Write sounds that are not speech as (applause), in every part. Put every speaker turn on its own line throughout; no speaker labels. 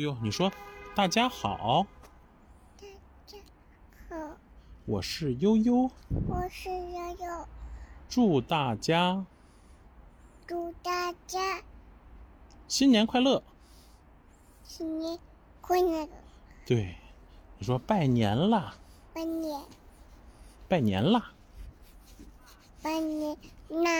哟，你说，大家好，
好，
我是悠悠，
我是悠悠，
祝大家
祝大家
新年快乐。
新年快乐，
对，你说拜年啦，
拜年
拜年啦。
拜年啦！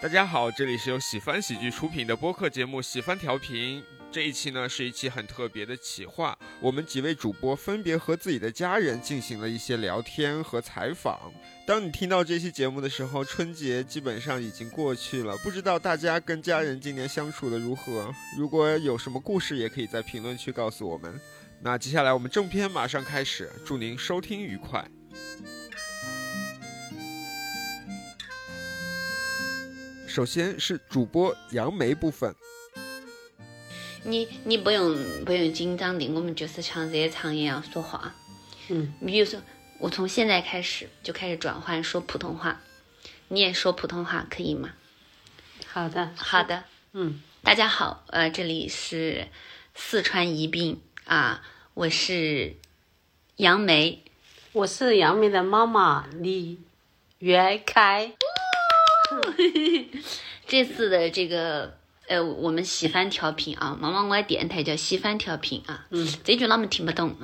大家好，这里是由喜翻喜剧出品的播客节目《喜翻调频》。这一期呢是一期很特别的企划，我们几位主播分别和自己的家人进行了一些聊天和采访。当你听到这期节目的时候，春节基本上已经过去了，不知道大家跟家人今年相处的如何？如果有什么故事，也可以在评论区告诉我们。那接下来我们正片马上开始，祝您收听愉快。首先是主播杨梅部分。
你你不用不用紧张的，我们就是像日常一样说话。
嗯，
比如说，我从现在开始就开始转换说普通话，你也说普通话可以吗？
好的，
好，的，
嗯，
大家好，呃，这里是四川宜宾啊，我是杨梅。
我是杨梅的妈妈李元开，
(laughs) 这次的这个呃，我们喜番调频啊，毛毛怪电台叫喜番调频啊，
嗯，
这句他们听不
(laughs)
懂。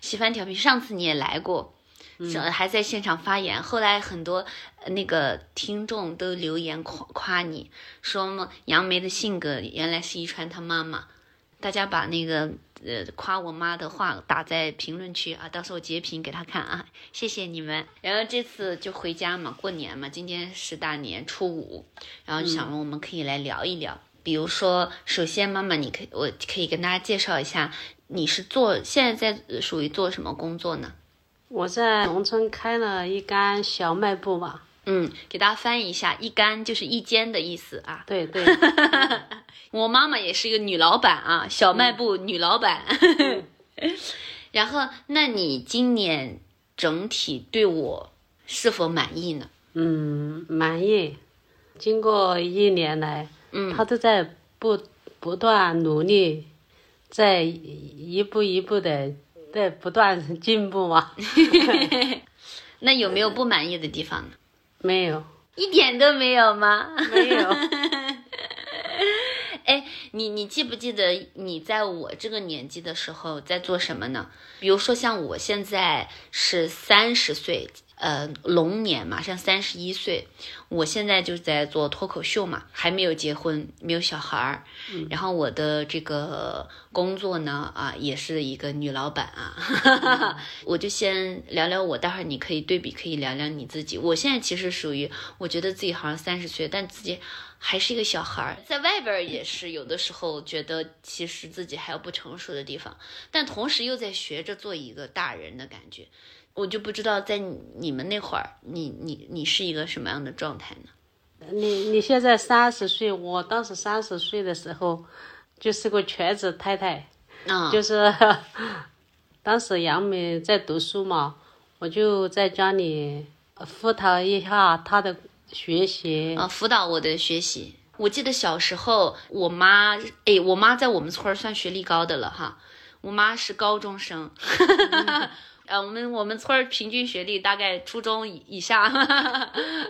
喜番调频，上次你也来过，
嗯
是还在现场发言，后来很多呃那个听众都留言夸夸你，说嘛杨梅的性格原来是遗传她妈妈，大家把那个。呃，夸我妈的话打在评论区啊，到时候截屏给她看啊，谢谢你们。然后这次就回家嘛，过年嘛，今天是大年初五，然后就
嗯
想问我们可以来聊一聊，比如说，首先妈妈，你可以我可以跟大家介绍一下，你是做现在在呃属于做什么工作呢？
我在农村开了一间小卖部嘛，
嗯，给大家翻译一下，一干就是一间的意思啊。
对对，
(laughs) 我妈妈也是一个女老板啊，小卖部
嗯
女老板。然后，那你今年整体对我是否满意呢？
嗯，满意。经过一年来，
嗯
他都在不不断努力，在一步一步的在不断进步
(laughs)
嘛，
那有没有不满意的地方呢？
没有
(laughs) 一点都没有吗？
没有，
(laughs) 哎，你你记不记得你在我这个年纪的时候在做什么呢？比如说像我现在是三十岁，呃，龙年马上三十一岁，我现在就在做脱口秀嘛，还没有结婚，没有小孩儿，
嗯
然后我的这个工作呢，啊，也是一个女老板
嗯
啊， (laughs) 我就先聊聊我，待会儿你可以对比，可以聊聊你自己。我现在其实属于，我觉得自己好像三十岁，但自己还是一个小孩儿，在外边儿也是有的时候觉得其实自己还有不成熟的地方，但同时又在学着做一个大人的感觉。我就不知道在你你们那会儿，你你你是一个什么样的状态呢？
你你现在三十岁，我当时三十岁的时候，就是个全职太太，
啊、
就是 (laughs) 当时杨梅在读书嘛，我就在家里辅导一下她的学习。
啊，辅导我的学习。我记得小时候，我妈，哎，我妈在我们村儿算学历高的了哈，我妈是高中
(laughs)
生，啊，我们我们村儿平均学历大概初中以以下， (laughs)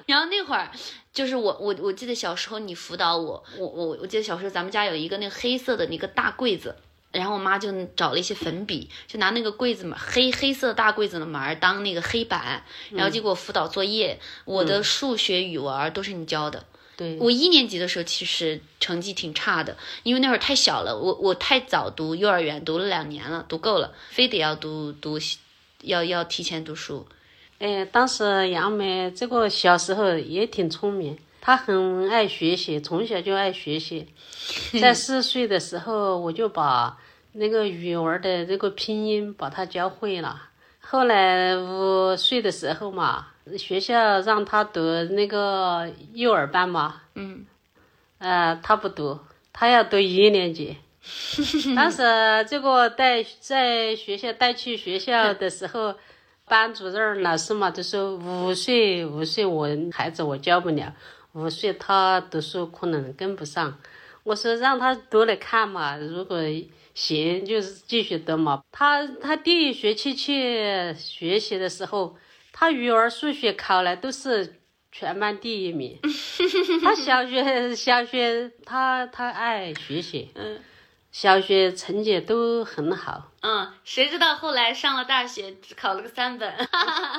然后那会儿就是我我我记得小时候你辅导我，我我我记得小时候咱们家有一个那个黑色的那个大柜子。然后我妈就找了一些粉笔，就拿那个柜子嘛，黑黑色大柜子的门儿当那个黑板，然
嗯
后结果辅导作业，我的数学、语文儿都是你教的。
对，
我一年级的时候其实成绩挺差的，因为那会儿太小了，我我太早读幼儿园，读了两年了，读够了，非得要读读，要要提前读书。
哎，当时杨梅这个小时候也挺聪明，她很爱学习，从小就爱学习。在四岁的时候，我就把那个语文的这个拼音把它教会了。后来五岁的时候嘛，学校让她读那个幼儿班嘛，
嗯，
呃，她不读，她要读一年级。当时这个带在学校带去学校的时候，班主任、老师嘛都说五岁五岁我孩子我教不了，五岁他读书可能跟不上。我说让他读了看嘛，如果行就是继续读嘛。他他第一学期去学习的时候，他语文、数学考了都是全班第一名。他小学 (laughs) 小学他他爱学习，
嗯
小学成绩都很好。
嗯，谁知道后来上了大学，只考了个三本，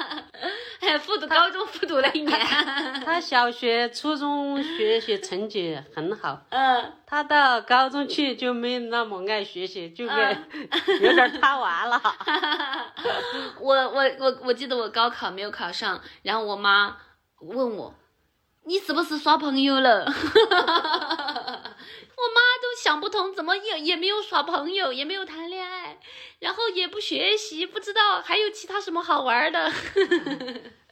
(laughs) 还复读高中复读了一年。 (laughs)
他小学、初中学习成绩很好，
嗯，
他到高中去就没那么爱学习，就变
嗯
(laughs) 有点儿贪玩
(laughs)
了。
我我我我记得我高考没有考上，然后我妈问我，你是不是耍朋友了？ (laughs) 我妈都想不通，怎么也也没有耍朋友，也没有谈恋爱，然后也不学习，不知道还有其他什么好玩的。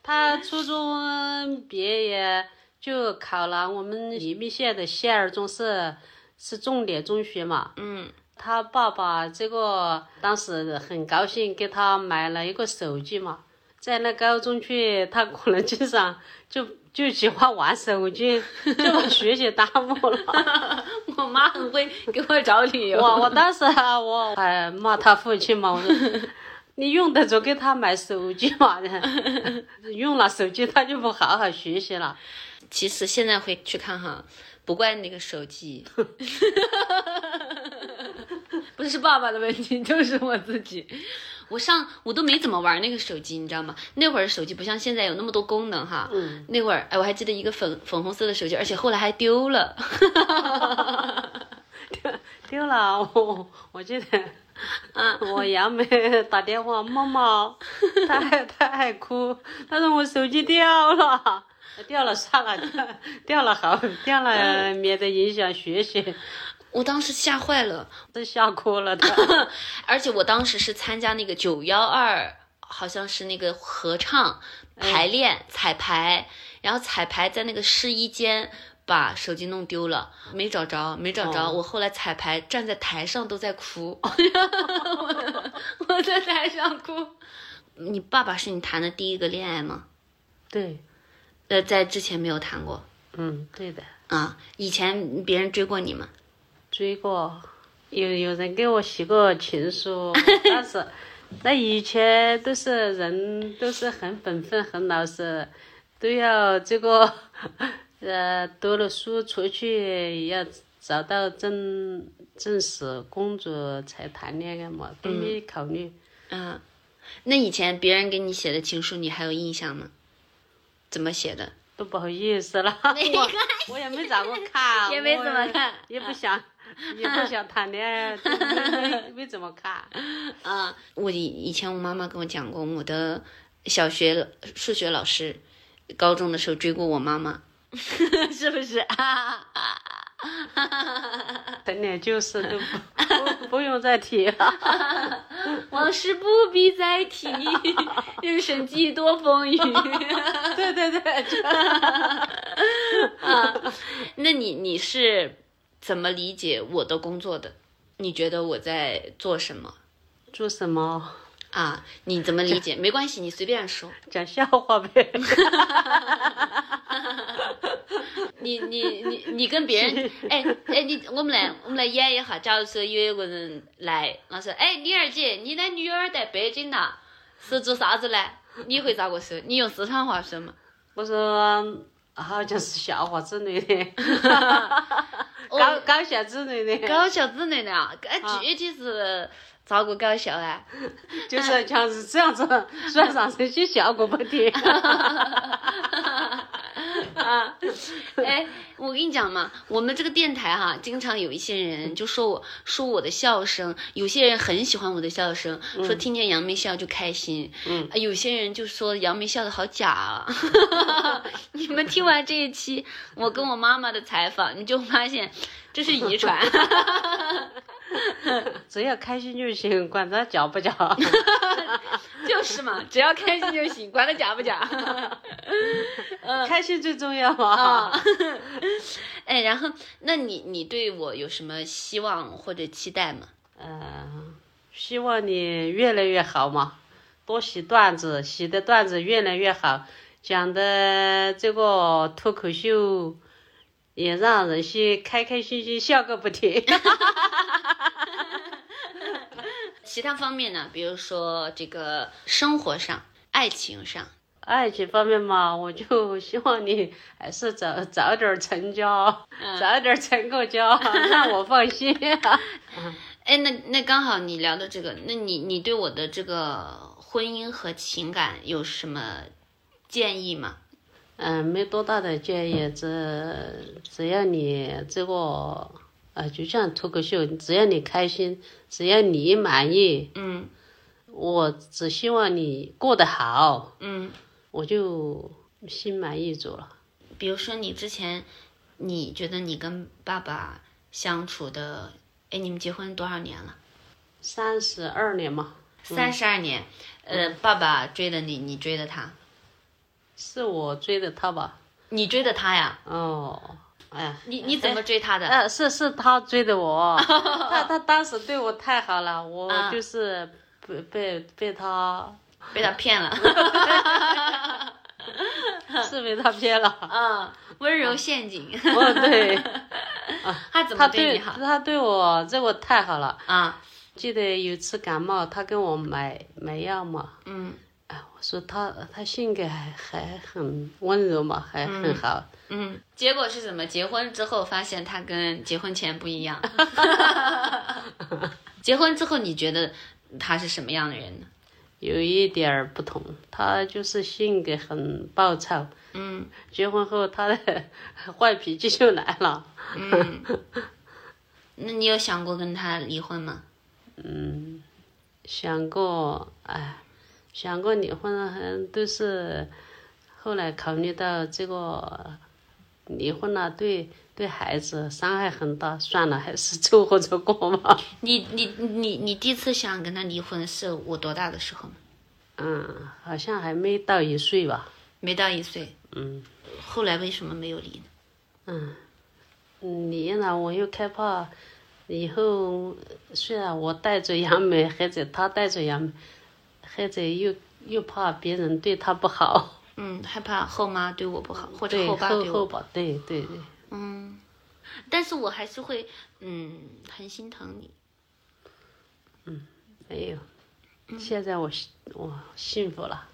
他初中毕业就考了我们宜宾县的县二中是是重点中学嘛。
嗯
他爸爸这个当时很高兴，给他买了一个手机嘛。在那高中去，他可能经常就就喜欢玩手机，就把学习耽误了。
(laughs) 我妈很会给我找理由。
我我当时啊，我还骂他父亲嘛，我说你用得着给他买手机嘛？ (laughs) 用了手机他就不好好学习了。
其实现在回去看哈，不怪那个手机，不是爸爸的问题， (laughs) 就是我自己。我上我都没怎么玩那个手机，你知道吗？那会儿手机不像现在有那么多功能哈。
嗯，
那会儿哎，我还记得一个粉粉红色的手机，而且后来还丢了。
丢了，我我记得。
啊，
(laughs) 我杨梅打电话，妈妈，她还她还哭，她说我手机掉了，掉了算了，掉掉了好，掉了免得影响学习，
我当时吓坏了，
都吓哭了她。
(laughs) 而且我当时是参加那个九幺二，好像是那个合唱
嗯
排练、彩排，然后彩排在那个试衣间把手机弄丢了，没找着，没找着。
哦
我后来彩排站在台上都在哭， (laughs) 我我在台上哭。你爸爸是你谈的第一个恋爱吗？
对，
呃，在之前没有谈过
嗯，对的，
啊，以前别人追过你吗？
追过，有有人给我写过情书，但是那以前都是人都是很本分、很老实，都要这个 (laughs) 呃读了书出去要找到正正式工作才谈恋爱嘛，都没考虑。
嗯、那以前别人给你写的情书，你还有印象吗？怎么写的？
都不好意思了，
没关系
我我也没咋过看，
也没怎么看
我也不想，也不想谈恋爱， (laughs) 就没没没怎么看。
(laughs) 啊，我以以前我妈妈跟我讲过，我的小学数学老师，高中的时候追过我妈
(laughs)
妈，是不是？啊
等点就是都不不不用再提了。
(laughs) (laughs) 往事不必再提， (laughs) 人生几多风雨。 (laughs)
对对对，就
啊， (laughs) 那你你是怎么理解我的工作的？你觉得我在做什么
做什么？
啊？你怎么
(laughs)
理解？没关系，你随便说。
讲笑话呗。
你你你你跟别
(laughs)
人，哎哎，你我们来我们来演一下。假如说有一个人来，我说，哎，李二姐，你的女儿在北京呐，是做啥子嘞？你会咋个说？你用四川话说嘛？
我说好像啊是笑话之类的，
哦
搞搞笑之类的，
搞笑之类的啊，哎，具体是咋个搞笑啊？
(laughs) 就是像是这样子，
(laughs)
算上这些效果不听。
啊，哎，我跟你讲嘛，我们这个电台哈、经常有一些人就说我说我的笑声，有些人很喜欢我的笑声，说听见杨梅笑就开心，
嗯
啊，有些人就说杨梅笑的好假啊。 (laughs) (laughs) 你们听完这一期我跟我妈妈的采访，你就发现这是遗传。
(laughs) 只要开心就行，管他假不假。
(laughs) 就是嘛，只要开心就行，管他假不假。嗯
开心最重要嘛。 (laughs)
啊，哎，然后，那你你对我有什么希望或者期待吗？
呃嗯，希望你越来越好嘛。多写段子，写的段子越来越好，讲的这个脱口秀也让人是开开心心笑个不停。
其他方面呢，比如说这个生活上、爱情上，
爱情方面嘛，我就希望你还是早早点成家，
嗯
早点成个
(laughs)
家，让啊我放心。啊
哎，那那刚好你聊的这个，那你你对我的这个婚姻和情感有什么建议吗？
嗯，没多大的建议，只只要你这个，呃，就像脱口秀，只要你开心，只要你满意，
嗯
我只希望你过得好，
嗯，
我就心满意足了。
比如说你之前，你觉得你跟爸爸相处的，哎，你们结婚多少年了？
三十二年嘛，
三十二年。呃，爸爸追的你，你追的他，
是我追的他吧？
你追的他呀？
哦，哎呀，
你你怎么追哎他的？
呃，是是他追的
(laughs)
我，他他当时对我太好了，我
啊
就是被被被他
(laughs) 被他骗了。
是被他 (laughs) 骗了。
嗯，温柔陷阱。
哦，对，
他怎么
他
对
对
你好
他对我这个太好了。
啊？
记得有一次感冒，他跟我买买药嘛，
(laughs) 嗯
哎，我说他他性格还还很温柔嘛，还很好。
嗯，结果是什么？结婚之后发现他跟结婚前不一 (laughs) 样。结婚之后，你觉得他是什么样的人呢？
有一点儿不同，他就是性格很暴躁。
嗯
结婚后，他的 (laughs) 坏脾气就来了。
嗯，那你有想过跟他离婚吗？
想过，哎，想过离婚了，还都是后来考虑到这个离婚了对对孩子伤害很大，算了，还是凑合着过吧。
你你你你第一次想跟他离婚是我多大的时候吗？
嗯，好像还没到一岁吧。
没到一岁。
嗯
后来为什么没有离呢？
嗯，离了我又害怕，以后虽然我带着杨梅，或者他带着杨梅，或者又又怕别人对他不好，
嗯，害怕后妈对我不好，或者
对
后爸对我不好
后吧，对对对。
嗯，但是我还是会，嗯，很心疼你。
没有，嗯哎现在我幸我幸福了。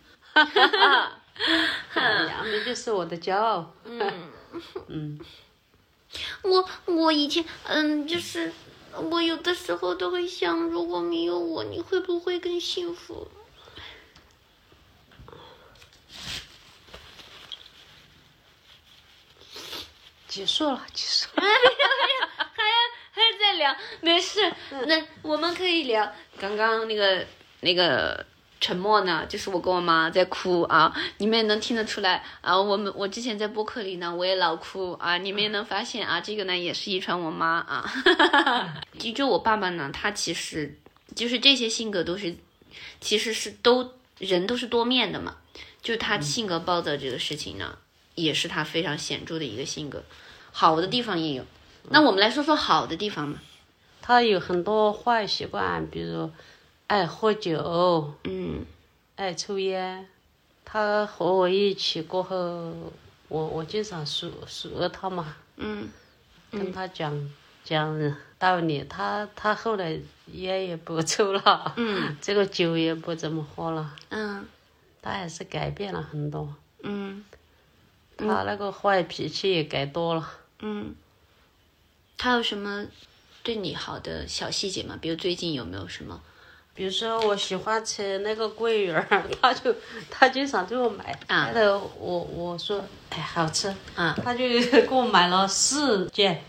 杨梅就是我的骄
(laughs)
傲。嗯
我我以前，嗯，就是我有的时候都会想，如果没有我，你会不会更幸福？
结束了，结束了。
还是在聊，没事，那我们可以聊。刚刚那个那个沉默呢，就是我跟我妈在哭啊，你们也能听得出来啊。我们我之前在播客里呢，我也老哭啊，你们也能发现啊，这个呢也是遗传我妈啊。就就我爸爸呢，他其实就是这些性格都是，其实是都人都是多面的嘛。就他性格暴躁这个事情呢，也是他非常显著的一个性格，好的地方也有。那我们来说说好的地方嘛。
他有很多坏习惯，比如
哎
爱喝酒、
嗯
哎
爱抽烟。他和我一起过后，我我经常数数落他嘛，
嗯
跟他讲、讲道理。他他后来烟也不抽了，
嗯
(laughs) 这个酒也不怎么喝了，
嗯
他还是改变了很多。
嗯
他那个坏脾气也改多了。
嗯。他有什么对你好的小细节吗？比如最近有没有什么？
比如说，我喜欢吃那个桂圆儿， (laughs) 他就他经常给我买，
啊
买的我我说哎好吃，
啊，
他就 (laughs) 给我买了四件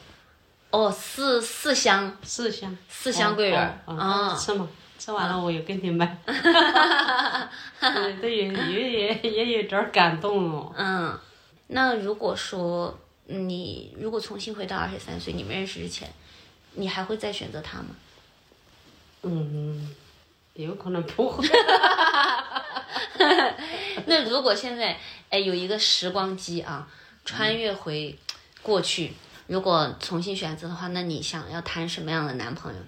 哦，四四箱，
四箱
四箱桂圆儿
哦
啊
哦吃嘛，吃完了我又给你
(laughs)
买，对，都有也也也有点儿感动哦。
嗯。那如果说你如果重新回到二十三岁，你们认识之前，你还会再选择他吗？
嗯，有可能不会，
(laughs) 那如果现在哎有一个时光机啊，穿越回过去，如果重新选择的话，那你想要谈什么样的男朋友？
呃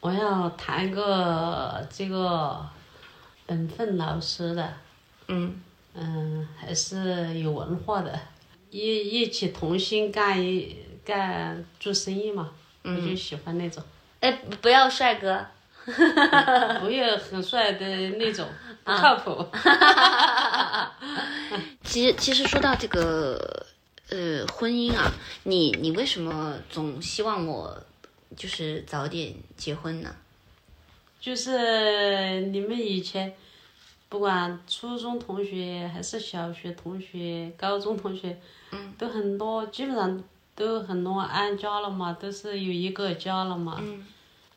我要谈个这个本分老实的，
嗯
嗯，还是有文化的，一一起同心干一干做生意嘛，我就喜欢那种， (laughs)
哎，不要帅哥，
不要很帅的那种，不靠谱。
其实，其实说到这个，呃，婚姻啊，你你为什么总希望我就是早点结婚呢？
就是你们以前，不管初中同学还是小学同学、高中同学，嗯，都很多，基本上都很多安家了嘛，都是有一个家了嘛。嗯，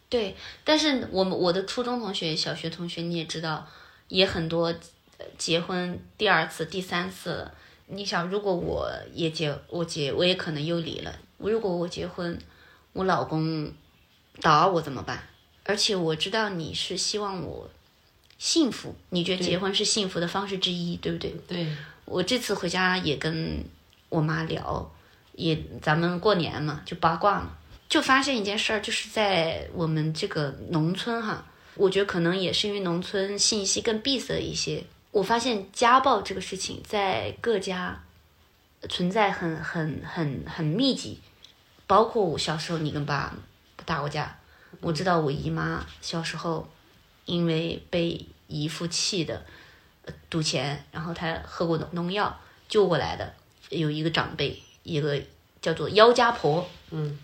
对，但是我们我的初中同学、小学同学，你也知道，也很多呃结婚第二次、第三次了。你想，如果我也结，我结，我也可能又离了。如果我结婚，我老公打我怎么办？而且我知道你是希望我幸福，你觉得结婚是幸福的方式之一，对不对？
对，
我这次回家也跟我妈聊，也咱们过年嘛，就八卦嘛，就发现一件事儿，就是在我们这个农村哈，我觉得可能也是因为农村信息更闭塞一些，我发现家暴这个事情在各家存在很很很很密集，包括我小时候你跟爸打过架，我知道我姨妈小时候因为被姨父气的。赌钱，然后他喝过农农药救过来的，有一个长辈，一个叫做妖家婆，
嗯，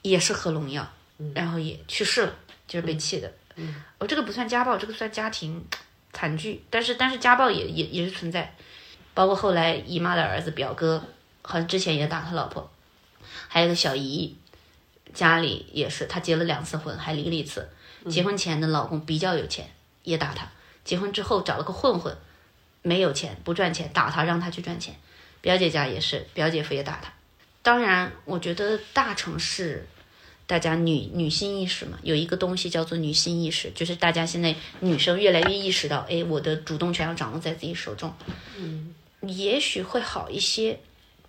也是喝农药，然后也去世了，就是被气的。嗯，哦，这个不算家暴，这个算家庭惨剧，但是但是家暴也也也是存在，包括后来姨妈的儿子表哥，好像之前也打他老婆，还有个小姨，家里也是，她结了两次婚，还离了一次。结婚前的老公比较有钱，也打她；结婚之后找了个混混，没有钱不赚钱，打她让她去赚钱。表姐家也是，表姐夫也打她。当然，我觉得大城市，大家女女性意识嘛，有一个东西叫做女性意识，就是大家现在女生越来越意识到，哎，我的主动权要掌握在自己手中，嗯，也许会好一些，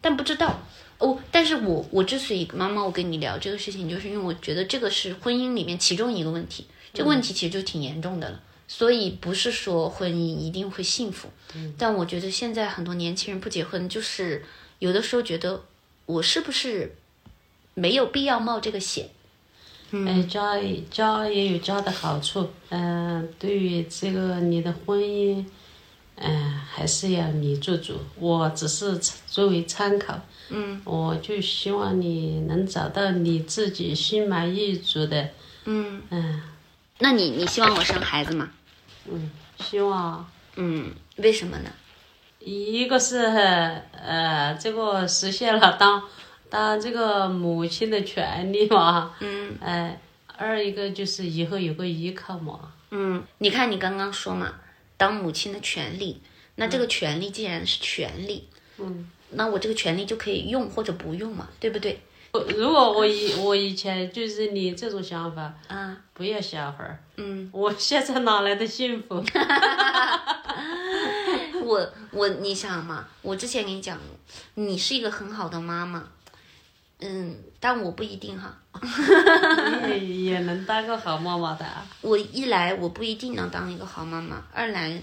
但不知道。哦，但是我我之所以妈妈，我跟你聊这个事情，就是因为我觉得这个是婚姻里面其中一个问题，这个问题其实就挺严重的了。所以不是说婚姻一定会幸福，但我觉得现在很多年轻人不结婚，就是有的时候觉得我是不是没有必要冒这个险？
哎，家家也有家的好处，嗯、对于这个你的婚姻，嗯、还是要你做主。我只是作为参考，嗯，我就希望你能找到你自己心满意足的，嗯嗯、
那你你希望我生孩子吗？
希望啊
嗯，为什么呢？
一个是呃，这个实现了当当这个母亲的权利嘛，嗯，哎、二一个就是以后有个依靠嘛，
嗯，你看你刚刚说嘛，当母亲的权利，那
嗯
这个权利既然是权利，嗯，那我这个权利就可以用或者不用嘛，对不对？
我如果我以我以前就是你这种想法，
啊，
不要小孩儿，
嗯，
我现在哪来的幸福？
我我你想嘛，我之前跟你讲，你是一个很好的妈妈，嗯，但我不一定哈，
也也能当个好妈妈的啊。
我一来我不一定能当一个好妈妈，二来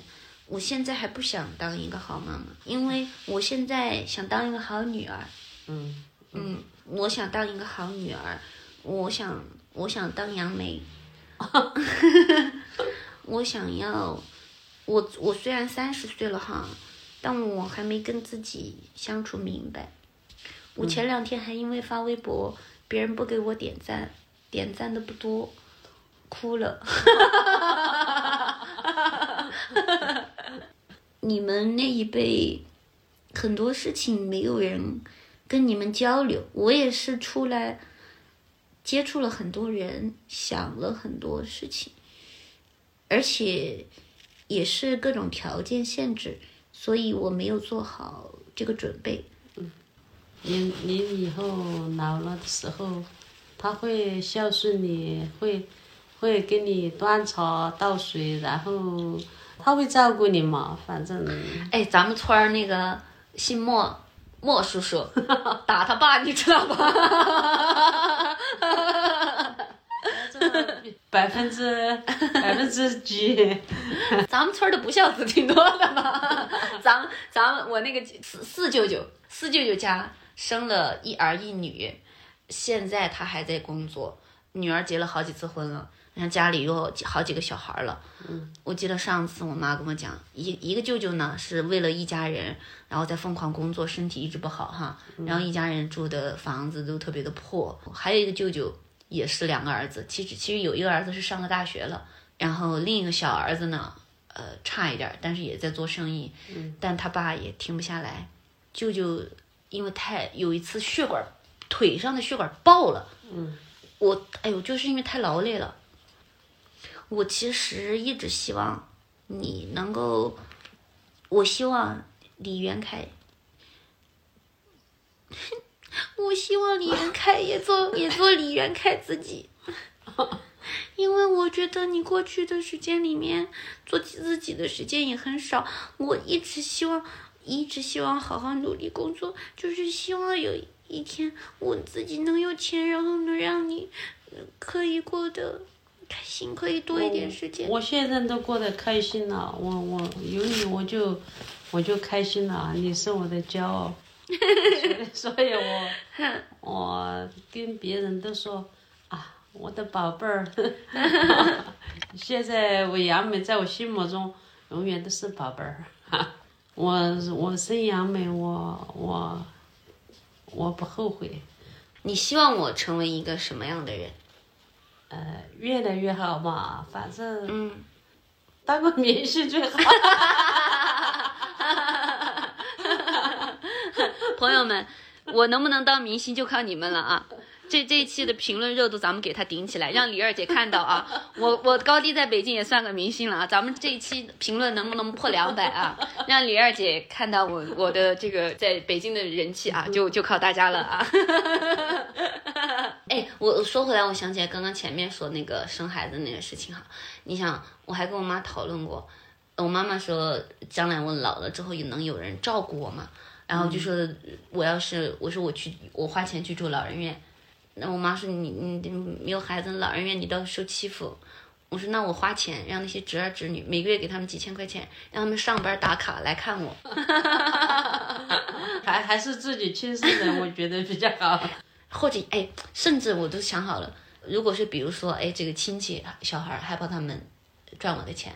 我现在还不想当一个好妈妈，因为我现在想当一个好女儿。
嗯
嗯，我想当一个好女儿，我想我想当杨梅， (laughs) 我想要，我我虽然三十岁了哈，但我还没跟自己相处明白。我前两天还因为发微博，别人不给我点赞，点赞的不多，哭了。 (laughs) 你们那一辈，很多事情没有人跟你们交流。我也是出来接触了很多人，想了很多事情，而且也是各种条件限制，所以我没有做好这个准备。
你你以后老了的时候，他会孝顺你，会会给你端茶倒水，然后他会照顾你嘛。反正
哎，咱们村儿那个姓莫莫叔叔 (laughs) 打 (laughs) 他爸，你知道吧？
这个百分之百分之几？
咱们村儿的不孝子挺多的嘛，咱们咱们我那个四四舅舅四舅舅家生了一儿一女，现在他还在工作，女儿结了好几次婚了，然后家里又好几个小孩儿了。 (laughs) 嗯，我记得上次我妈跟我讲，一一个舅舅呢是为了一家人，然后在疯狂工作，身体一直不好哈，然后一家人住的房子都特别的破，还有一个舅舅也是两个儿子，其实其实有一个儿子是上了大学了。然后另一个小儿子呢，呃，差一点儿，但是也在做生意，但他爸也停不下来。舅舅因为太有一次血管腿上的血管爆了，
嗯，
我哎呦，就是因为太劳累了。我其实一直希望你能够，我希望李元凯，我希望李元凯也做也做李元凯自己。 (laughs) 因为我觉得你过去的时间里面做自己的时间也很少，我一直希望，一直希望好好努力工作，就是希望有一天我自己能有钱，然后能让你呃可以过得开心，可以多一
嗯
点时间。
哦我现在都过得开心了，我我有你我就我就开心了，你是我的骄傲， (laughs) 所以所以我
哦
我跟别人都说啊，我的宝贝儿， (laughs) 现在我杨梅在我心目中永远都是宝贝儿， (laughs) 我我生杨梅，我我我不后悔，
你希望我成为一个什么样的人？
呃，越来越好嘛，反正。
嗯，
当个明星最好。
(laughs) 朋友们，我能不能当明星就靠你们了啊！这这一期的评论热度，咱们给它顶起来，让李二姐看到啊！我我高低在北京也算个明星了啊！咱们这一期评论能不能破两百啊？让李二姐看到我我的这个在北京的人气啊，就就靠大家了啊！ (laughs) 哎，我我说回来，我想起来刚刚前面说那个生孩子那个事情哈，你想，我还跟我妈讨论过，我妈妈说将来我老了之后也能有人照顾我嘛，然后就
嗯
说我要是我说我去我花钱去住老人院，那我妈说你你你没有孩子，老人院你到受欺负。我说那我花钱让那些侄儿侄女每个月给他们几千块钱，让他们上班打卡来看我。 (laughs)
还还是自己亲生的，我觉得比较好。
(laughs) 或者哎，甚至我都想好了，如果是比如说哎，这个亲戚小孩儿害怕他们赚我的钱，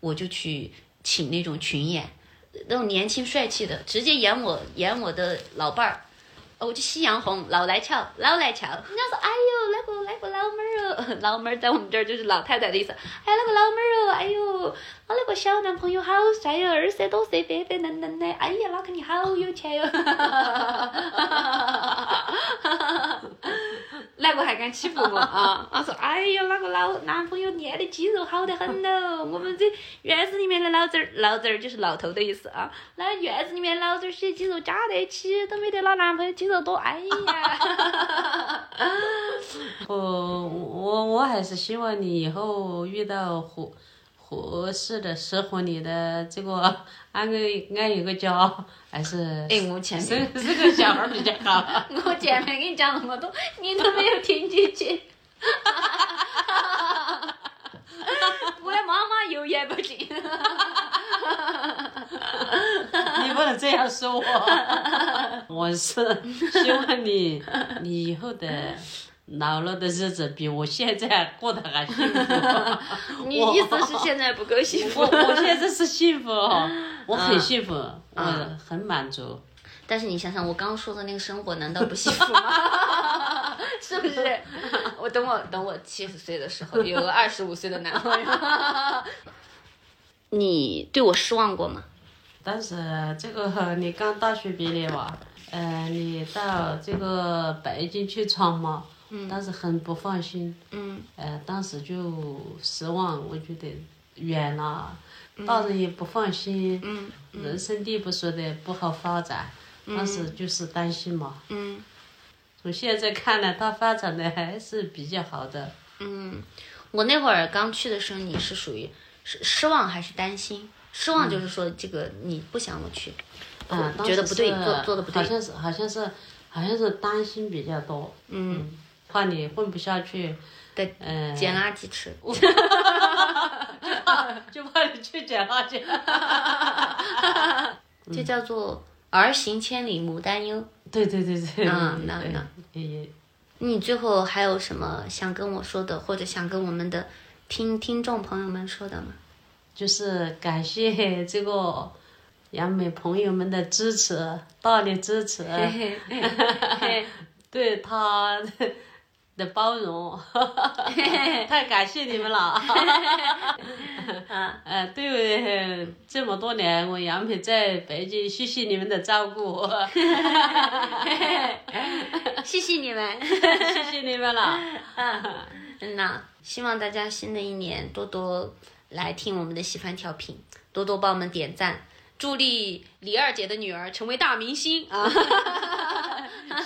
我就去请那种群演，那种年轻帅气的，直接演我演我的老伴儿。哦我就夕阳红，老来俏，老来俏。人家说，哎呦，来个来个老妹儿哦， (laughs) 老妹儿在我们这儿就是老太太的意思。哎，来个老妹儿哦，哎呦，我那个小男朋友好帅哦，二十多岁，白白嫩嫩的，哎呀，那个你好有钱哦哟、哪个还敢欺负 (laughs) 我啊？我说，哎呀，那个老男朋友练的肌肉好得很 (laughs) 喽。我们这院子里面的老子儿，老子儿就是老头的意思啊。那院子里面老子儿些肌肉加在一起，都没得那男朋友肌肉多。哎呀，
(laughs) 我呃我我还是希望你以后遇到合合适的、适合你的这个安个安有个家，还是
哎，我前
生 (laughs)
面，
生个小孩儿比较好。
(laughs) 我前面跟你讲那么多，你都没有听进 (laughs) 去。我的妈妈有眼不进。
你不能这样说
(laughs)
我，我是希望你你以后的老了的日子比我现在过得还幸福。
(laughs) 你
我
意思是现在不够幸福 (laughs)
我？我现在是幸福哦，我很幸福，我很满足。
啊但是你
(laughs)
想想，我刚刚说的那个生活，难道不幸福 (laughs) 吗？是不 (laughs) 是？我等我等我七十岁的时 (laughs) 候，有个二十五岁的男朋友。你对我失望过吗？
但是这个你刚大学毕业吧，呃，你到这个北京去闯嘛，但是很不放心，
嗯
呃，当时就失望，我觉得远了，大人也不放心，
嗯
人生地不熟的不好发展，当时就是担心嘛。
嗯
从现在看来，它发展的还是比较好的。
嗯，我那会儿刚去的时候，你是属于失失望还是担心？失望就是说这个你不想我去，
啊，
嗯觉得不对，
当时是
做做的不对
好。像是好像是好像是担心比较多。
嗯，
怕你混不下去，
的
嗯、
捡垃圾吃。 (laughs)
就怕就怕你去 (laughs) 捡垃圾。 (laughs)
这叫做儿行千里母担忧。
对对对对，
那那
对
那
也也
你最后还有什么想跟我说的，或者想跟我们的听听众朋友们说的吗？
就是感谢这个杨梅朋友们的支持，大力支持，对他的包
(laughs)
容，太感谢你们了。
嗯
呃，对，这么多年我杨梅在北京，谢谢你们的照
(laughs)
顾，
谢谢你们。
谢谢你们了。
嗯呐，希望大家新的一年多多来听我们的喜欢调频，多多帮我们点赞，助力李二姐的女儿成为大明星啊！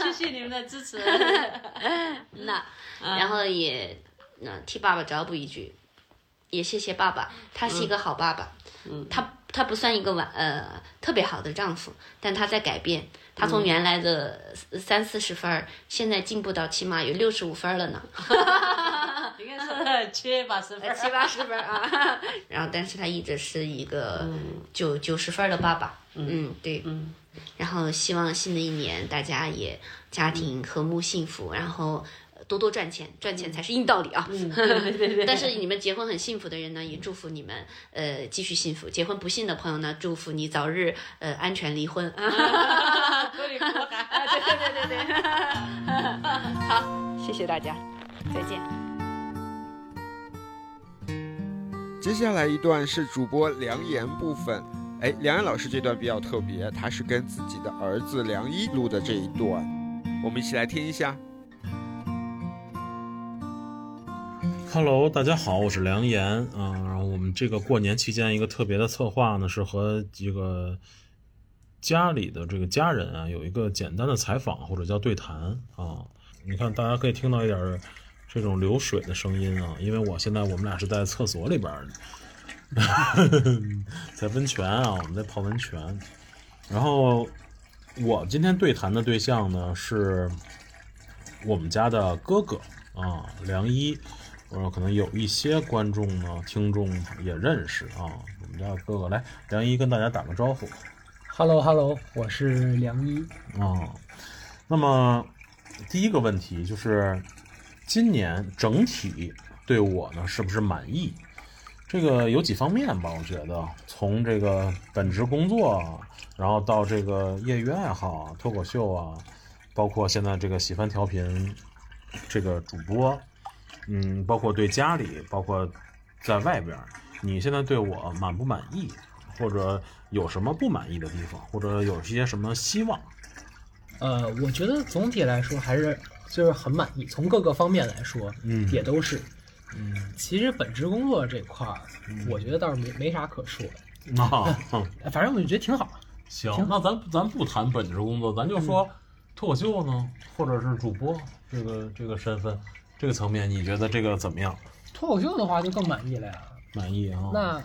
谢谢你们的支持。
那，然后也那替爸爸找补一句，也谢谢爸爸，他是一个好爸爸，
嗯
(laughs) 他他不算一个完呃特别好的丈夫，但他在改变，他从原来的三四十分儿，现在进步到起码有六十五分儿了呢。
应该是七八十分儿，
七八十分儿啊，然后但是他一直是一个九九十分儿的爸爸，嗯，对，
嗯，
然后希望新的一年大家也家庭和睦幸福，然后呃多多赚钱，赚钱才是硬道理啊。 (laughs)
对对对
但是你们结婚很幸福的人呢，也祝福你们呃继续幸福；结婚不幸的朋友呢，祝福你早日呃安全离婚。
多里多感。
啊对对对对对， (laughs) 好，谢谢大家，再见。
接下来一段是主播梁岩部分。哎，梁岩老师这段比较特别，他是跟自己的儿子梁一录的这一段，我们一起来听一下。
Hello，大家好，我是梁岩啊、然后我们这个过年期间一个特别的策划呢，是和这个家里的这个家人啊，有一个简单的采访或者叫对谈啊。你看，大家可以听到一点儿这种流水的声音啊，因为我现在我们俩是在厕所里边儿， (laughs) 在温泉啊，我们在泡温泉。然后我今天对谈的对象呢是我们家的哥哥啊，梁一。呃，可能有一些观众呢、听众也认识啊。我们家的哥哥来，梁一跟大家打个招呼
h e l l o h e l l o 我是梁一。
啊。那么第一个问题就是，今年整体对我呢是不是满意？这个有几方面吧，我觉得从这个本职工作，然后到这个业余爱好、脱口秀啊，包括现在这个喜欢调频这个主播，嗯，包括对家里，包括在外边儿，你现在对我满不满意，或者有什么不满意的地方，或者有一些什么希望？
呃，我觉得总体来说还是就是很满意，从各个方面来说，
嗯
也都是。
嗯，
其实本职工作这块儿，我觉得倒是没没啥可说的，
(laughs) 那、哼
呃反正我就觉得挺好。
啊行，那咱咱不谈本职工作，
嗯
咱就说脱口秀呢，或者是主播这个这个身份，这个层面，你觉得这个怎么样？
脱口秀的话就更满意了呀。
满意啊？
那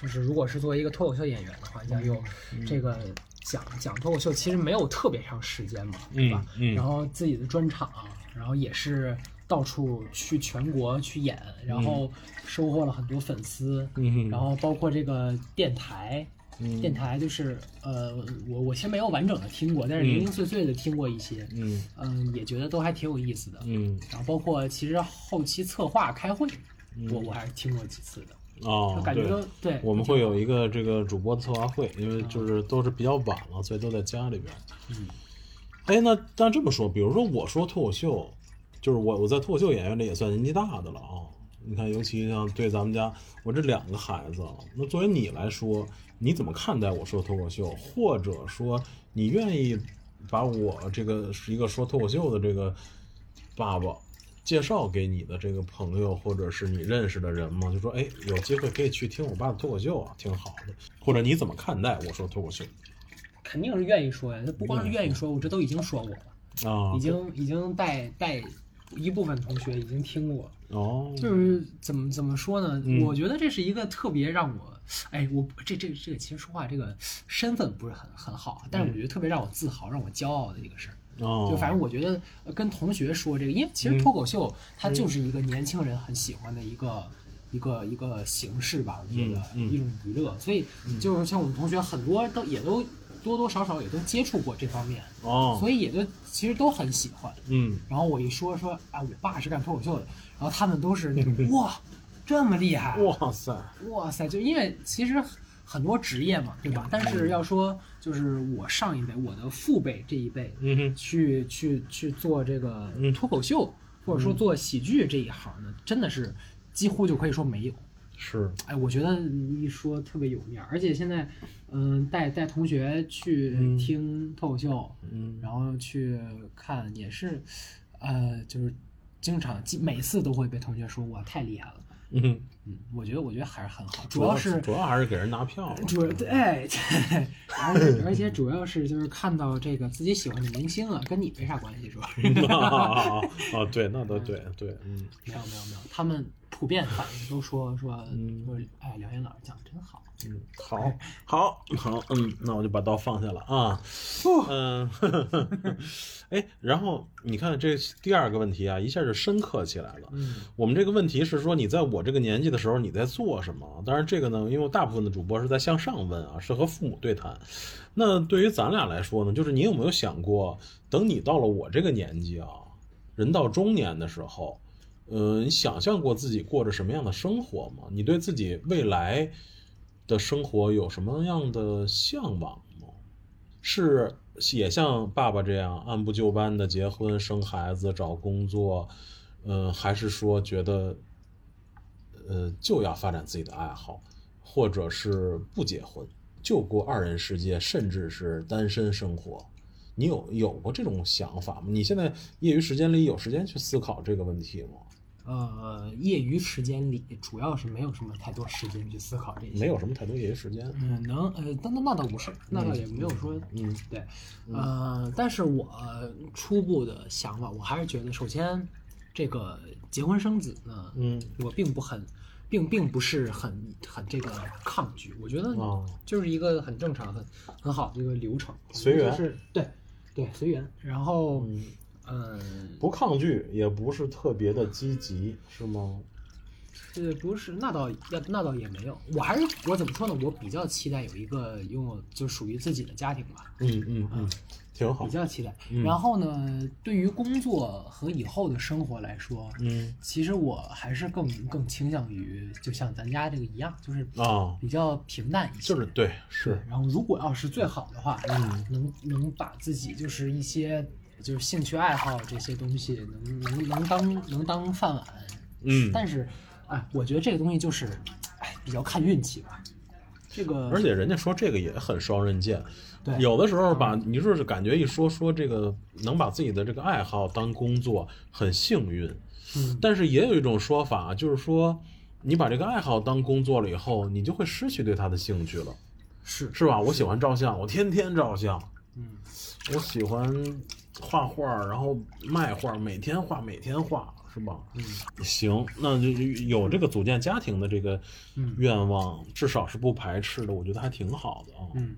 就是如果是作为一个脱口秀演员的话，要用这个讲讲脱口秀，其实没有特别长时间嘛，对吧？
嗯嗯
然后自己的专场，然后也是到处去全国去演，然后收获了很多粉丝，
嗯
然后包括这个电台。
嗯
电台就是，呃，我我先没有完整的听过，但是
嗯
零零碎碎的听过一些，
嗯
嗯、也觉得都还挺有意思的。
嗯
然后包括其实后期策划开会，
嗯
我我还是听过几次的。
哦
就，感觉
对
都对，
我们会有一个这个主播的策划会，因为就是都是比较晚了，所以都在家里边。
嗯，
哎，那那这么说，比如说我说脱口秀，就是我我在脱口秀演员里也算年纪大的了啊。你看，尤其像对咱们家我这两个孩子，啊那作为你来说，你怎么看待我说脱口秀，或者说你愿意把我这个是一个说脱口秀的这个爸爸介绍给你的这个朋友，或者是你认识的人吗？就说，哎，有机会可以去听我爸的脱口秀啊，挺好的。或者你怎么看待我说脱口秀
肯定是愿意说呀。那不光是愿意说，我这都已经说过了，
嗯啊
已？经已经带带一部分同学已经听过了。
哦，
就是怎么怎么说呢？
嗯
我觉得这是一个特别让我，哎，我这这啊这个其实说话这个身份不是很很好，但是我觉得特别让我自豪、让我骄傲的一个事儿。
嗯哦，嗯
就反正我觉得呃跟同学说这个，因为其实脱口秀它就是一个年轻人很喜欢的一个、一个一个形式吧，我觉得、
嗯嗯嗯
一种娱乐。所以就是像我们同学很多都也都多多少少也都接触过这方面，
哦，
所以也都其实都很喜欢。
嗯
然后我一说说啊，我爸是干脱口秀的，然后他们
(laughs)
都是那种哇这么厉害，
嗯哇塞，
哇塞，就因为其实很多职业嘛，对
嗯
吧？但是要说就是我上一辈，我的父辈这一辈，
嗯哼，
去去去做这个
嗯
脱口秀，或者说做喜剧这一行呢，真的是几乎就可以说没有。
是，
哎，我觉得你一说特别有面儿，而且现在，嗯、带带同学去
嗯
听脱口秀，
嗯，
然后去看也是，呃，就是经常几每次都会被同学说哇太厉害了。
嗯哼，
嗯，我觉得我觉得还是很好，
主
主要是
主要还是给人拿票了，
主对，哎，对而且而且主要是就是看到这个自己喜欢的明星啊，跟你没啥关系，
(laughs)
主要是没有
啊哦，对，那倒对对，嗯，
没有没有，他们普遍反应都说说
嗯
说，哎，梁岩老师讲的真好，
嗯，好，好，好，嗯，那我就把刀放下了啊。嗯， (laughs) 呵呵呵哎，然后你看这第二个问题啊，一下就深刻起来了。
嗯，
我们这个问题是说，你在我这个年纪的时候，你在做什么？当然，这个呢，因为大部分的主播是在向上问啊，是和父母对谈。那对于咱俩来说呢，就是你有没有想过，等你到了我这个年纪啊，人到中年的时候，嗯、你想象过自己过着什么样的生活吗？你对自己未来的生活有什么样的向往吗？是也像爸爸这样按部就班的结婚、生孩子、找工作，嗯，还是说觉得，呃，就要发展自己的爱好，或者是不结婚，就过二人世界，甚至是单身生活？你有有过这种想法吗？你现在业余时间里有时间去思考这个问题吗？
呃，业余时间里主要是没有什么太多时间去思考这些，
没有什么太多业余时间。
嗯，能呃，但那那倒不是，那倒也没有说，
嗯
对，呃，但是我初步的想法，我还是觉得，首先这个结婚生子呢，
嗯，
我并不很，并并不是很很这个抗拒，我觉得
哦
就是一个很正常、很很好的一个流程，
随缘
就是对对随缘，然后
嗯
嗯，
不抗拒，也不是特别的积极，是吗？
这呃不是，那倒那那倒也没有，我还是我怎么说呢？我比较期待有一个拥有就属于自己的家庭吧，
嗯嗯嗯，挺好
呃比。较期待。
嗯
然后呢，对于工作和以后的生活来说，
嗯
其实我还是更更倾向于，就像咱家这个一样，就是
啊，
比较平淡一些。
就是对，
对
是，
然后如果要是最好的话，嗯，能能把自己就是一些就是兴趣爱好这些东西能能能当能当饭碗。
嗯
但是，哎，我觉得这个东西就是，哎，比较看运气吧。这个，
嗯而且人家说这个也很双刃剑，
对嗯
有的时候吧，你就是感觉一说说这个能把自己的这个爱好当工作，很幸运。
嗯
但是也有一种说法，就是说你把这个爱好当工作了以后，你就会失去对它的兴趣了，
是，
是吧？我喜欢照相，我天天照相；
嗯，
我喜欢画画，然后卖画，每天画，每天画，是吧？行，那就有这个组建家庭的这个
嗯
愿望，至少是不排斥的，我觉得还挺好的啊。
嗯。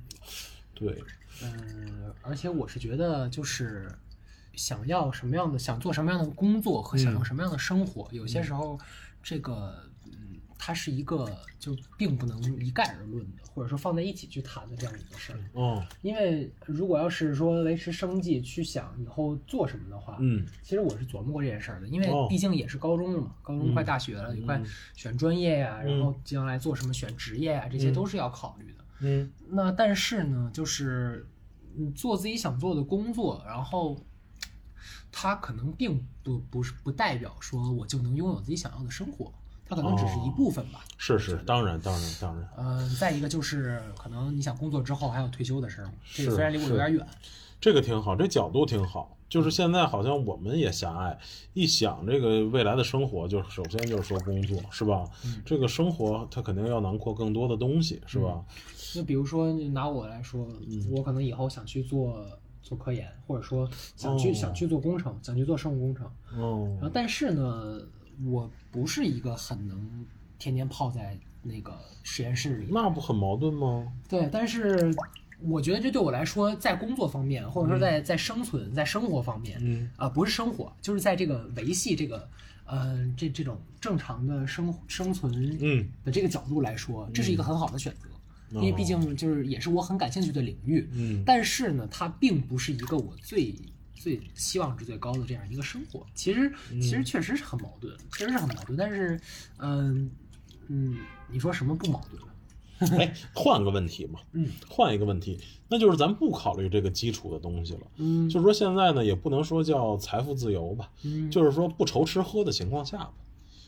对，
嗯，而且我是觉得，就是想要什么样的，想做什么样的工作和想要
嗯
什么样的生活，有些时候这个，嗯，它是一个就并不能一概而论的，或者说放在一起去谈的这样一个事儿。
哦，
因为如果要是说维持生计，去想以后做什么的话，
嗯
其实我是琢磨过这件事儿的，因为
哦嗯
毕竟也是高中了嘛，高中快大学了，也快选专业呀、然后将来做什么选职业呀、这些
嗯
都是要考虑的。
嗯
那但是呢，就是你做自己想做的工作，然后它可能并不不是不代表说我就能拥有自己想要的生活，它可能只
哦
是一部分吧。
是是，当然当然当然，
嗯、再一个就是可能你想工作之后还有退休的事儿嘛，这个
是
虽然离我有
是
点远，
这个挺好，这角度挺好。就是现在好像我们也狭隘，一想这个未来的生活，就是首先就是说工作，是吧？
嗯
这个生活它肯定要囊括更多的东西，是吧？
就比如说就拿我来说，
嗯
我可能以后想去做做科研，或者说想去、
哦
想去做工程，想去做生物工程，嗯然后
哦，
但是呢，我不是一个很能天天泡在那个实验室里。
那不很矛盾吗？
对，但是我觉得这对我来说，在工作方面，或者说在在生存、在生活方面，
嗯
呃
啊、不是生活，就是在这个维系这个，呃，这这种正常的生生存
嗯哦
的这个角度来说，这是一个很好的选择，因为毕竟就是也是我很感兴趣的领域，
嗯
但是呢，它并不是一个我最最期望值最高的这样一个生活。其实
嗯
其实确实是很矛盾，确实是很矛盾。但是，嗯、嗯，你说什么不矛盾？
(laughs) 哎，换个问题嘛，
嗯
换一个问题，那就是咱不考虑这个基础的东西了。
嗯
就是说现在呢，也不能说叫财富自由吧，
嗯
就是说不愁吃喝的情况下吧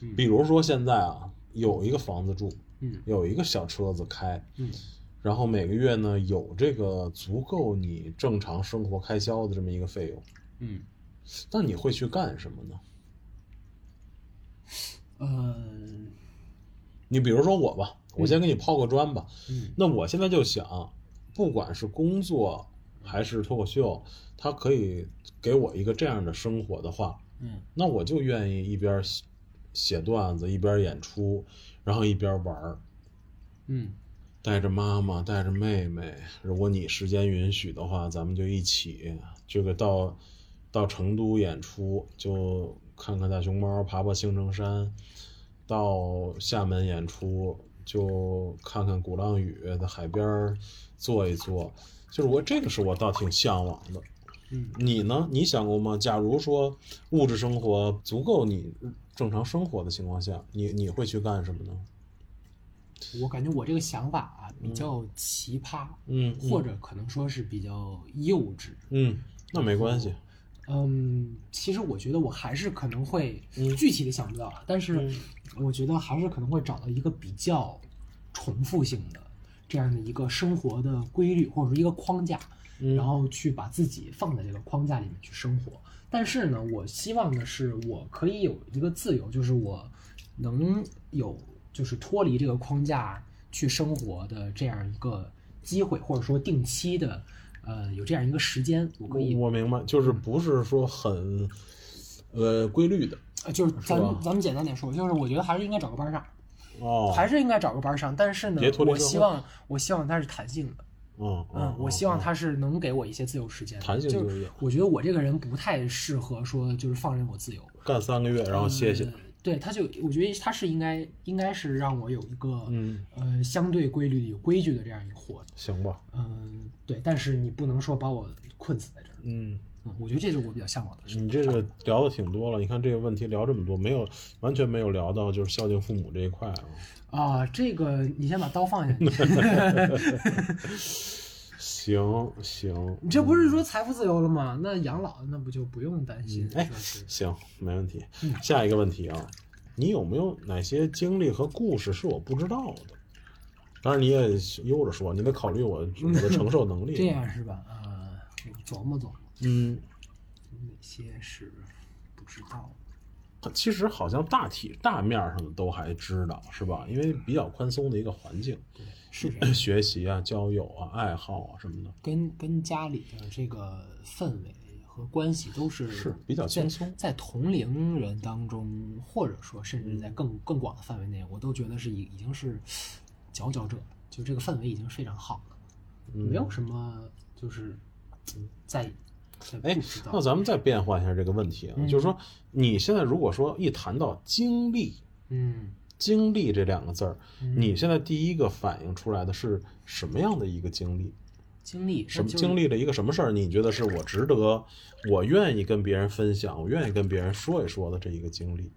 嗯。
比如说现在啊，有一个房子住，
嗯
有一个小车子开，
嗯
然后每个月呢有这个足够你正常生活开销的这么一个费用，
嗯
那你会去干什么呢？
嗯
你比如说我吧，我先给你抛个砖吧。
嗯
那我现在就想，不管是工作还是脱口秀，它可以给我一个这样的生活的话，
嗯
那我就愿意一边写写段子，一边演出，然后一边玩儿，
嗯
带着妈妈，带着妹妹。如果你时间允许的话，咱们就一起这个到到成都演出，就看看大熊猫，爬爬青城山；到厦门演出，就看看鼓浪屿，在海边儿坐一坐。就是我这个是我倒挺向往的。
嗯，
你呢？你想过吗？假如说物质生活足够你正常生活的情况下，你你会去干什么呢？
我感觉我这个想法啊比较奇葩，
嗯，嗯
或者可能说是比较幼稚。
嗯，那没关系。
嗯，其实我觉得我还是可能会具体的想不到，啊但是我觉得还是可能会找到一个比较重复性的这样的一个生活的规律或者说一个框架，
嗯
然后去把自己放在这个框架里面去生活。但是呢，我希望的是我可以有一个自由，就是我能有就是脱离这个框架去生活的这样一个机会，或者说定期的。呃，有这样一个时间，我可以嗯
我明白，就是不是说很呃规律的
呃，就是咱
吧
们咱们简单点说，就是我觉得还是应该找个班儿上，
哦，
还是应该找个班儿上。但是呢
别脱，离
我
社会
希望我希望它是弹性的，
嗯
嗯
嗯，，嗯
我希望
嗯
它是能给我一些自由时间的。
弹性
就
就业
是我觉得我这个人不太适合说就是放任我自由，
干三个月，然后歇歇
呃。对，他就我觉得他是应该应该是让我有一个
嗯
呃相对规律有规矩的这样一个活着。
行吧，
嗯，对，但是你不能说把我困死在这儿。
嗯，
嗯，我觉得这是我比较向往的事。
你这个聊的挺多了，你看这个问题聊这么多，没有完全没有聊到就是孝敬父母这一块啊。
啊，这个你先把刀放下。 (laughs)
行行，
你这不是说财富自由了吗？那养老那不就不用担心？
哎
说嗯是嗯
行没问题。下一个问题啊，你有没有哪些经历和故事是我不知道的？当然你也悠着说，你得考虑我我的承受能力。
嗯这样是吧？啊，我琢磨琢磨，
嗯，
哪些是不知道的？
其实好像大体大面上的都还知道，是吧？因为比较宽松的一个环境，
是这样，
学习啊、交友啊、爱好啊什么的。
跟跟家里的这个呃氛围和关系都是
是比较轻松
在在同龄人当中，或者说甚至在更更广的范围内，我都觉得是已已经是佼佼者了，就这个氛围已经非常好了，
嗯
没有什么就是嗯在在
哎
不知道。嗯
那咱们再变换一下这个问题啊，就是说你现在如果说一谈到经历，
嗯。
经历这两个字儿，
嗯
你现在第一个反映出来的是什么样的一个经历？
经历
什么经？历了一个什么事儿？你觉得是我值得，我愿意跟别人分享，我愿意跟别人说一说的这一个经历，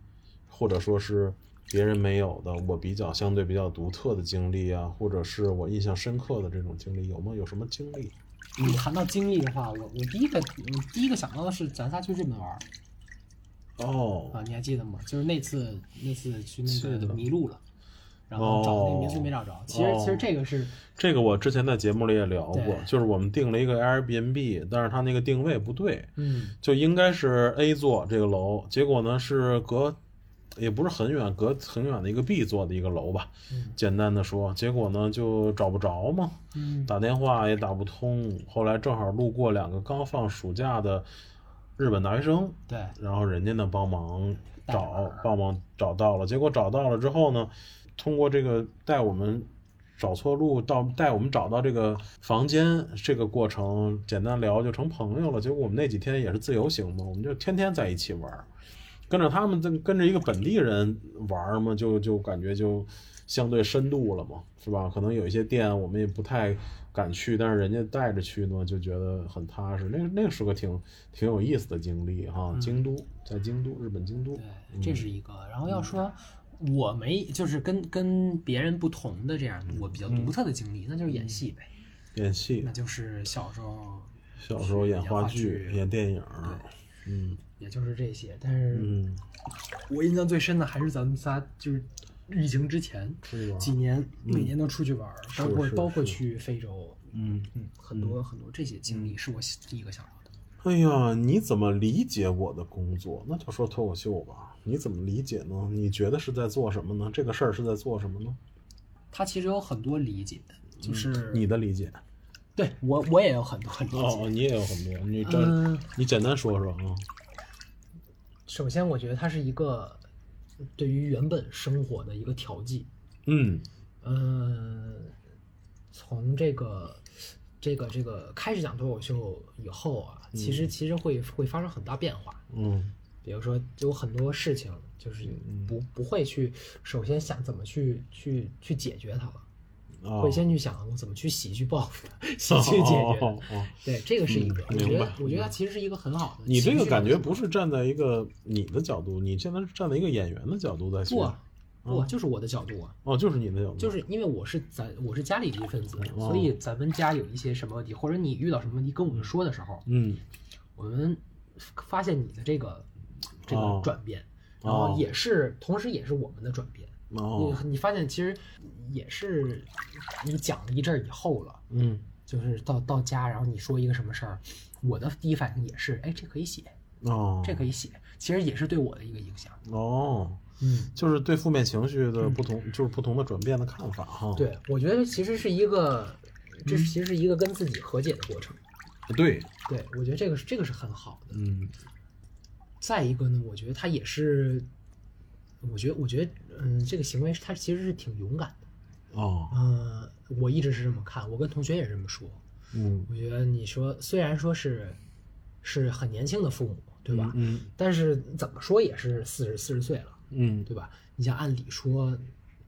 或者说是别人没有的，我比较相对比较独特的经历啊，或者是我印象深刻的这种经历，有吗？有什么经历？
那就你谈到经历的话，我我第一个我第一个想到的是咱仨去日本玩儿啊
哦，，
你还记得吗？就是那次那次去
是
那
的哦
个迷路了，然后找那个民宿没找着。其实其实这个是
这个我之前在节目里也聊过
对，
就是我们订了一个 Airbnb，但是它那个定位不对，
嗯
就应该是 A 座这个楼，结果呢是隔也不是很远，隔很远的一个 B 座的一个楼吧。
嗯
简单的说，结果呢就找不着嘛，
Mm.
嗯
打电话也打不通。后来正好路过两个刚放暑假的日本大学生，
对
然后人家呢帮忙
带着玩
找
儿，
帮忙找到了。结果找到了之后呢，通过这个带我们找错路，到带我们找到这个房间，这个过程简单聊就成朋友了。结果我们那几天也是自由行嘛，我们就天天在一起玩儿，跟着他们跟跟着一个本地人玩儿嘛，就就感觉就相对深度了嘛，是吧？可能有一些店我们也不太敢去，但是人家带着去呢，就觉得很踏实。那那是个挺挺有意思的经历哈。京都在京都，日本京都，
嗯
嗯
对，这是一个。然后要说我没就是跟跟别人不同的这样
嗯
我比较独特的经历，那就是演戏呗。
演戏
那，就是小时候，
小时候演话
演
剧
话、剧
演电影，
对，
嗯
也就是这些。但是
嗯，
我印象最深的还是咱们仨就是疫情之前
是吧？
几年，每年都出去玩儿，包括
是
包括
是
去非洲，
嗯。
嗯，很多很多这些经历是我第一个想到的。
哎呀，你怎么理解我的工作？那就说脱口秀吧。你怎么理解呢？你觉得是在做什么呢？这个事儿是在做什么呢？嗯
他其实有很多理解，就是
你的理解
对我我也有很多很多理解。
哦，你也有很多，你这、
嗯，
你简单说说啊。
(laughs) 首先我觉得它是一个对于原本生活的一个调剂。
嗯
嗯，从这个这个这个开始讲脱口秀以后啊，其实其实会会发生很大变化。
嗯
比如说，有很多事情就是不不会去首先想怎么去去去解决它了，
啊，
会先去想我怎么去喜剧报复它，喜剧解
哦
决。
哦哦哦
对，这个是一个，
嗯
我觉
明
得
白
我觉得它其实是一个很好的情绪上
你
的。
这个感觉不是站在一个你的角度，你现在是站在一个演员的角度在
不
说。
啊不啊，就是我的角度啊。
哦，就是你的角度，
就是因为我是咱我是家里的一份子，
哦
所以咱们家有一些什么问题，或者你遇到什么问题跟我们说的时候，
嗯
我们发现你的这个这
哦
个转变，
哦
然后也是同时也是我们的转变。
哦
你你发现其实也是你讲了一阵儿以后了，
嗯
就是到到家，然后你说一个什么事儿，我的第一反应也是，哎，这可以写，
哦
这可以写，其实也是对我的一个影响。
哦，
嗯，
就是对负面情绪的不同，就是不同的转变的看法哈。
对，我觉得其实是一个，这是其实是一个跟自己和解的过程。
对，
对，我觉得这个是这个是很好的。
嗯
再一个呢，我觉得他也是，我觉得我觉得，嗯，这个行为是他其实是挺勇敢的。
哦
嗯、我一直是这么看，我跟同学也这么说。
嗯
我觉得你说虽然说是是很年轻的父母，对吧？
嗯
但是怎么说也是四十四十岁了，
嗯
对吧？你像按理说，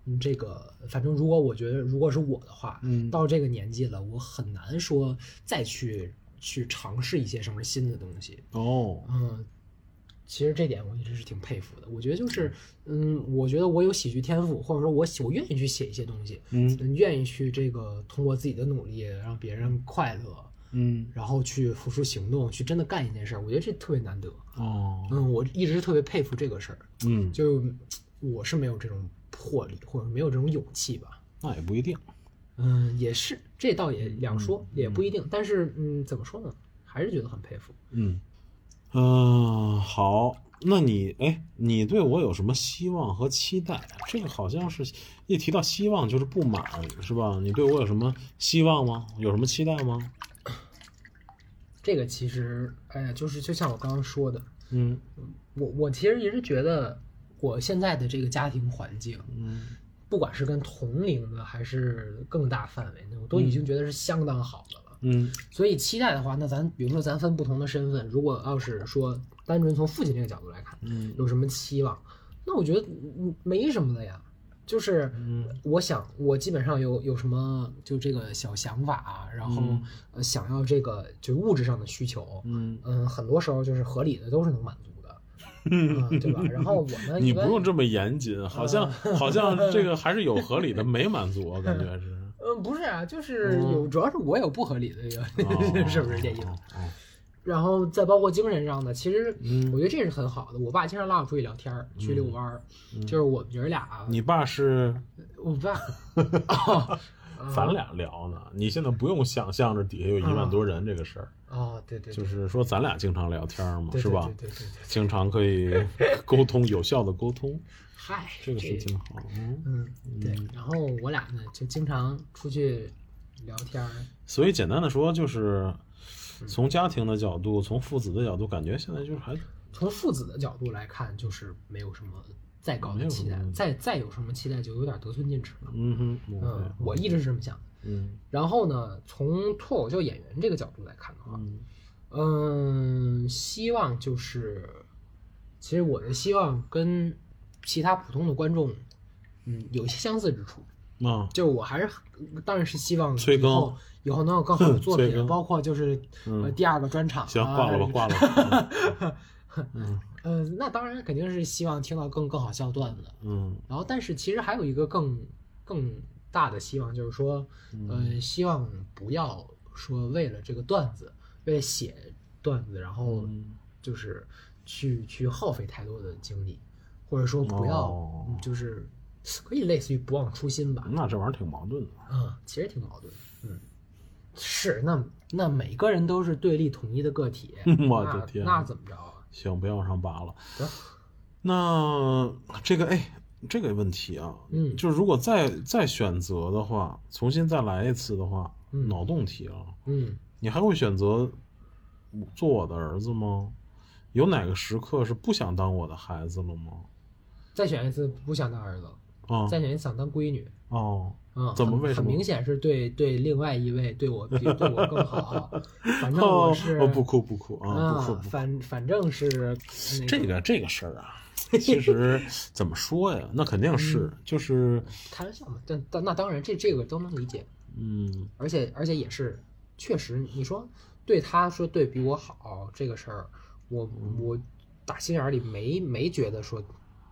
嗯这个反正如果我觉得如果是我的话，
嗯
到这个年纪了，我很难说再去去尝试一些什么新的东西。
哦
嗯，其实这点我一直是挺佩服的。我觉得就是，嗯，我觉得我有喜剧天赋，或者说我喜我愿意去写一些东西，
嗯
嗯，愿意去这个通过自己的努力让别人快乐，
嗯
然后去付出行动，去真的干一件事儿。我觉得这特别难得。
哦
嗯，我一直特别佩服这个事儿，
嗯，
就我是没有这种魄力，或者没有这种勇气吧。
那也不一定。嗯
嗯，也是，这倒也两说，也不一定。但是，嗯，怎么说呢？还是觉得很佩服。
嗯嗯、好，那你哎，你对我有什么希望和期待？啊这个好像是一提到希望就是不满，是吧？你对我有什么希望吗？有什么期待吗？
这个其实，哎呀，就是就像我刚刚说的，
嗯
我我其实也是觉得，我现在的这个家庭环境，
嗯
不管是跟同龄的还是更大范围的，我都已经觉得是相当好的了。
嗯
所以期待的话，那咱比如说咱分不同的身份，如果要是说单纯从父亲这个角度来看，
嗯
有什么期望，那我觉得嗯没什么的呀。就是
嗯
我想，我基本上有有什么就这个小想法啊，然后
嗯
呃想要这个就物质上的需求，
嗯，
嗯，很多时候就是合理的都是能满足的，嗯，对吧？然后我
(laughs)
呢，
你
一嗯
不
般
用这么严谨，好像好像
(laughs)
这个还是有合理的没满足，我啊感觉是。
嗯，不是啊，就是
嗯
有，主要是我有不合理的一 (laughs) 个，
哦
是不是这意思？
哦哦
然后再包括精神上的，其实
嗯
我觉得这是很好的。我爸经常拉我出去聊天儿，去遛弯儿，
嗯
就是我们爷儿俩哦啊，
你爸是
我
(laughs)
爸，嗯
咱俩聊呢，你现在不用想象着底下有一万多人这个事儿，
哦，对嗯对，
就
对
是说咱俩经常聊天嘛，
对
是吧？
对对对对，对
(laughs) 经常可
(laughs)
以沟通，有效的沟通，
嗨，
这个是挺好。嗯，
嗯，对。然后我俩呢，就经常出去聊天儿，
所以简单的说，就是
嗯
从家庭的角度，从父子的角度，感觉现在就是还
从父子的角度来看，就是没有什么再高的期
没
待
有什么，
再再有什么期待就有点得寸进尺了。
嗯哼，
嗯，我一直是这么想的。
嗯
然后呢，从脱口秀演员这个角度来看的话，
嗯
嗯，希望就是，其实我的希望跟其他普通的观众，嗯，有一些相似之处。
啊
就我还是当然是希望
催
以
更
后以后能有更好的作
催
品，
更
包括就是、呃
嗯，
第二个专场、啊。
行，挂
(laughs)
了吧，挂了吧。嗯
呃，那当然肯定是希望听到更更好笑的段子。
嗯
然后，但是其实还有一个更更大的希望，就是说，
嗯
呃，希望不要说为了这个段子，为了写段子，然后
嗯
就是去去耗费太多的精力，或者说不要，
哦
嗯就是可以类似于不忘初心吧。
那这玩意儿挺矛盾的。，
嗯，其实挺矛盾的。嗯，是那那每个人都是对立统一的个体
(laughs) 我的天
那那怎么着啊？
行，不要往上拔了
得。
那这个哎，这个问题啊，
嗯
就是如果再再选择的话，重新再来一次的话，
嗯
脑洞题啊，
嗯
你还会选择做我的儿子吗？有哪个时刻是不想当我的孩子了吗？
再选一次不想当儿子了，
啊
再选一次想当闺女。
哦，
嗯，
怎么
很
为什
很
么
明显是对对另外一位对我比对我
(laughs)
更好，反正我是、
哦不哭不哭啊，不哭
啊，
不哭。
反反正是那
这个这个事儿
(laughs)
啊，其实怎么说呀？那肯定是，
嗯
就是
开玩笑嘛，但但那当然这这个都能理解，
嗯
而且而且也是确实，你说对他说对比我好这个事儿，我
嗯
我打心眼儿里没没觉得说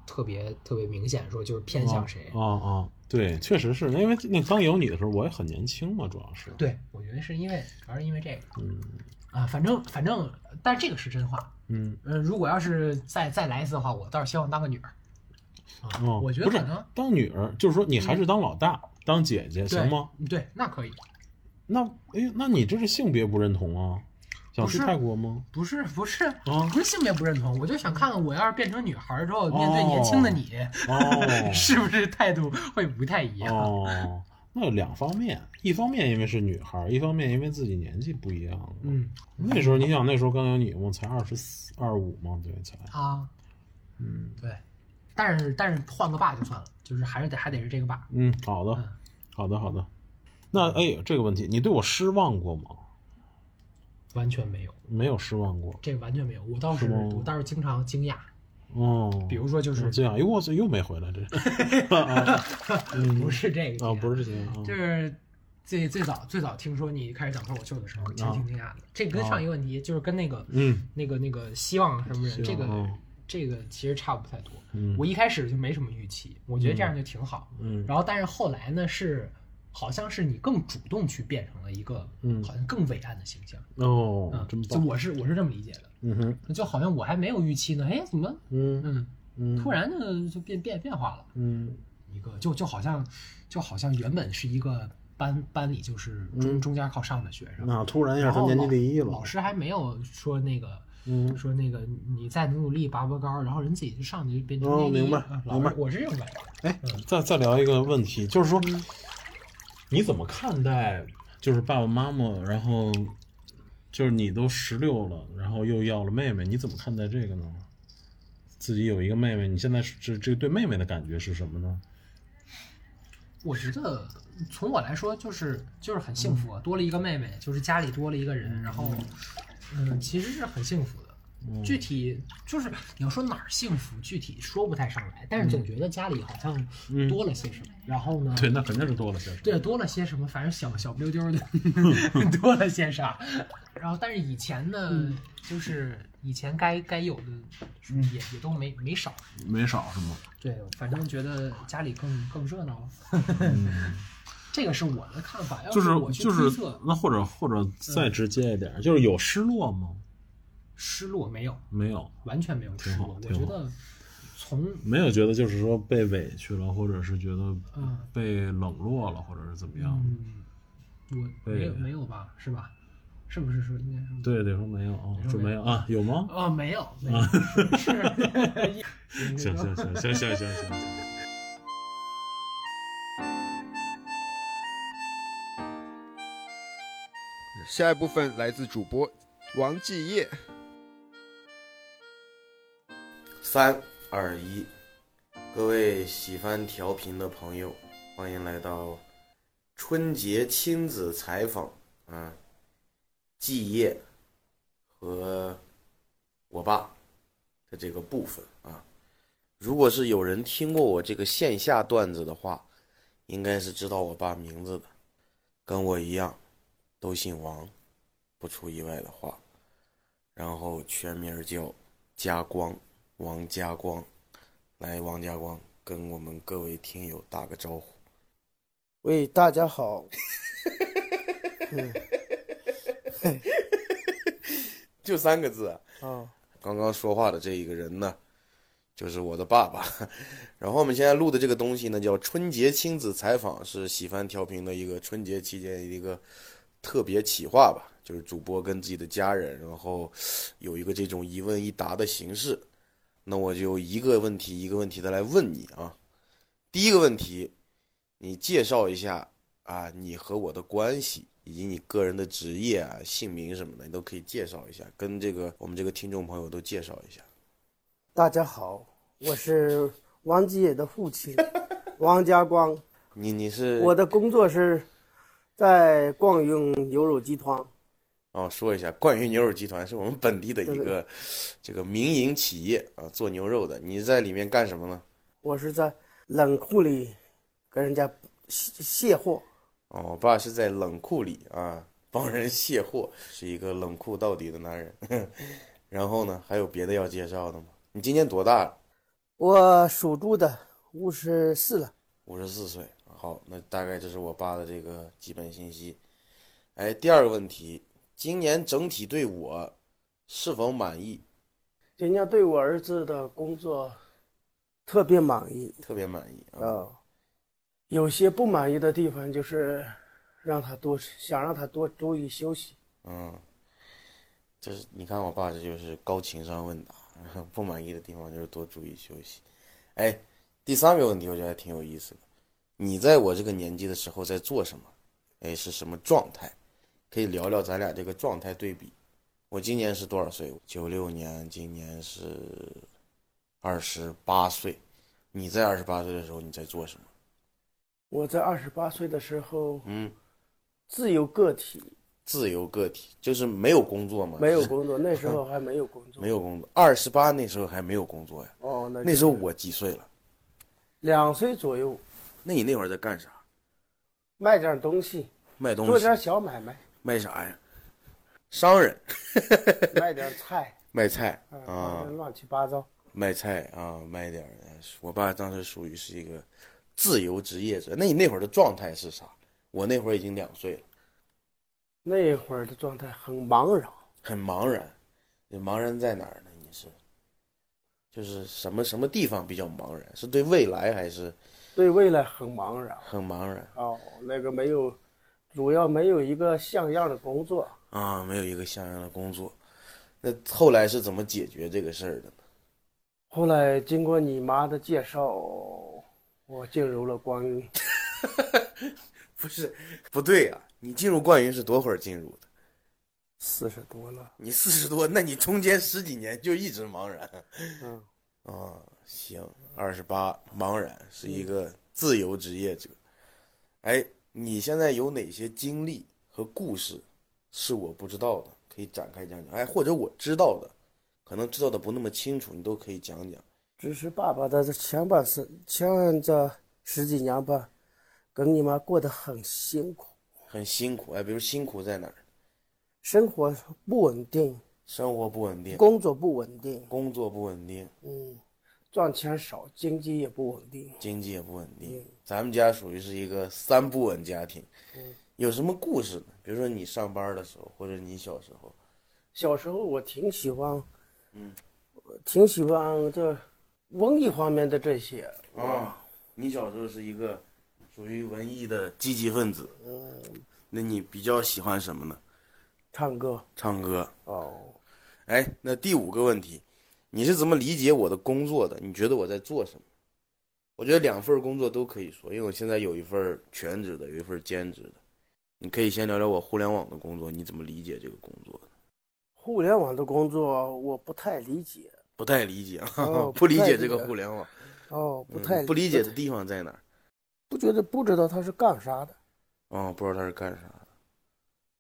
特别特别明显，说就是偏向谁，
啊啊，对，确实是因为那刚有你的时候，我也很年轻嘛，主要是。
对我觉得是因为主要是因为这个
嗯
啊，反正反正，但这个是真话，
嗯，
呃，如果要是再再来一次的话，我倒是希望当个女儿。啊
哦，
我觉得
不是
可能嗯
当女儿，就是说你还是当老大，当姐姐
对
行吗？？
对，那可以。
那哎，那你这是性别不认同啊？想去
不是
泰国吗？
不是不是
啊
不是性别不认同，我就想看看我要是变成女孩儿之后，面对年轻的你， (laughs)
哦
是不是态度会不太一样？
哦，那有两方面，一方面因为是女孩儿，一方面因为自己年纪不一样了。
嗯
那时候你想，那时候刚有你嘛，才二十四、二五嘛，对，才，
啊，
嗯
对。但是但是换个爸就算了，就是还是得还得是这个爸。
嗯，好的，好的，好的。那哎，这个问题，你对我失望过吗？
完全没有，
没有失望过。
这完全没有。我倒是
是吗
我倒是经常惊讶，
哦，
比如说就
我
是
这样，哎，我操，又没回来，
(laughs)
这哦
不是这个
啊，不
是。
是这样啊，
就是最最早最早听说你开始讲脱口秀的时候，其实挺惊讶的。这跟上一个问题就是跟那个
啊嗯
那个那个希望什么人，
希
这
望
个
嗯
这个其实差不太多。
嗯，
我一开始就没什么预期，我觉得这样就挺好。
嗯
然后但是后来呢是。好像是你更主动去变成了一个，
嗯
好像更伟岸的形象，
哦
嗯，，
真
就
棒，
我是我是这么理解的，
嗯哼，
就好像我还没有预期呢，哎，怎么，
嗯
嗯，
嗯，
突，然就就变变变化了，
嗯
一个，就就好像就好像原本是一个班班里就是中、
嗯
中间靠上的学生，
那突然一下
然
成
后
年级
老
第一了，
老师还没有说那个。
嗯
说那个你再努努力拔拔高，然后人自己就上去就变成
哦
第一
明白
啊老
明白
师，我是这种感觉。
哎，再再聊一个问题，就是说，你怎么看待就是爸爸妈妈，然后就是你都十六了，然后又要了妹妹，你怎么看待这个呢？自己有一个妹妹，你现在是这这对妹妹的感觉是什么呢？
我觉得从我来说，就是就是很幸福啊，
嗯
多了一个妹妹，就是家里多了一个人，然后，嗯，其实是很幸福的。
嗯
具体就是你要说哪儿幸福，具体说不太上来，但是总觉得家里好像多了些什么。然后呢，
嗯对，那肯定是多了些。
对，多了些什么，反正小小不溜丢的，
(laughs)
多了些啥。然后，但是以前呢，就是以前该该有的也、也都没没少。
没少是吗？
嗯对，反正觉得家里更更热闹。 (laughs) 这个是我的看法，要
嗯就是
我去
就
推
是
测，
那或者或者再直接一点，就是有失落吗？
失落没有，
没有，
完全没有失落。
好
我
挺
觉
好
得从
没有觉得就是说被委屈了，或者是觉得
嗯
被冷落了，或者是怎么样？
嗯，我没有
对
没有吧，是吧？是不是说应该是没有
对，得说没有啊，
说
说没
没
有啊，有吗？啊
哦，没有，没有， (laughs) 是
(laughs) 行
(laughs)
行行行行行行行。
下一部分来自主播王继业，
三二一，各位喜欢调频的朋友，欢迎来到春节亲子采访啊，季夜和我爸的这个部分啊。如果是有人听过我这个线下段子的话，应该是知道我爸名字的，跟我一样都姓王，不出意外的话，然后全名叫家光，王家光。来，王家光跟我们各位听友打个招呼。
喂，大
(laughs)
家好。嗯
就三个字啊。
啊，
刚刚说话的这一个人呢，就是我的爸 (laughs) 爸。然后我们现在录的这个东西呢，叫春节亲子采访，是喜番调频的一个春节期间一个特别企划吧，就是主播跟自己的家人，然后有一个这种一问一答的形式。那我就一个问题一个问题的来问你啊。第一个问题，你介绍一下啊，你和我的关系，以及你个人的职业啊、姓名什么的，你都可以介绍一下，跟这个我们这个听众朋友都介绍一下。
大家好，我是王吉野的
(laughs)
父亲，王家光。
你你是
我的工作是在逛运牛肉集团。
哦，说一下，冠云牛肉集团是我们本地的一
对
个这个民营企业啊，做牛肉的。你在里面干什么呢？
我是在冷库里给人家卸卸货。
哦，我爸是在冷库里啊，帮人卸货，是一个冷酷到底的男人。 (laughs) 然后呢，还有别的要介绍的吗？你今年多大了？
我属猪的，五十四了。
五十四岁。好，那大概这是我爸的这个基本信息。哎，第二个问题，今年整体对我是否满意？
人家对我儿子的工作特别满意
特别满意啊。
啊，有些不满意的地方就是让他多想让他多注意休息。
嗯，这是你看我爸这就是高情商问答， (laughs) 不满意的地方就是多注意休息。哎，第三个问题我觉得还挺有意思的，你在我这个年纪的时候在做什么？哎，是什么状态？可以聊聊咱俩这个状态对比。我今年是多少岁？九六年，今年是二十八岁。你在二十八岁的时候你在做什么？
我在二十八岁的时候，
嗯，
自由个体，
自由个体，就是没有工作吗？
没有工作，那时
(laughs)
候还没有工作。
没有工作。二十八那时候还没有工作呀。
哦，那
那时候我几岁了？
两岁左右，
那你那会儿在干啥？
卖点东西，
卖东
做
西？
点小买卖，
卖啥呀？商人，
卖点菜，
(laughs) 卖菜
嗯
啊
反，正乱七八糟。
卖菜啊，卖点儿。我爸当时属于是一个自由职业者。那你那会儿的状态是啥？我那会儿已经两岁了，
那会儿的状态很茫然，
很茫然。你茫然在哪儿呢？你是，就是什么什么地方比较茫然？是对未来还是
对未来很茫然。
很茫然
哦，那个没有，主要没有一个像样的工作。
啊？没有一个像样的工作。那后来是怎么解决这个事儿的呢？
后来经过你妈的介绍，我进入了光阴。
不是，不对呀、你进入冠云是多会儿进入的？
四十多了，
你四十多，那你中间十几年就一直茫然
嗯，
啊。行，二十八茫然是
嗯
一个自由职业者。哎，你现在有哪些经历和故事是我不知道的？可以展开讲讲。哎，或者我知道的，可能知道的不那么清楚，你都可以讲讲。
只是爸爸的这前半生，前这十几年吧，跟你妈过得很辛苦，
很辛苦，哎，比如辛苦在哪儿？
生活不稳定，
生活不稳定，
工作不稳定，
工作不稳定，
嗯，赚钱少，经济也不稳定。
经济也不稳
嗯
定。咱们家属于是一个三不稳家庭。
嗯
有什么故事呢？比如说你上班的时候，或者你小时候，
小时候我挺喜欢，嗯，挺喜欢这文艺方面的这些，
啊，你小时候是一个属于文艺的积极分子。嗯，那你比较喜欢什么呢？
唱歌
唱歌。
哦。
哎，那第五个问题，你是怎么理解我的工作的？你觉得我在做什么？我觉得两份工作都可以说，因为我现在有一份全职的，有一份兼职的。你可以先聊聊我互联网的工作，你怎么理解这个工作的？
互联网的工作我不太理解，
不太理解，啊
哦
(laughs) 不理
不太
解
理
这个
解
互联网。
哦，不
嗯
太
不理解的地方在哪儿？
不觉得不知道他是干啥的。
哦，不知道他是干啥的，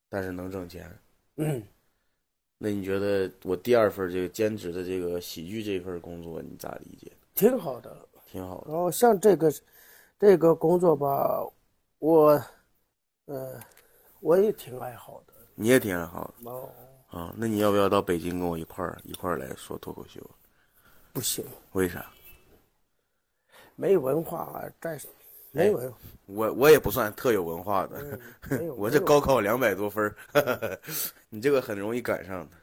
但是能挣钱。
嗯，
那你觉得我第二份这个兼职的这个喜剧这份工作，你咋理解？
挺好的。
挺好的
然后像这个这个工作吧，我呃我也挺爱好的。
你也挺好
哦，
的啊。那你要不要到北京跟我一块儿一块儿来说脱口秀？
不行，
为啥？
没文化，暂时没文化。
哎我我也不算特有文化的，
没有
(laughs) 我这高考两百多分儿， (laughs) 你这个很容易赶上的。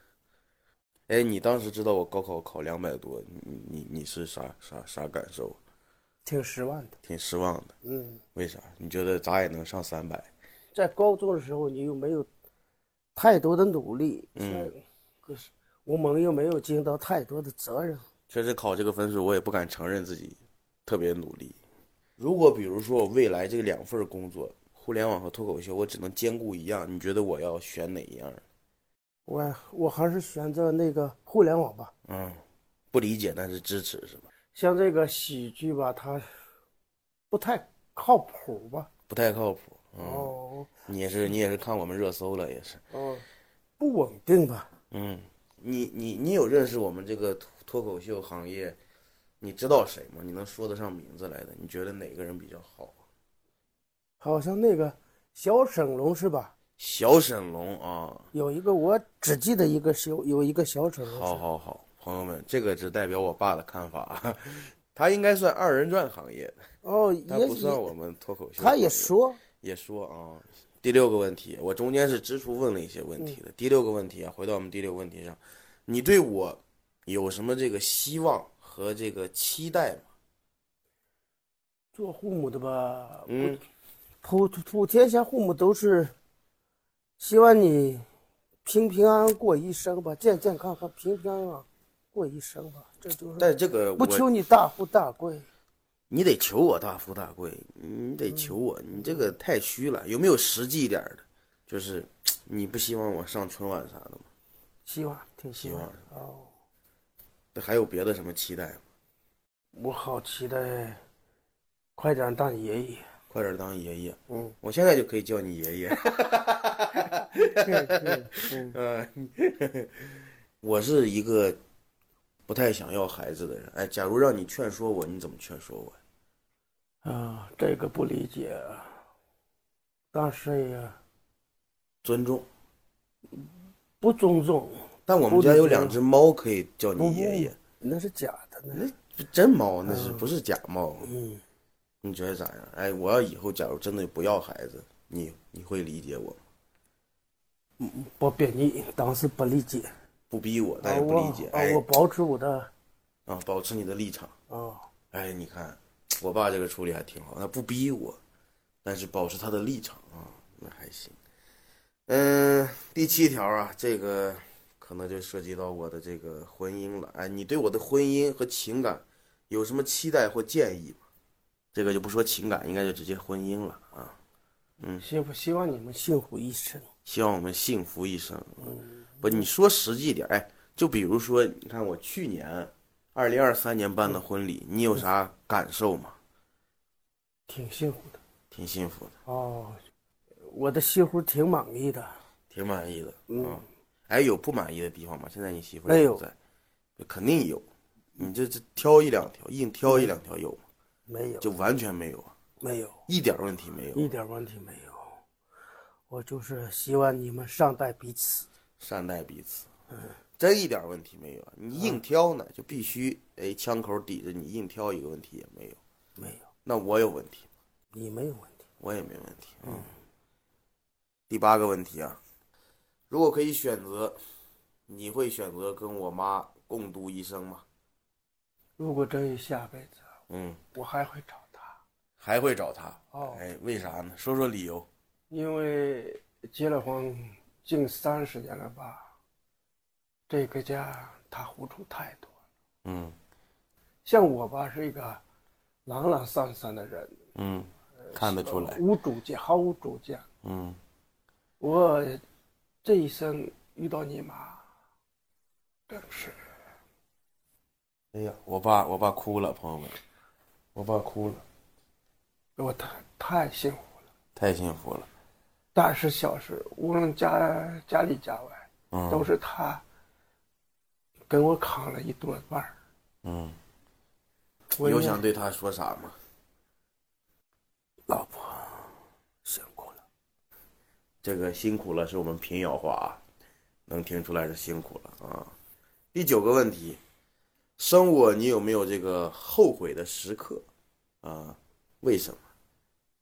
哎，你当时知道我高考考两百多，你你你是啥啥啥感受？
挺失望的。
挺失望的，
嗯，
为啥？你觉得咋也能上三百？
在高中的时候，你又没有太多的努力，
嗯
在，可是我们又没有尽到太多的责任。
确实考这个分数，我也不敢承认自己特别努力。如果比如说我未来这两份工作，互联网和脱口秀，我只能兼顾一样，你觉得我要选哪一样？
我我还是选择那个互联网吧，
嗯，不理解但是支持是吧？
像这个喜剧吧，它不太靠谱吧。
不太靠谱。嗯，
哦
你也是你也是看我们热搜了，也是。
哦，不稳定吧？
嗯，你你你有认识我们这个脱脱口秀行业？你知道谁吗？你能说得上名字来的？你觉得哪个人比较好？
好像那个小沈龙是吧？
小沈龙啊，
有一个我只记得一个小，有一个小沈龙。
好，好好，朋友们，这个只代表我爸的看法，啊他应该算二人转行业的，
哦，
他
也
不算
也
我们脱口秀行业。
他也说，
也说啊。第六个问题，我中间是支出问了一些问
嗯
题的。第六个问题啊，回到我们第六个问题上，你对我有什么这个希望和这个期待吗？
做父母的吧，
嗯，
普普天下父母都是希望你平平安安过一生吧，健健康康、平平安安过一生吧，这就是
但这个
不
我
求你大富大贵。
你得求我大富大贵，你
嗯
得求我，你这个太虚了。有没有实际一点儿的？就是你不希望我上春晚啥的吗？
希望挺希望
希
的哦，
那还有别的什么期待吗？
我好期待，快点当爷爷。
快点当爷爷，
嗯，
我现在就可以叫你爷 (laughs) 爷。
嗯，
嗯，我是一个不太想要孩子的人。哎，假如让你劝说我，你怎么劝说我？
啊，这个不理解，啊但是也
尊重。
不尊重，
但我们家有两只猫，可以叫
不
你爷爷。
那是假的，那是
是真猫，那是不是假猫？
嗯，
你觉得咋样？哎，我要以后假如真的不要孩子，你你会理解我吗？
不贬义，当时不理解，
不逼我，
啊
但也不理解。
我啊
哎
我，保持我的
啊，保持你的立场。
啊，
哎，你看，我爸这个处理还挺好，他不逼我，但是保持他的立场啊，那还行。嗯，第七条啊，这个可能就涉及到我的这个婚姻了。哎，你对我的婚姻和情感有什么期待或建议吗？这个就不说情感，应该就直接婚姻了啊。
希不希望你们幸福一生。
希望我们幸福一生。啊不，你说实际点，哎，就比如说，你看我去年二零二三年办的婚礼，你有啥感受吗？
挺幸福的
挺幸福的，
哦，我的媳妇挺满意的，
挺满意的。
嗯
啊，哎，有不满意的地方吗？现在你媳妇儿
没
也
有
不在，肯定有。你这这挑一两条，硬挑一两条有吗？
没有
就完全没有啊，
没有嗯
一点问题没有，
一点问题没有，我就是希望你们善待彼此。嗯
善待彼此，真一点问题没有啊。你硬挑呢，就必须哎枪口抵着你，硬挑一个问题也没有。
没有，
那我有问题吗
你没有问题。
我也没问题。嗯。第八个问题啊，如果可以选择，你会选择跟我妈共度一生吗？
如果真有下辈子，
嗯，
我还会找他，
还会找她。
哦
哎，为啥呢？说说理由。
因为结了婚近三十年了吧，这个家他付出太多了。
嗯
像我吧，是一个懒懒散散的人，
嗯，看得出来。
无主见，毫无主见。
嗯，
我这一生遇到你妈，真是
哎呀，我爸我爸哭了，朋友们。我爸哭了，
我太太幸福，
太幸福了。
大事小事，无论家家里家外，
嗯，
都是他跟我扛了一多半儿。
嗯，
我
有
也
想对他说啥吗？
老婆辛苦了，
这个辛苦了是我们平遥话啊，能听出来是辛苦了啊。第九个问题，生活你有没有这个后悔的时刻啊？为什么？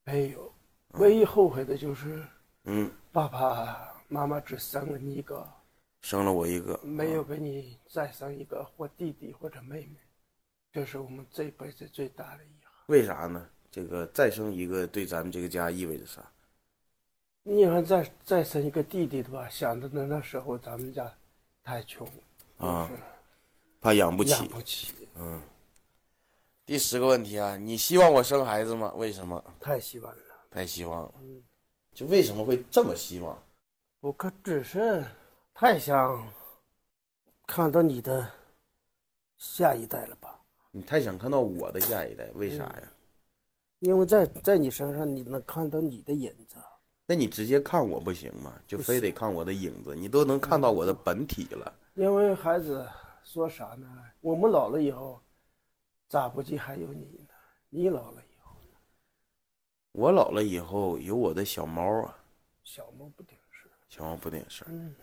没有，哎唯一后悔的就是
嗯，
爸爸妈妈只生了你一个，
生了我一个，
没有给你再生一个或弟弟或者妹妹，这是我们这辈子最大的遗憾。
为啥呢？这个再生一个对咱们这个家意味着啥？
你要再再生一个弟弟的吧，想着那那时候咱们家太穷，
啊
就是
怕养不起。嗯
养不起，
第十个问题啊，你希望我生孩子吗？为什么？
太希望了。
太希望了。嗯就为什么会这么希望？
我可只是太想看到你的下一代了吧？
你太想看到我的下一代，为啥呀？
因为在在你身上，你能看到你的影子。
那你直接看我不行吗？就非得看我的影子，你都能看到我的本体了。
因为孩子说啥呢？我们老了以后，咋不济还有你呢？你老了以后，
我老了以后有我的小猫啊，
小猫不顶事。
小猫不顶事儿。
嗯，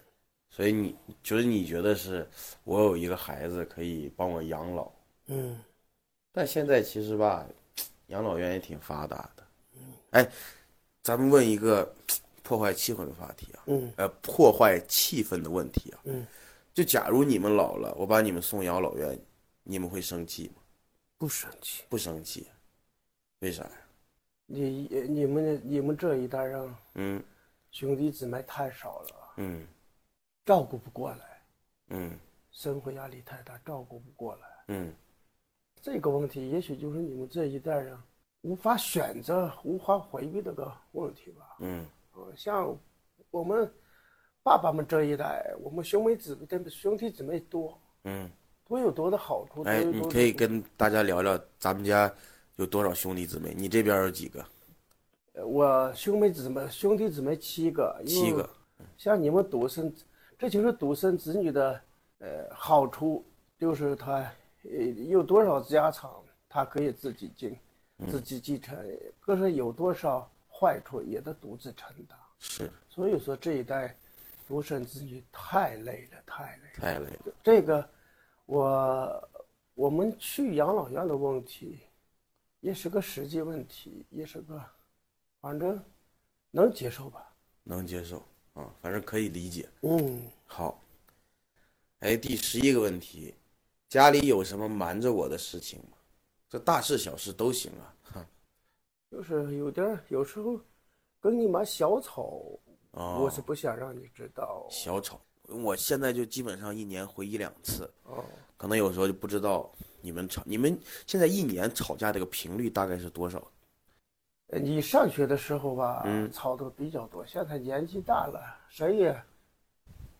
所以你就是你觉得是我有一个孩子可以帮我养老，
嗯，
但现在其实吧，养老院也挺发达的。哎，咱们问一个破坏气氛的话题啊，
嗯，
呃，破坏气氛的问题啊，
嗯，
就假如你们老了，我把你们送养老院，你们会生气吗？
不生气。
不生气，为啥呀？
你你们你们这一代人
嗯
兄弟姊妹太少了，
嗯
照顾不过来，
嗯
生活压力太大，照顾不过来。
嗯
这个问题，也许就是你们这一代人无法选择、无法回避这个问题吧。
嗯
呃像我们爸爸们这一代，我们兄妹姊妹、兄弟姊妹多，
嗯，
多有多的好处。
哎，
多有
你
多的
可以跟大家聊聊咱们家有多少兄弟姊妹？你这边有几个？
呃我兄妹姊妹、兄弟姊妹七个，
七个。。
像你们独生，这就是独生子女的呃好处，就是他呃有多少家产，他可以自己经，自己继承；可是有多少坏处，也得独自承担。
是
所以说这一代独生子女太累了，太累了。
太累了，
这个我我们去养老院的问题，也是个实际问题，也是个反正能接受吧。
能接受啊，反正可以理解。
嗯。
好，哎，第十一个问题，家里有什么瞒着我的事情吗？这大事小事都行啊。 (laughs) 哈
就是有点儿，有时候跟你买小草，
哦，
我是不想让你知道。
小丑，我现在就基本上一年回一两次，
哦，
可能有时候就不知道你们吵，你们现在一年吵架这个频率大概是多少？
呃你上学的时候吧
嗯，
吵的比较多。现在年纪大了，谁也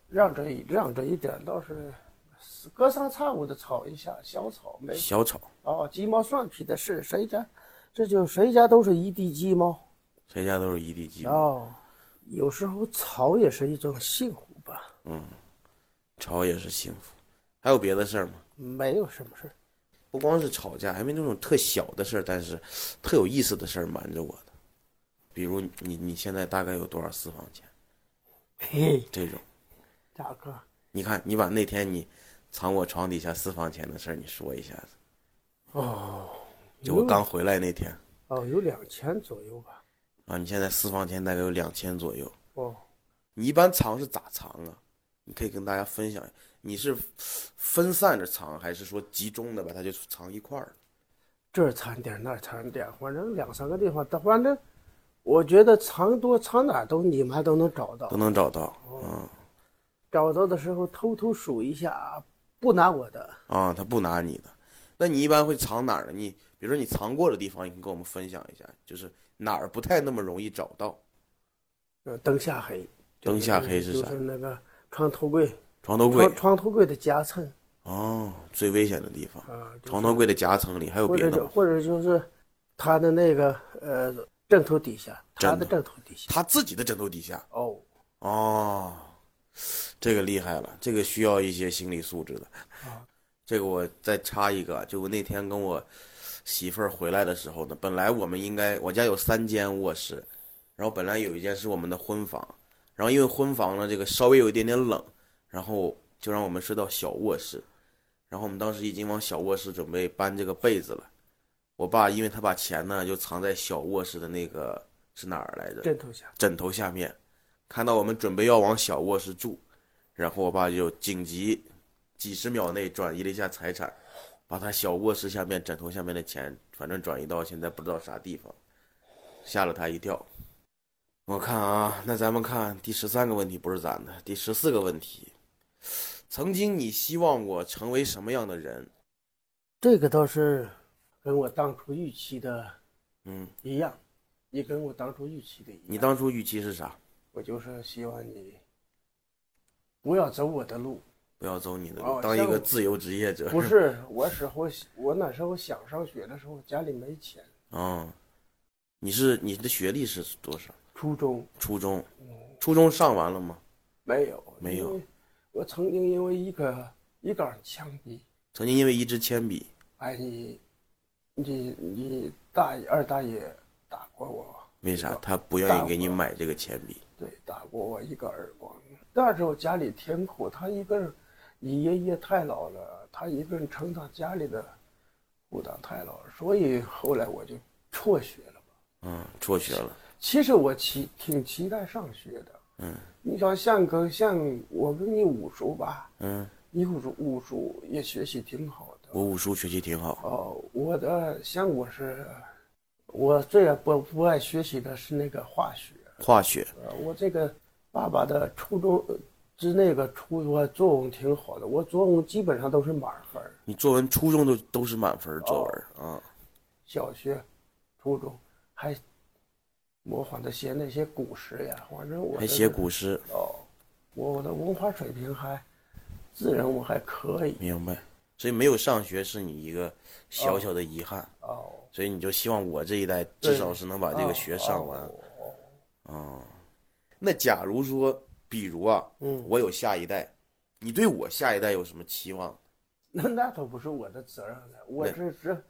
让着一让着一点儿，倒是隔三差五的吵一下小草没
小吵，
哦，鸡毛蒜皮的事，谁家这就谁家都是一地鸡毛。
谁家都是一地鸡毛，
哦，有时候吵也是一种幸福吧，
嗯吵也是幸福。还有别的事儿吗？
没有什么事儿。
不光是吵架，还没那种特小的事儿，但是特有意思的事儿瞒着我的，比如你你现在大概有多少私房钱
(laughs) 嘿，
这种。
大哥，
你看，你把那天你藏我床底下私房钱的事儿，你说一下子。哦，就我刚回来那天
哦，有两千左右吧。
啊，你现在私房钱大概有两千左右。
哦。
你一般藏是咋藏啊？你可以跟大家分享，你是分散着藏，还是说集中的把它就藏一块儿？
这儿藏点儿，那儿藏点儿，反正两三个地方，但反正我觉得藏多藏哪儿都你们还都能找哦到
都。能找到。嗯
找到的时候偷偷数一下，啊不拿我的。
啊，他不拿你的。那你一般会藏哪儿呢？你比如说你藏过的地方，你可以跟我们分享一下，就是哪儿不太那么容易找到。
呃，灯下黑。就是
灯下黑是啥
就是那个床头柜，
床头柜
床床头柜的夹层，
哦，最危险的地方，
啊，就是
床头柜的夹层里还有
或
别
者
的
就
吗？
或者就是他的那个呃枕头底下，他的
枕
枕头底下。
他自己的枕头底下。
哦，
哦，这个厉害了，这个需要一些心理素质的。
啊
这个我再插一个，啊就我那天跟我媳妇儿回来的时候呢，本来我们应该我家有三间卧室，然后本来有一间是我们的婚房，然后因为婚房呢这个稍微有一点点冷，然后就让我们睡到小卧室，然后我们当时已经往小卧室准备搬这个被子了。我爸因为他把钱呢就藏在小卧室的那个是哪儿来着？
枕头下。
枕头下面，看到我们准备要往小卧室住，然后我爸就紧急几十秒内转移了一下财产，把他小卧室下面枕头下面的钱，反正转移到现在不知道啥地方，吓了他一跳。我看啊，那咱们看第十三个问题不是咱的，第十四个问题，曾经你希望我成为什么样的人？
这个倒是跟我当初预期的
嗯，
一样，也跟我当初预期的一样。
你当初预期是啥？
我就是希望你不要走我的路，
不要走你的
哦
路，当一
像
个
我
自由职业者。
不
(laughs)
是我时候我那时候想上学的时候家里没钱，
哦，你是你的学历是多少？
初中
初中，初中上完了吗？
没有
没有。
因为我曾经因为一个一杆枪毙，
曾经因为一支铅笔，
哎你你你大爷二大爷打过我，
为啥
知道
他不愿意给你买这个铅笔？
对，打过我一个耳光。那时候家里挺苦，他一个人，你爷爷太老了，他一个人承担家里的负担太老了，所以后来我就辍学了。
嗯，辍学了。
其实我期挺期待上学的，
嗯，
你想像个像我跟你五叔吧，
嗯，
你五叔五叔也学习挺好的，
我武术学习挺好。
哦，我的像我是，我最不不爱学习的是那个化学，
化学，
呃，我这个爸爸的初中呃之那个初中作文挺好的，我作文基本上都是满分儿。
你作文初中都都是满分作文
哦
啊。
小学、初中还模仿的写那些古诗呀，反正我这
还写
个
古诗，
哦，我的文化水平还自认我还可以
明白。所以没有上学是你一个小小的遗憾，
哦，
所以你就希望我这一代
对
至少是能把这个学上完。
哦哦
哦，那假如说，比如啊，
嗯，
我有下一代，你对我下一代有什么期望？
那那都不是我的责任了，我
对
只是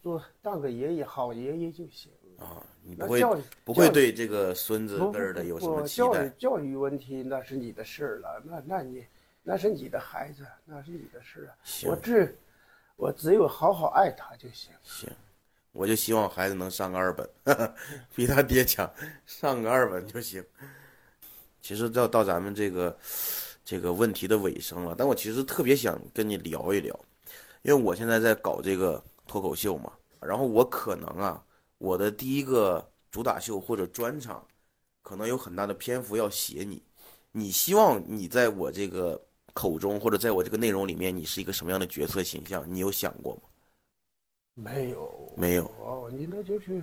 做当个爷爷好爷爷就行了。
啊，你不
那
会
教育
不会
教育
对这个孙子
不
辈儿的有什
不
么
不
期
教育
待？
教育问题那是你的事儿了，那那你那是你的孩子，那是你的事儿啊。
行
我只我只有好好爱他就行。
行，我就希望孩子能上个二本， (laughs) 比他爹强，上个二本就行。其实到到咱们这个这个问题的尾声了，但我其实特别想跟你聊一聊，因为我现在在搞这个脱口秀嘛，然后我可能啊，我的第一个主打秀或者专场，可能有很大的篇幅要写你，你希望你在我这个口中或者在我这个内容里面，你是一个什么样的角色形象？你有想过吗？
没有
没有。
哦，你那就是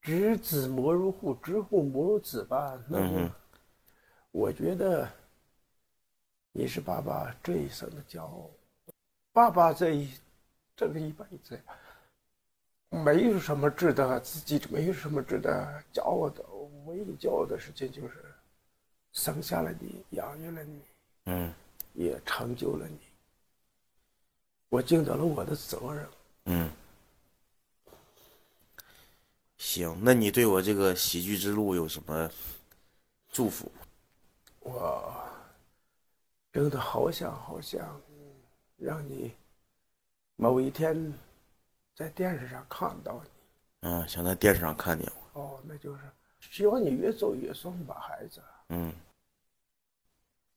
知子莫如父，知父莫如子吧？那就、
嗯哼
我觉得你是爸爸这一生的骄傲，爸爸这一这个一辈子没有什么值得自己没有什么值得骄傲的，唯一骄傲的事情就是生下了你，养育了你，
嗯
也成就了你，我尽到了我的责任。
嗯，行，那你对我这个喜剧之路有什么祝福？
我真的好想好想让你某一天在电视上看到你。
嗯，想在电视上看见我。
哦，那就是希望你越走越顺吧，孩子。
嗯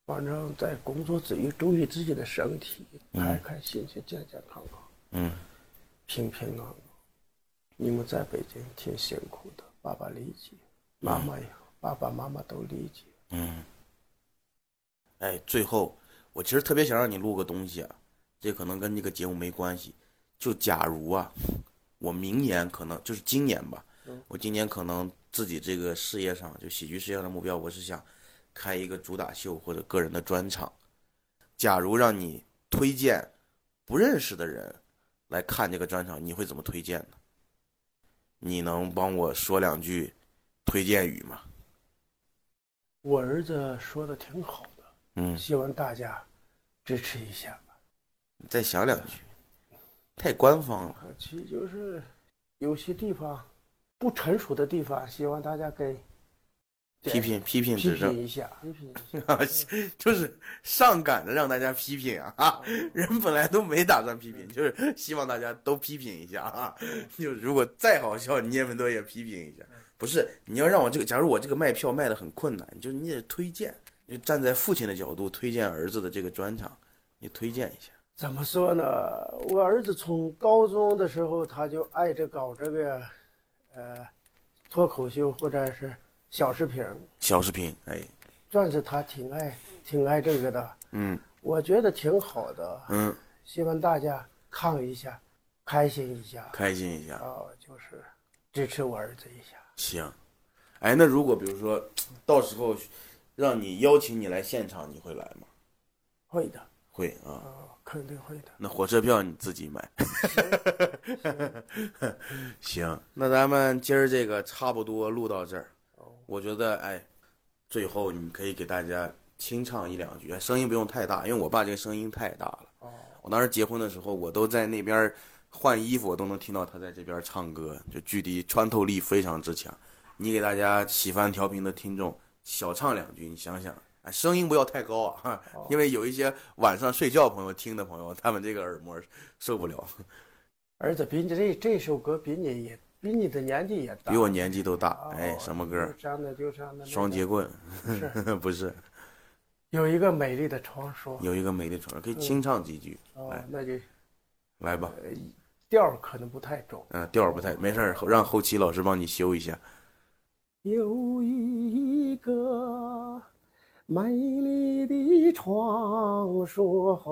反正，在工作之余注意自己的身体，
嗯
开开心心、健健康康、
嗯，
平平安安。你们在北京挺辛苦的，爸爸理解，妈妈也好，爸爸妈妈都理解。
嗯，哎，最后我其实特别想让你录个东西啊，这可能跟这个节目没关系。就假如啊，我明年可能就是今年吧，我今年可能自己这个事业上，就喜剧事业上的目标，我是想开一个主打秀或者个人的专场。假如让你推荐不认识的人来看这个专场，你会怎么推荐呢？你能帮我说两句推荐语吗？
我儿子说的挺好的，
嗯，
希望大家支持一下吧。
你再想两句，太官方了。
啊，其实就是有些地方不成熟的地方，希望大家给
批评批评
批
指
评
正，
一下，批评一下。
(laughs) 就是上赶着让大家批评啊！哈 (laughs) 人本来都没打算批评，就是希望大家都批评一下啊！就如果再好笑，你也们都也批评一下。不是，你要让我这个，假如我这个卖票卖的很困难，你就你得推荐，就站在父亲的角度推荐儿子的这个专场，你推荐一下。
怎么说呢？我儿子从高中的时候他就爱着搞这个，呃，脱口秀或者是小视频，
小视频，哎，
算是他挺爱挺爱这个的。
嗯
我觉得挺好的，
嗯，
希望大家看一下，开心一下，
开心一
啊、
下，
就是支持我儿子一下。
行。哎，那如果比如说，到时候让你邀请你来现场，你会来吗？
会的，
会啊。
啊，肯定会的。
那火车票你自己买。行，那咱们今儿这个差不多录到这儿。
哦
我觉得，哎，最后你可以给大家清唱一两句，哎声音不用太大，因为我爸这个声音太大了。我当时结婚的时候，我都在那边换衣服，我都能听到他在这边唱歌，就距离穿透力非常之强。你给大家喜欢调频的听众小唱两句，你想想，哎，声音不要太高啊， (laughs) 因为有一些晚上睡觉朋友听的朋友，他们这个耳膜受不了，
儿子比你这这首歌比你也比你的年纪也大，
比我年纪都大
哦。
哎，什么歌
就？唱的就唱的那个
双截棍？
是
(laughs) 不是，
有一个美丽的传说
有一个美丽传说，可以清唱几句，
哦
来，
那就
来吧。
哎调儿可能不太中。
嗯，调儿不太，没事儿，让后期老师帮你修一下。
有一个美丽的传说，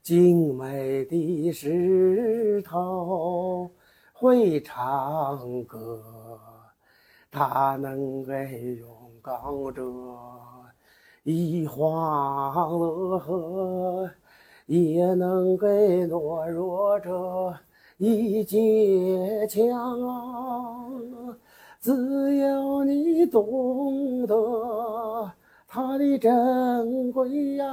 精美的石头会唱歌，它能给勇敢者以欢乐，也能给懦弱者以坚强。只要你懂得它的珍贵呀、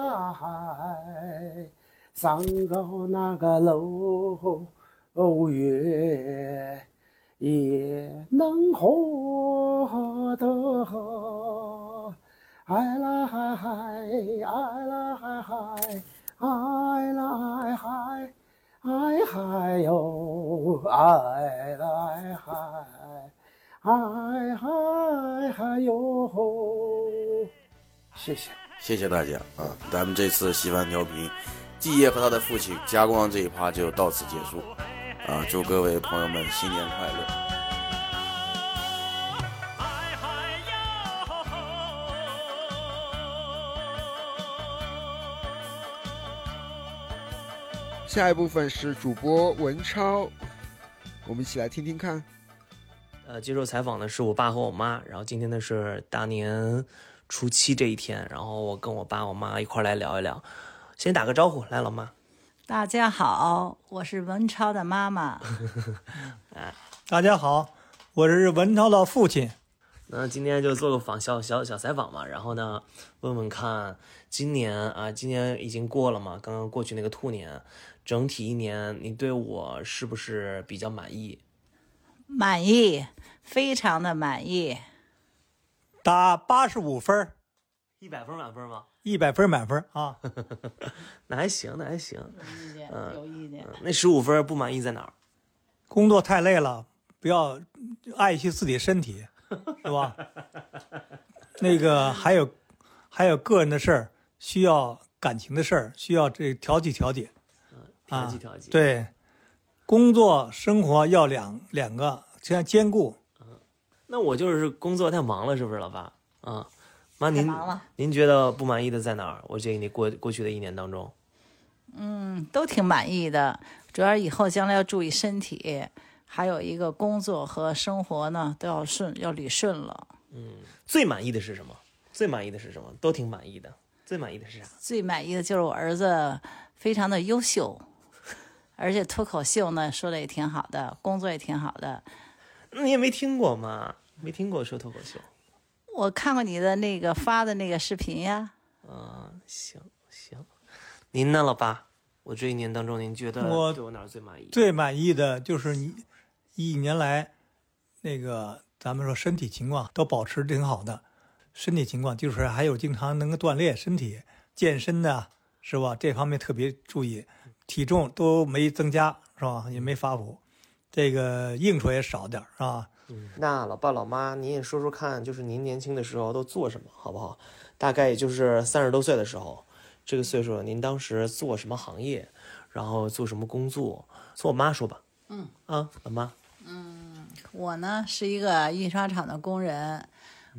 上高那个楼哦月也能获得。哎啦嗨嗨，哎啦嗨嗨，哎啦嗨嗨，哎嗨哟，哎啦嗨，哎嗨嗨哟。谢谢。
谢谢大家啊！咱们这次西番调频，季爷和他的父亲加光这一趴就到此结束啊！祝各位朋友们新年快乐！
哎嗨哟吼！
下一部分是主播文超，我们一起来听听看。
呃，接受采访的是我爸和我妈，然后今天呢是大年初七这一天，然后我跟我爸我妈一块儿来聊一聊，先打个招呼，来老妈， (laughs)
大家好，我是文超的妈妈。
大家好，我是文超的父亲。
那今天就做个访小小小采访嘛，然后呢问问看今年啊，今年已经过了嘛，刚刚过去那个兔年，整体一年你对我是不是比较满意？
满意，非常的满意。
打八十五分，
一百分满分吗？
一百分满分啊！
(laughs) 那还行，那还行。
意见
嗯
有意见，
那十五分不满意在哪儿？
工作太累了，不要爱惜自己身体，是吧？ (laughs) 那个还有还有个人的事儿，需要感情的事儿，需要这调剂调剂。
嗯
啊
调剂调剂。，
对，工作生活要两两个兼兼顾。
那我就是工作太忙了，是不是老爸？啊，妈
太
您
忙了，
您觉得不满意的在哪儿？我建议你过过去的一年当中，
嗯，都挺满意的。主要以后将来要注意身体，还有一个工作和生活呢都要顺，要理顺了。
最满意的是什么？最满意的是什么？都挺满意的。最满意的是啥？
最满意的就是我儿子非常的优秀，而且脱口秀呢说的也挺好的，工作也挺好的。
嗯你也没听过嘛？没听过说脱口秀？
我看过你的那个发的那个视频呀，
啊、行行。您呢，老爸？我这一年当中，您觉得
我
对我哪儿最满意？
最满意的就是你一年来那个咱们说身体情况都保持挺好的，身体情况就是还有经常能够锻炼身体、健身的、是吧？这方面特别注意，体重都没增加是吧？也没发福，这个应酬也少点儿是吧？
那老爸老妈，您也说说看，就是您年轻的时候都做什么，好不好？大概也就是三十多岁的时候，这个岁数，您当时做什么行业，然后做什么工作？从我妈说吧。
嗯
啊，老妈，
我呢是一个印刷厂的工人，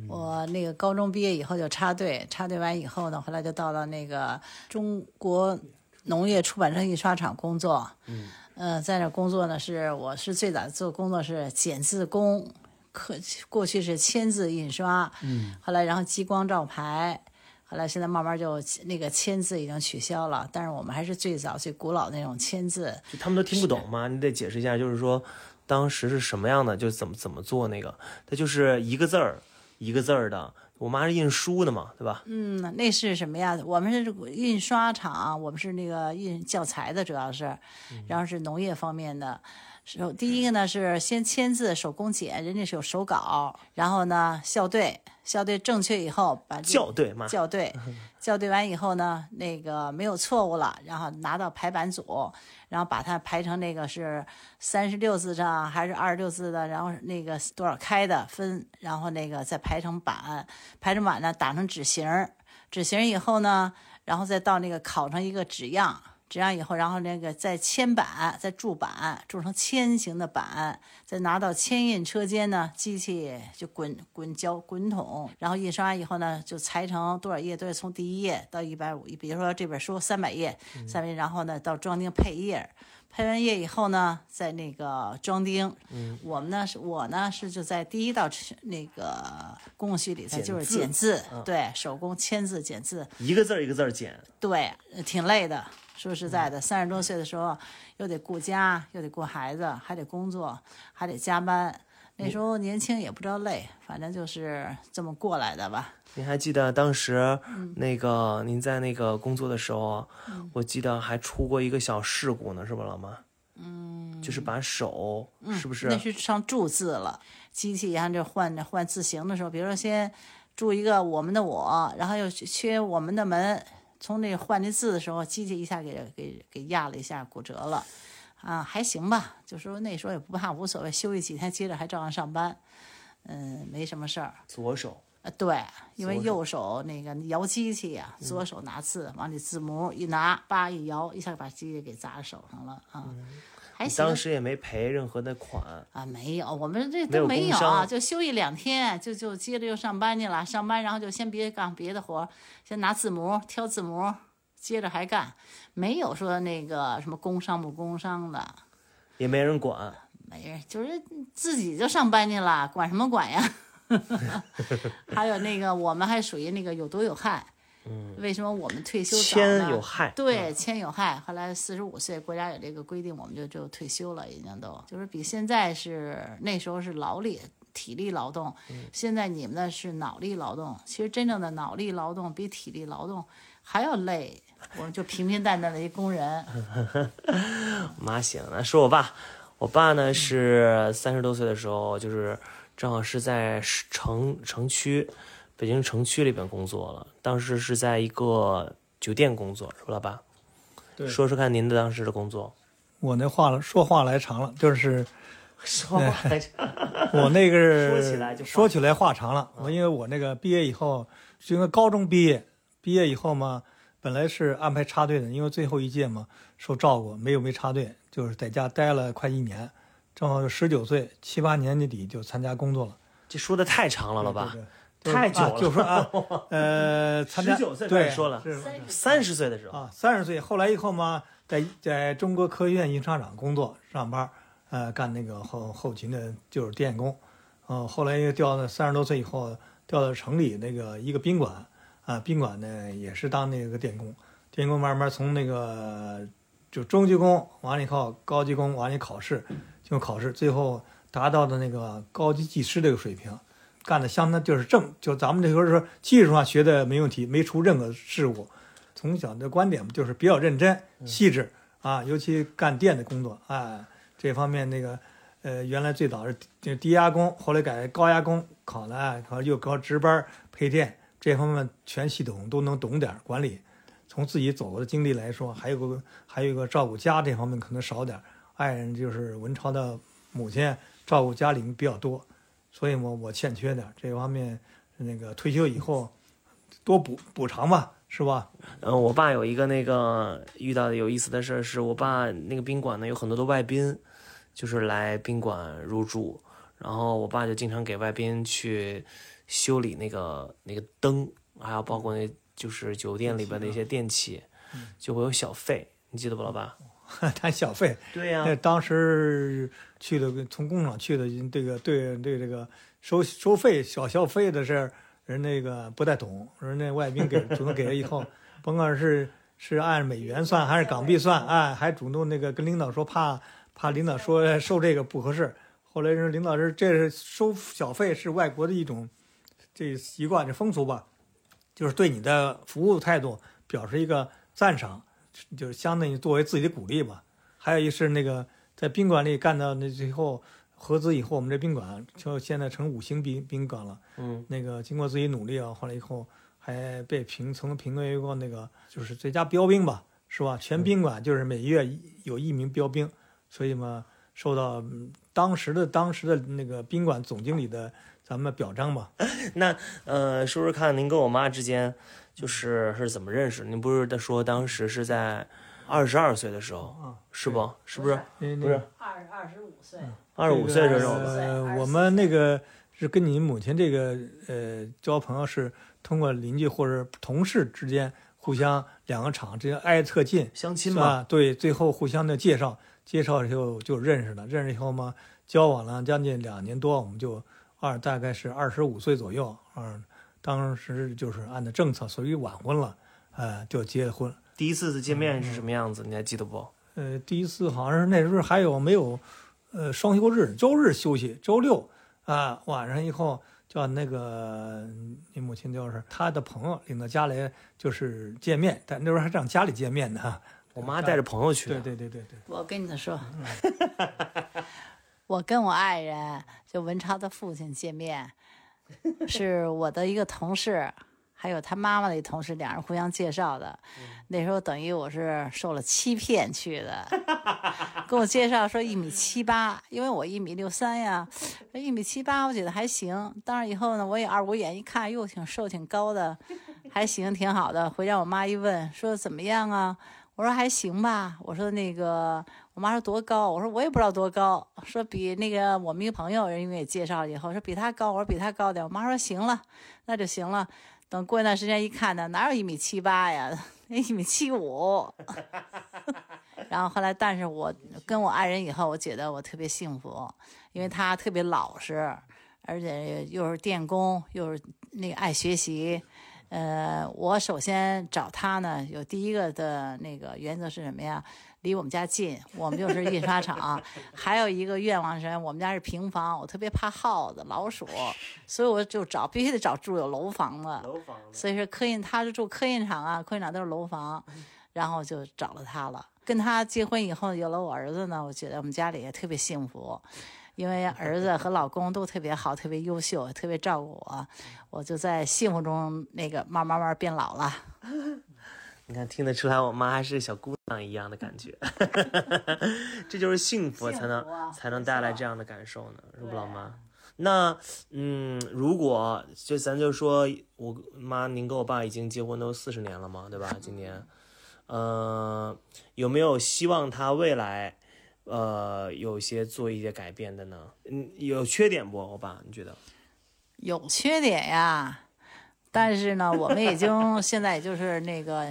我那个高中毕业以后就插队，插队完以后呢，后来就到了那个中国农业出版社印刷厂工作。
嗯，
呃，在那工作呢，是我是最早做工作是剪字工，可过去是签字印刷，
嗯，
后来然后激光照排，后来现在慢慢就那个签字已经取消了，但是我们还是最早最古老那种签字。
就他们都听不懂吗？你得解释一下，就是说当时是什么样的，就是怎么怎么做那个，它就是一个字儿一个字儿的。我妈是印书的嘛，对吧？
嗯，那是什么呀？我们是印刷厂，我们是那个印教材的，主要是，
嗯
然后是农业方面的。首第一个呢是先签字，手工剪，人家是有手稿，然后呢校对，校对正确以后把这
校对嘛
校
(laughs)
对，校对完以后呢，那个没有错误了，然后拿到排版组，然后把它排成那个是三十六字的还是二十六字的，然后那个多少开的分，然后那个再排成版，排成版呢打成纸型儿，纸型儿以后呢，然后再到那个烤成一个纸样，纸样以后，然后那个再铅版，再铸版，铸成铅形的版，再拿到铅印车间呢，机器就滚滚胶滚筒，然后印刷以后呢，就裁成多少页，都是从第一页到一百五，比如说这本书三百页，三百页，然后呢到装订配页。配完页以后呢，在那个装订，
嗯
我们呢是我呢是就在第一道那个工序里，它
剪
就是
字
剪字，
嗯
对手工签字剪字，
一个字儿一个字儿剪，
对，呃挺累的。说实在
嗯
的，三十多岁的时候，又得顾家，又得顾孩子，还得工作，还得加班。那时候年轻也不知道累，反正就是这么过来的吧。
您还记得当时
嗯
那个您在那个工作的时候，
嗯
我记得还出过一个小事故呢，是吧，老妈？嗯，就是把手、
嗯，
是不是
那是上注字了，机器然后就换换字形的时候，比如说先注一个我们的我，然后又缺我们的门，从那换那字的时候，机器一下给给给压了一下，骨折了。啊，还行吧，就说那时候也不怕，无所谓，休息几天，接着还照样上班，嗯，没什么事儿。
左手？
啊，对，因为
左手
右手那个摇机器呀、
嗯
左手拿字，往里字母一拿，叭一摇，一下把机器给砸手上了啊，还
你
行。
嗯当时也没赔任何的款，
啊，没有，我们这
没有
都没
工
有啊，
伤
就休息两天，就就接着又上班去了。上班然后就先别干别的活儿，先拿字模挑字模，接着还干，没有说那个什么工伤不工伤的，
也没人管。 (laughs)
没人，就是自己就上班去了，管什么管呀？ (laughs) 还有那个，我们还属于那个有毒有害。
嗯，
为什么我们退休早
铅
呢
有害嗯
对，铅有害。后来四十五岁，国家有这个规定，我们就就退休了，已经都就是比现在是那时候是劳力。体力劳动，
嗯
现在你们的是脑力劳动。其实真正的脑力劳动比体力劳动还要累。我们就平平淡淡的一工人，
我妈行，那说我爸，我爸
嗯
呢是三十多岁的时候，就是正好是在市城城区，北京城区里边工作了，当时是在一个酒店工作，是吧，老爸？
对
说说看您的当时的工作。
我那话了，说话来长了，就是哎
说话来长
我那个是
说起来就话嗯
说起来话长了。我因为我那个毕业以后，是因为高中毕业，毕业以后嘛，本来是安排插队的，因为最后一届嘛受照顾，没有没插队，就是在家待了快一年，正好十九岁七八年底就参加工作了。
这说的太长了，老爸，
对
太久
啊
了。
就说啊，
(laughs)
呃，参加
十九岁开
对
始说了
是，
三十岁的时候
啊，三十岁，后来以后嘛，在在中国科学院印刷厂工作上班，呃，干那个后后勤的，就是电工，呃，后来又调到三十多岁以后调到城里那个一个宾馆，啊、啊，宾馆呢也是当那个电工，电工慢慢从那个就中级工完了以后，高级工完了考试，经过考试，最后达到的那个高级技师这个水平，干的相当就是正，就咱们这个说技术上学的没问题，没出任何事故。从小的观点就是比较认真、细致啊，尤其干电的工作啊，这方面那个呃，原来最早是低低压工，后来改高压工，考了啊考又高值班配电这方面全系统都能懂点儿管理。从自己走过的经历来说，还有个还有个照顾家这方面可能少点儿，爱人就是文超的母亲照顾家里比较多，所以我我欠缺点儿这方面，那个退休以后多补补偿吧，是吧？ (laughs)
嗯，我爸有一个那个遇到的有意思的事儿，是我爸那个宾馆呢有很多的外宾，就是来宾馆入住，然后我爸就经常给外宾去修理那个那个灯，还有包括那就是酒店里边的一些电器，
啊
就会有小费，你记得不，老爸？
谈小费。
对呀
那当时去的从工厂去的，这个对对这个收收费小消费的事儿，人那个不太懂，人那外宾给主动给了以后， (laughs) 甭管是是按美元算还是港币算，哎，还主动那个跟领导说怕怕领导说收这个不合适。后来人领导是这是收小费是外国的一种这习惯这风俗吧，就是对你的服务态度表示一个赞赏，就是相当于作为自己的鼓励吧。还有一是那个在宾馆里干到那最后合资以后，我们这宾馆就现在成五星宾宾馆了。
嗯，
那个经过自己努力啊，后来以后还被评曾评为过那个就是最佳标兵吧，是吧？全宾馆就是每月一有一名标兵，所以嘛，受到嗯当时的当时的那个宾馆总经理的咱们表彰吧。
那呃，说说看，您跟我妈之间就是是怎么认识？您不是在说当时是在二十二岁的时候，
啊
是不？是不是？不是
二二十五岁，
二十五岁这
哎这
种
呃，我们那个是跟你母亲这个呃交朋友是通过邻居或者同事之间互相两个厂之间挨特近
相亲
嘛、啊，对，最后互相的介绍，介绍以后就认识了，认识以后嘛，交往了将近两年多，我们就二大概是二十五岁左右，二当时就是按照政策属于晚婚了，呃，就结了婚。
第一次见面是什么样子？你还记得不？
呃，第一次好像是那时候还有没有，呃，双休日，周日休息，周六啊晚上以后叫那个你母亲就是她的朋友领到家来就是见面，但那时候还让家里见面呢。
我妈带着朋友去
对对对对对。
我跟你
(laughs)
说，我跟我爱人就文超的父亲见
(laughs)
面，是我的一个同事，还有他妈妈的一同事，两人互相介绍的。
嗯
那时候等于我是受了欺骗去的，
(laughs)
跟我介绍说一米七八，因为我一米六三呀，说一米七八我觉得还行。当然以后呢，我也二五眼一看，哟，挺瘦挺高的，还行，挺好的。回家我妈一问，说怎么样啊？我说还行吧。我说那个，我妈说多高？我说我也不知道多高。说比那个我们一个朋友，人家也介绍了以后说比他高。我说比他高点。我妈说行了，那就行了。等过一段时间一看呢，哪有一米七八呀？一米七五。 (laughs) 然后后来，但是我跟我爱人以后，我觉得我特别幸福，因为他特别老实，而且又是电工，又是那个爱学习。呃，我首先找他呢，有第一个的那个原则是什么呀？离我们家近，我们就是印刷
(laughs)
厂。还有一个愿望是什么，我们家是平房，我特别怕耗子、老鼠，所以我就找必须得找住有楼房的。
楼房
所以说科印他是住科印厂啊，科印厂都是楼房，
嗯
(laughs) 然后就找了他了。跟他结婚以后，有了我儿子呢，我觉得我们家里也特别幸福，因为儿子和老公都特别好，特别优秀，特别照顾我，我就在幸福中那个慢慢慢慢变老了。
你看，听得出来，我妈还是小姑娘一样的感觉， (laughs) 这就是幸福啊才能、才能带来这样的感受呢，是不，老妈？那嗯，如果就咱就说我妈，您跟我爸已经结婚都四十年了嘛，对吧？今年，呃，有没有希望他未来，呃，有一些做一些改变的呢？嗯，有缺点不？我爸，你觉得？
有缺点呀，但是呢，我们已经现在也就是那个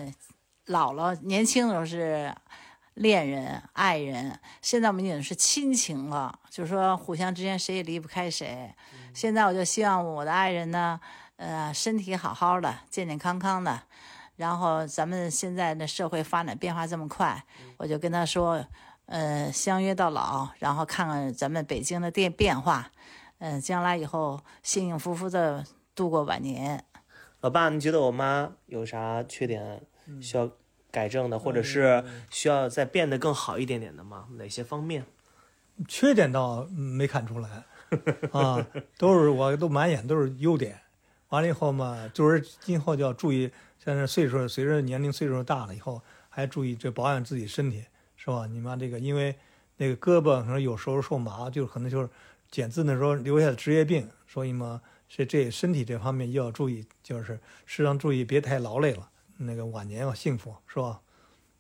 老了，年轻的时候是恋人、爱人，现在我们已经是亲情了，就是说互相之间谁也离不开谁。现在我就希望我的爱人呢，呃，身体好好的，健健康康的。然后咱们现在的社会发展变化这么快，我就跟他说，呃，相约到老，然后看看咱们北京的变变化，嗯、将来以后幸幸福福的度过晚年。
老爸，你觉得我妈有啥缺点需要改正的，或者是需要再变得更好一点点的吗？哪些方面？
缺点倒没看出来啊，都是我都满眼都是优点。完了以后嘛，就是今后就要注意，现在岁数随着年龄岁数大了以后，还注意这保养自己身体，是吧？你妈这个因为那个胳膊可能有时候受麻，就是可能就是减字那时候留下的职业病，所以嘛，这这身体这方面要注意，就是适当注意，别太劳累了，那个晚年要幸福，是吧？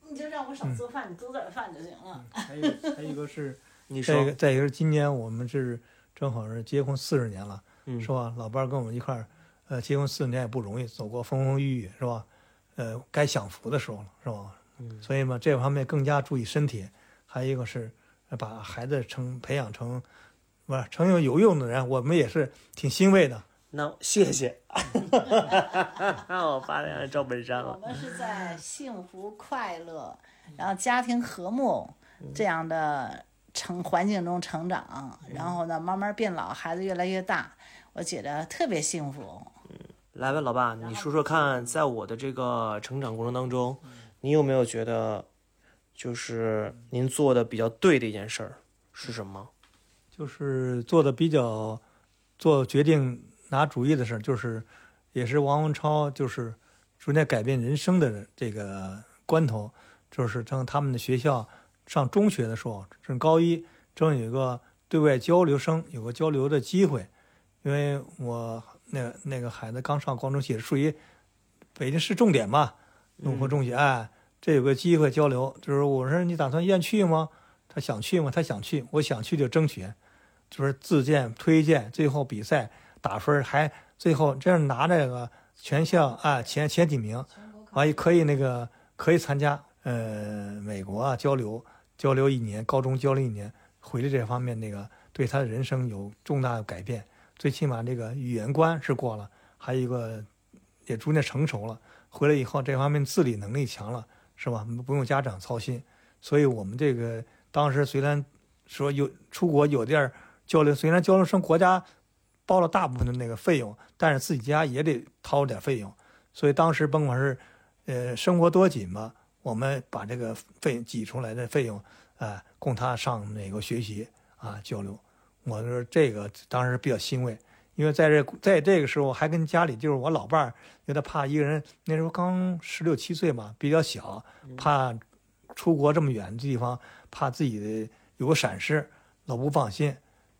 你就让我少做饭，你多做点饭就行了。
嗯还有还有一个是，
你
再一个，再一个是今年我们是正好是结婚四十年了，
嗯
是吧？老伴儿跟我们一块儿，呃，结婚四十年也不容易，走过风风雨雨，是吧？呃，该享福的时候了，是吧？
嗯
所以嘛，这方面更加注意身体。还有一个是呃把孩子成培养成，不是成有有用的人，我们也是挺欣慰的。
那谢谢， (laughs) 我发现赵本山了
(laughs) 我。们是在幸福、快乐，
嗯
然后家庭和睦这样的成环境中成长，
嗯
然后呢，慢慢变老，孩子越来越大，我觉得特别幸福。
来吧，老爸，你说说看，在我的这个成长过程当中，你有没有觉得，就是您做的比较对的一件事儿是什么？
就是做的比较做决定拿主意的事儿，就是也是王文超就是逐渐改变人生的这个关头，就是当他们的学校上中学的时候，正高一正有一个对外交流生有个交流的机会，因为我那个那个孩子刚上高中也是属于北京市重点嘛，农科中学，哎，这有个机会交流，就是我说你打算愿去吗？他想去吗？他想去，我想去就争取，就是自荐推荐，最后比赛打分还最后这样拿这个全校啊前前几名，完也可以那个可以参加呃美国啊交流交流一年，高中交流一年，回来这方面那个对他的人生有重大的改变，最起码这个语言关是过了，还有一个也逐渐成熟了，回来以后这方面自理能力强了，是吧？不用家长操心，所以我们这个当时虽然说有出国有地儿交流，虽然交流生国家包了大部分的那个费用，但是自己家也得掏点费用，所以当时甭管是呃生活多紧吧，我们把这个费挤出来的费用，呃，供他上美国学习啊交流。我说这个当时比较欣慰，因为在这在这个时候还跟家里就是我老伴儿有点怕一个人，那时候刚十六七岁嘛，比较小，怕出国这么远的地方，怕自己的有个闪失，老不放心，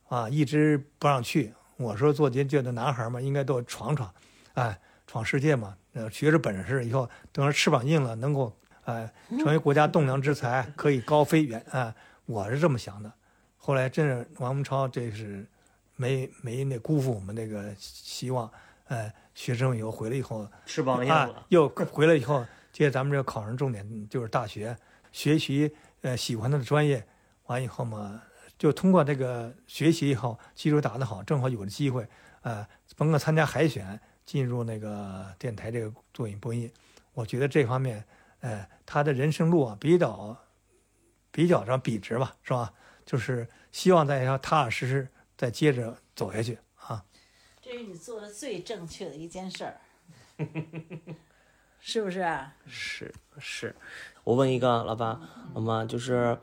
啊，一直不让去。我说做这这的男孩嘛，应该都闯闯，哎，闯世界嘛，呃，学着本事以后，等着翅膀硬了，能够哎成为国家栋梁之才，可以高飞远啊、哎我是这么想的。后来真是王文超，这是没没那辜负我们那个希望，呃，学生以后回来以后，
翅膀硬
啊
了，
又回来以后，接着咱们这个考上重点就是大学，学习呃喜欢他的专业，完以后嘛，就通过这个学习以后，基础打得好，正好有了机会，呃，甭管参加海选，进入那个电台这个做影播音，我觉得这方面，呃，他的人生路啊比较比较上笔直吧，是吧？就是希望再要踏踏实实再接着走下去啊。
这是你做的最正确的一件事
(laughs)
儿，是不啊是？
是是，我问一个老爸，老妈，就是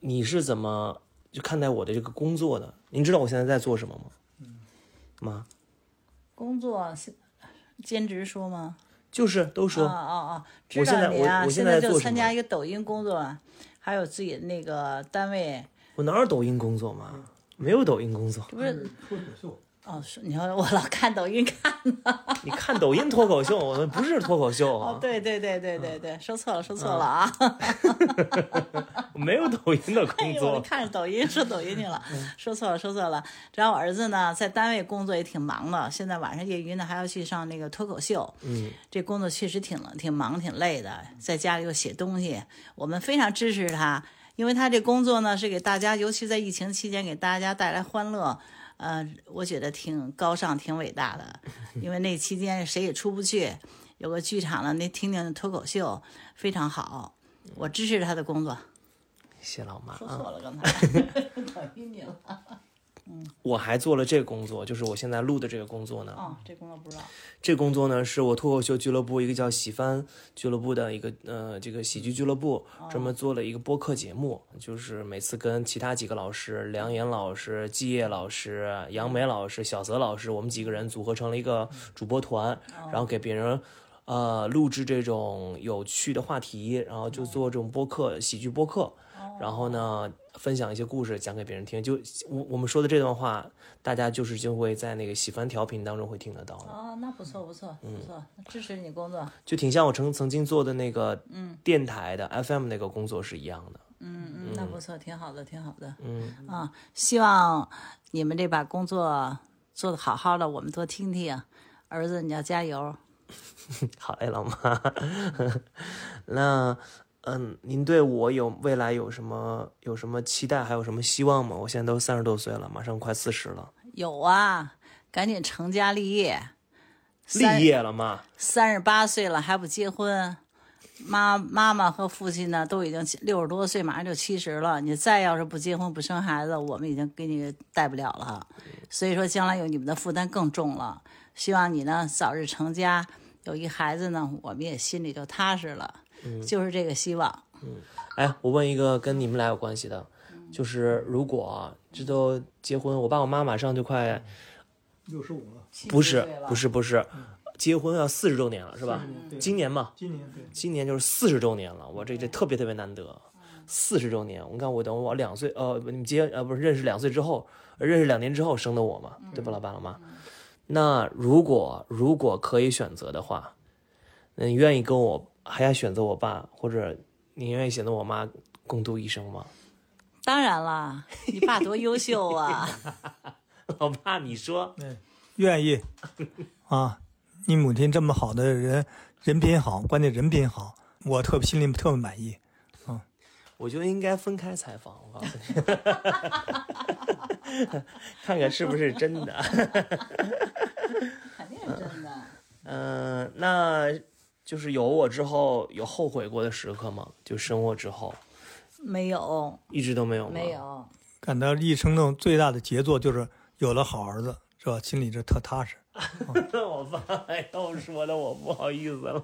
你是怎么就看待我的这个工作的？您知道我现在在做什么吗？妈，
工作是兼职说吗？
就是都说
哦哦哦，知
我现在
道你啊，
我我现
现
在在
就
做什
参
么
加一个抖音工作，啊还有自己的那个单位，
我哪有抖音工作嘛？没有抖音工作，
这不是嗯哦，说你看我老看抖音
(laughs)
看
你看抖音脱口秀，我们不是脱口秀
哦
啊，，
对对对对对对，说错了说错了啊！
没有抖音的
哦哎
嗯工
呦，我
作。嗯
看着抖音说抖音去了，说错了说错了。然后我儿子呢，在单位工作也挺忙的，现在晚上业余呢还要去上那个脱口秀，
嗯，
这工作确实挺挺忙挺累的，在家里又写东西，我们非常支持他，因为他这工作呢是给大家，尤其在疫情期间给大家带来欢乐，呃，我觉得挺高尚、挺伟大的，因为那期间谁也出不去，有个剧场了，那听听脱口秀非常好，我支持他的工作。
谢老妈，
说 (laughs)
啊
错了，刚才打晕你了。
(laughs)
嗯
我还做了这个工作，就是我现在录的这个工作呢。
哦，这工作不知道。
这工作呢，是我脱口秀俱乐部一个叫喜翻俱乐部的一个呃这个喜剧俱乐部，专门做了一个播客节目，就是每次跟其他几个老师，梁岩老师、季叶老师、杨梅老师、小泽老师，我们几个人组合成了一个主播团，然后给别人。呃，录制这种有趣的话题，然后就做这种播客、喜剧播客，然后呢，分享一些故事讲给别人听。就我我们说的这段话，大家就是就会在那个喜欢调频当中会听得到。
哦，那不错，不错，
嗯
不错，支持你工作。
就挺像我曾曾经做的那个
嗯
电台的 FM 那个工作是一样的。
嗯嗯，那不错，挺好的，挺好的。
嗯，
啊，希望你们这把工作做得好好的，我们多听听。儿子，你要加油。嗯
(laughs) 好嘞，老妈。那嗯，您对我有未来有什么有什么期待，还有什么希望吗？我现在都三十多岁了，马上快四十了，
有啊，赶紧成家立业。三
立业了妈。
三十八岁了还不结婚，妈妈妈和父亲呢都已经六十多岁，马上就七十了。你再要是不结婚不生孩子，我们已经给你带不了了。所以说，将来有你们的负担更重了。希望你呢早日成家，有一孩子呢，我们也心里就踏实了。
嗯
就是这个希望。
哎，我问一个跟你们俩有关系的，就是如果啊这都结婚，我爸我妈马上就快
六十五了，
不是不是不是，结婚要四十周年了是吧
40年？对
今年嘛，
今年对，
今年就是四十周年了，我这这特别特别难得，四十周年。我看我等我两岁，呃，不你们结呃不是认识两岁之后，呃认识两年之后生的我嘛，对吧，老爸老妈？那如果如果可以选择的话，那你愿意跟我还要选择我爸，或者你愿意选择我妈共度一生吗？
当然啦，你爸多优秀
(laughs)
啊！
老爸，你说，
愿
(laughs)
意啊！你母亲这么好的人，人品好，关键人品好，我特别心里特别满意。
我就应该分开采访，我告诉你， (laughs) 看看是不是真的。
肯定是真的。
嗯、那就是有我之后有后悔过的时刻吗？就生我之后
没有，
一直都没有吗？
没有。
感到一生中最大的杰作就是有了好儿子，是吧？心里这特踏实。
(laughs) 我爸又说的，我不好意思了。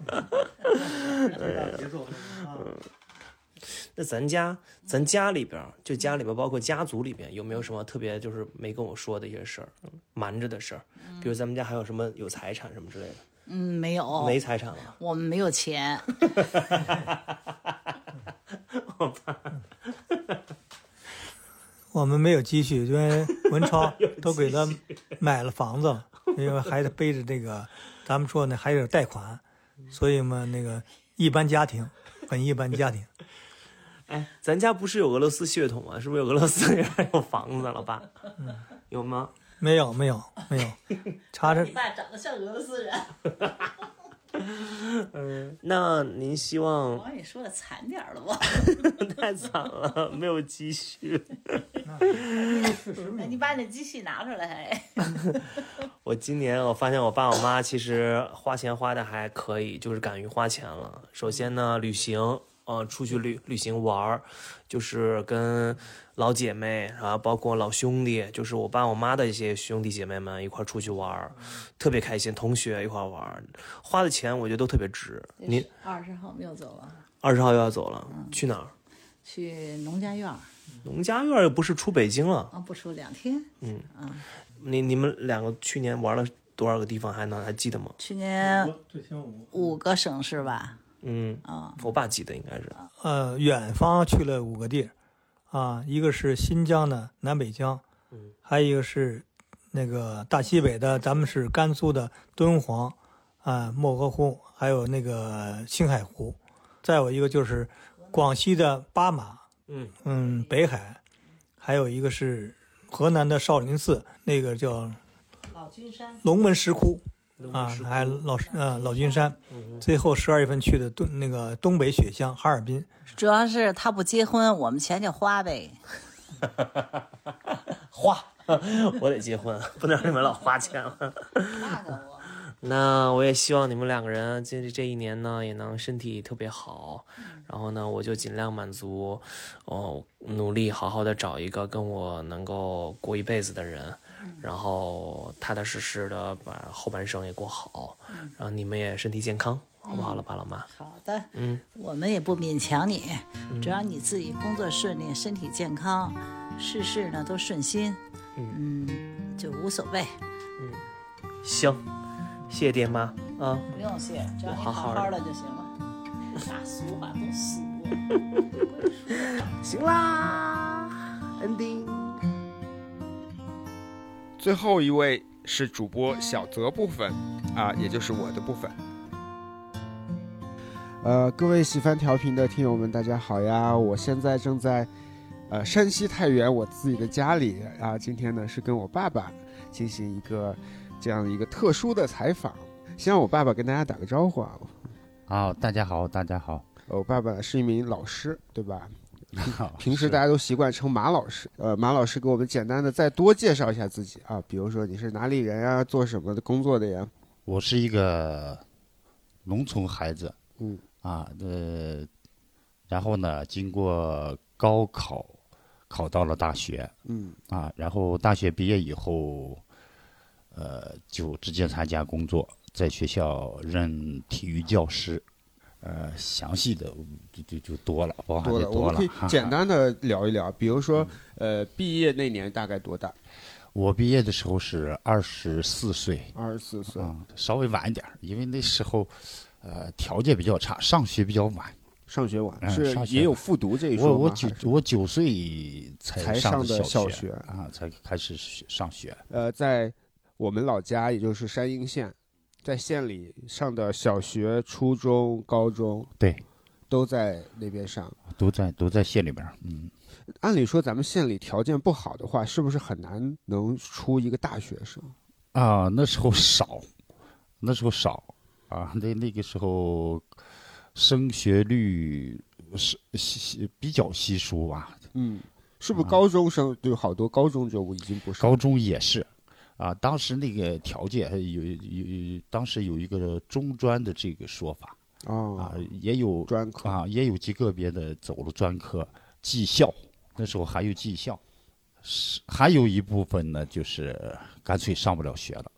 那咱家，咱家里边儿，就家里边儿，包括家族里边，有没有什么特别就是没跟我说的一些事儿，嗯瞒着的事儿？比如咱们家还有什么有财产什么之类的，
嗯，没有，
没财产了。
我们没有钱。
我们没有积蓄，因为文
(laughs)
超都给他买了房子了，因为还得背着这个，咱们说呢还有贷款，所以嘛那个一般家庭，很一般家庭。
哎，咱家不是有俄罗斯血统吗？是不是有俄罗斯人还有房子了吧？有吗？
没有没有没有，
啊
查查
你爸长得像俄罗斯人，
嗯，那您希望 (laughs)
我也说的惨点儿了吧？
太惨了，没有积蓄。
你把你的积蓄拿出来。
我今年我发现我爸我妈其实花钱花的还可以，就是敢于花钱了。首先呢，旅行，呃，出去旅旅行玩儿，就是跟老姐妹啊，包括老兄弟，就是我爸我妈的一些兄弟姐妹们一块儿出去玩儿，特别开心。同学一块儿玩儿，花的钱我觉得都特别值。你
二十号没有走了，
二十号又要走了，去哪儿？
去农家院儿
农家院又不是出北京了。
啊，不出两天。
嗯
啊，
你你们两个去年玩了多少个地方？还能还记得吗？
去年
这星五
五个省市吧，
嗯，
啊
我爸记得应该是。
呃，远方去了五个地儿，啊，一个是新疆的南北疆，
嗯
还有一个是那个大西北的，咱们是甘肃的敦煌，啊，漠河湖，还有那个青海湖，再有一个就是广西的巴马，
嗯
嗯，北海，还有一个是河南的少林寺，那个叫
老君山。
龙门石窟
龙门
啊
石，窟嗯
还有老呃老君山，最后十二月份去的东那个东北雪乡哈尔滨。
主要是他不结婚，我们钱就花呗。
花 (laughs) 我得结婚，不能让你们老花钱了。那我也希望你们两个人这这一年呢，也能身体特别好。
嗯
然后呢，我就尽量满足，哦，努力好好的找一个跟我能够过一辈子的人，
嗯
然后踏踏实实的把后半生也过好。然后你们也身体健康，好不好，老爸老妈？
嗯好的，
嗯，
我们也不勉强你，只要你自己工作顺利，身体健康，事事呢都顺心，嗯，就无所谓，
行，谢谢爹妈啊。
不用谢，只要你
我好好
好
的
好的就行了。大俗话都俗啊。
(laughs) 行啦，ending。
最后一位是主播小泽部分，啊，也就是我的部分。
呃，各位喜欢调频的听友们，大家好呀！我现在正在呃山西太原我自己的家里啊，今天呢是跟我爸爸进行一个这样一个特殊的采访，先让我爸爸跟大家打个招呼啊。
好、大家好，大家好。
呃我爸爸是一名老师，对吧？
哦
平时大家都习惯称马老师，呃，马老师给我们简单的再多介绍一下自己啊，比如说你是哪里人呀、做什么的工作的呀？
(laughs) 我是一个农村孩子，
嗯
啊，呃，然后呢，经过高考考到了大学，
嗯
啊，然后大学毕业以后，呃，就直接参加工作，在学校任体育教师，呃，详细的就就就多了，包含
多
的
了，我们
了
可以，
哈哈嗯
简单的聊一聊，比如说，呃，毕业那年大概多大？
我毕业的时候是二十四岁，
二十四岁、
嗯，稍微晚一点儿，因为那时候，呃，条件比较差，上学比较晚，
上学晚
嗯、
是
上学
也有
晚
复读这一说
我我
吗
九
还是
我九岁
才
上
上的小
小
学
啊，才开始学上学。
呃，在我们老家，也就是山阴县，在县里上的小学、初中、高中，
对，
都在那边上。
都在都在县里边儿，嗯，
按理说，咱们县里条件不好的话，是不是很难能出一个大学生？
啊，那时候少，那时候少啊，那那个时候升学率是稀稀比较稀疏啊吧，
嗯，是不是高中生就好多高中就已经不上？
啊高中也是，啊，当时那个条件还有有有，当时有一个中专的这个说法，
哦、
啊，也有
专科
啊，也有极个别的走了专科，技校，那时候还有技校，是还有一部分呢，就是干脆上不了学了，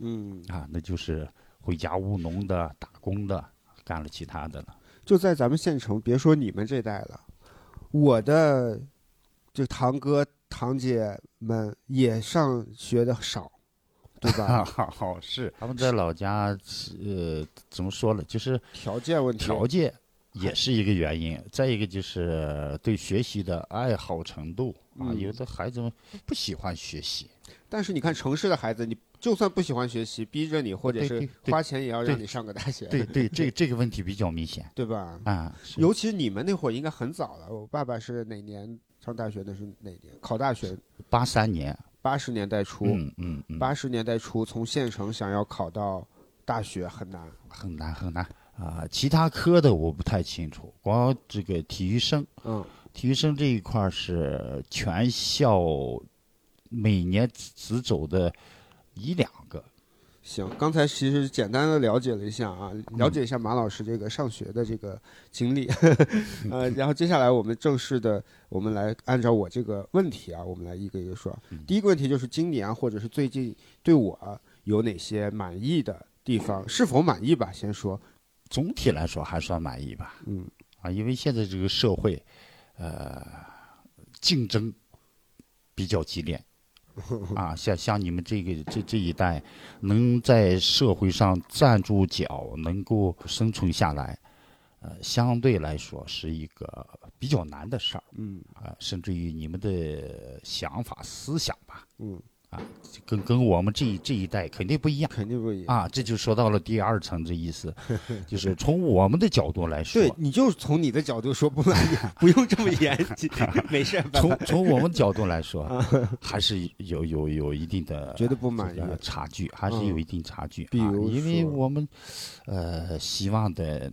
嗯，
啊，那就是回家务农的、打工的，干了其他的了。
就在咱们县城，别说你们这代了，我的就堂哥堂姐们也上学的少，对 (laughs) 吧？
好是啊他们在老家，呃，怎么说呢？就是
条件问题，
条件也是一个原因。再一个就是对学习的爱好程度啊，
嗯
有的孩子们不喜欢学习，
但是你看城市的孩子，你就算不喜欢学习，逼着你或者
对
是
对对
花钱也要
对
让你上个大学，
对对，这这个问题比较明显
(laughs) 对吧？
啊。
尤其你们那会儿应该很早了，我爸爸是哪年上大学的？是哪年 (laughs) 考大学？
八三年，
八十年代初，
嗯嗯嗯，
八十年代初从县城想要考到大学很难，
很难很难啊。其他科的我不太清楚，光这个体育生，
嗯，
体育生这一块儿是全校每年只走的一两个，
行，刚才其实简单的了解了一下啊，
嗯
了解一下马老师这个上学的这个经
(laughs)
历，呃，然后接下来我们正式的，我们来按照我这个问题啊，我们来一个一个说。
嗯
第一个问题就是今年或者是最近对我有哪些满意的地方，是否满意吧？先说，
总体来说还算满意吧。
嗯，
啊，因为现在这个社会，呃，竞争比较激
(laughs)
烈啊，像像你们这个这这一代，能在社会上站住脚，能够生存下来，呃，相对来说是一个比较难的事儿。
嗯，
啊，甚至于你们的想法、思想吧，
嗯，
啊，就跟跟我们这一这一代肯定不一样，
肯定不一
样啊。这就说到了第二层这意
(laughs)
思，就是从我们的角度来说，
对，你就从你的角度说不满意， (laughs) 不用这么严
(laughs)
谨，没事儿。拜
从
拜
从我们角度来
(laughs)
说，还是有有有一定的
啊觉得不满意嗯
这个差啊距，还是有一定差距。
比
啊
如
因为
说
我们呃希望的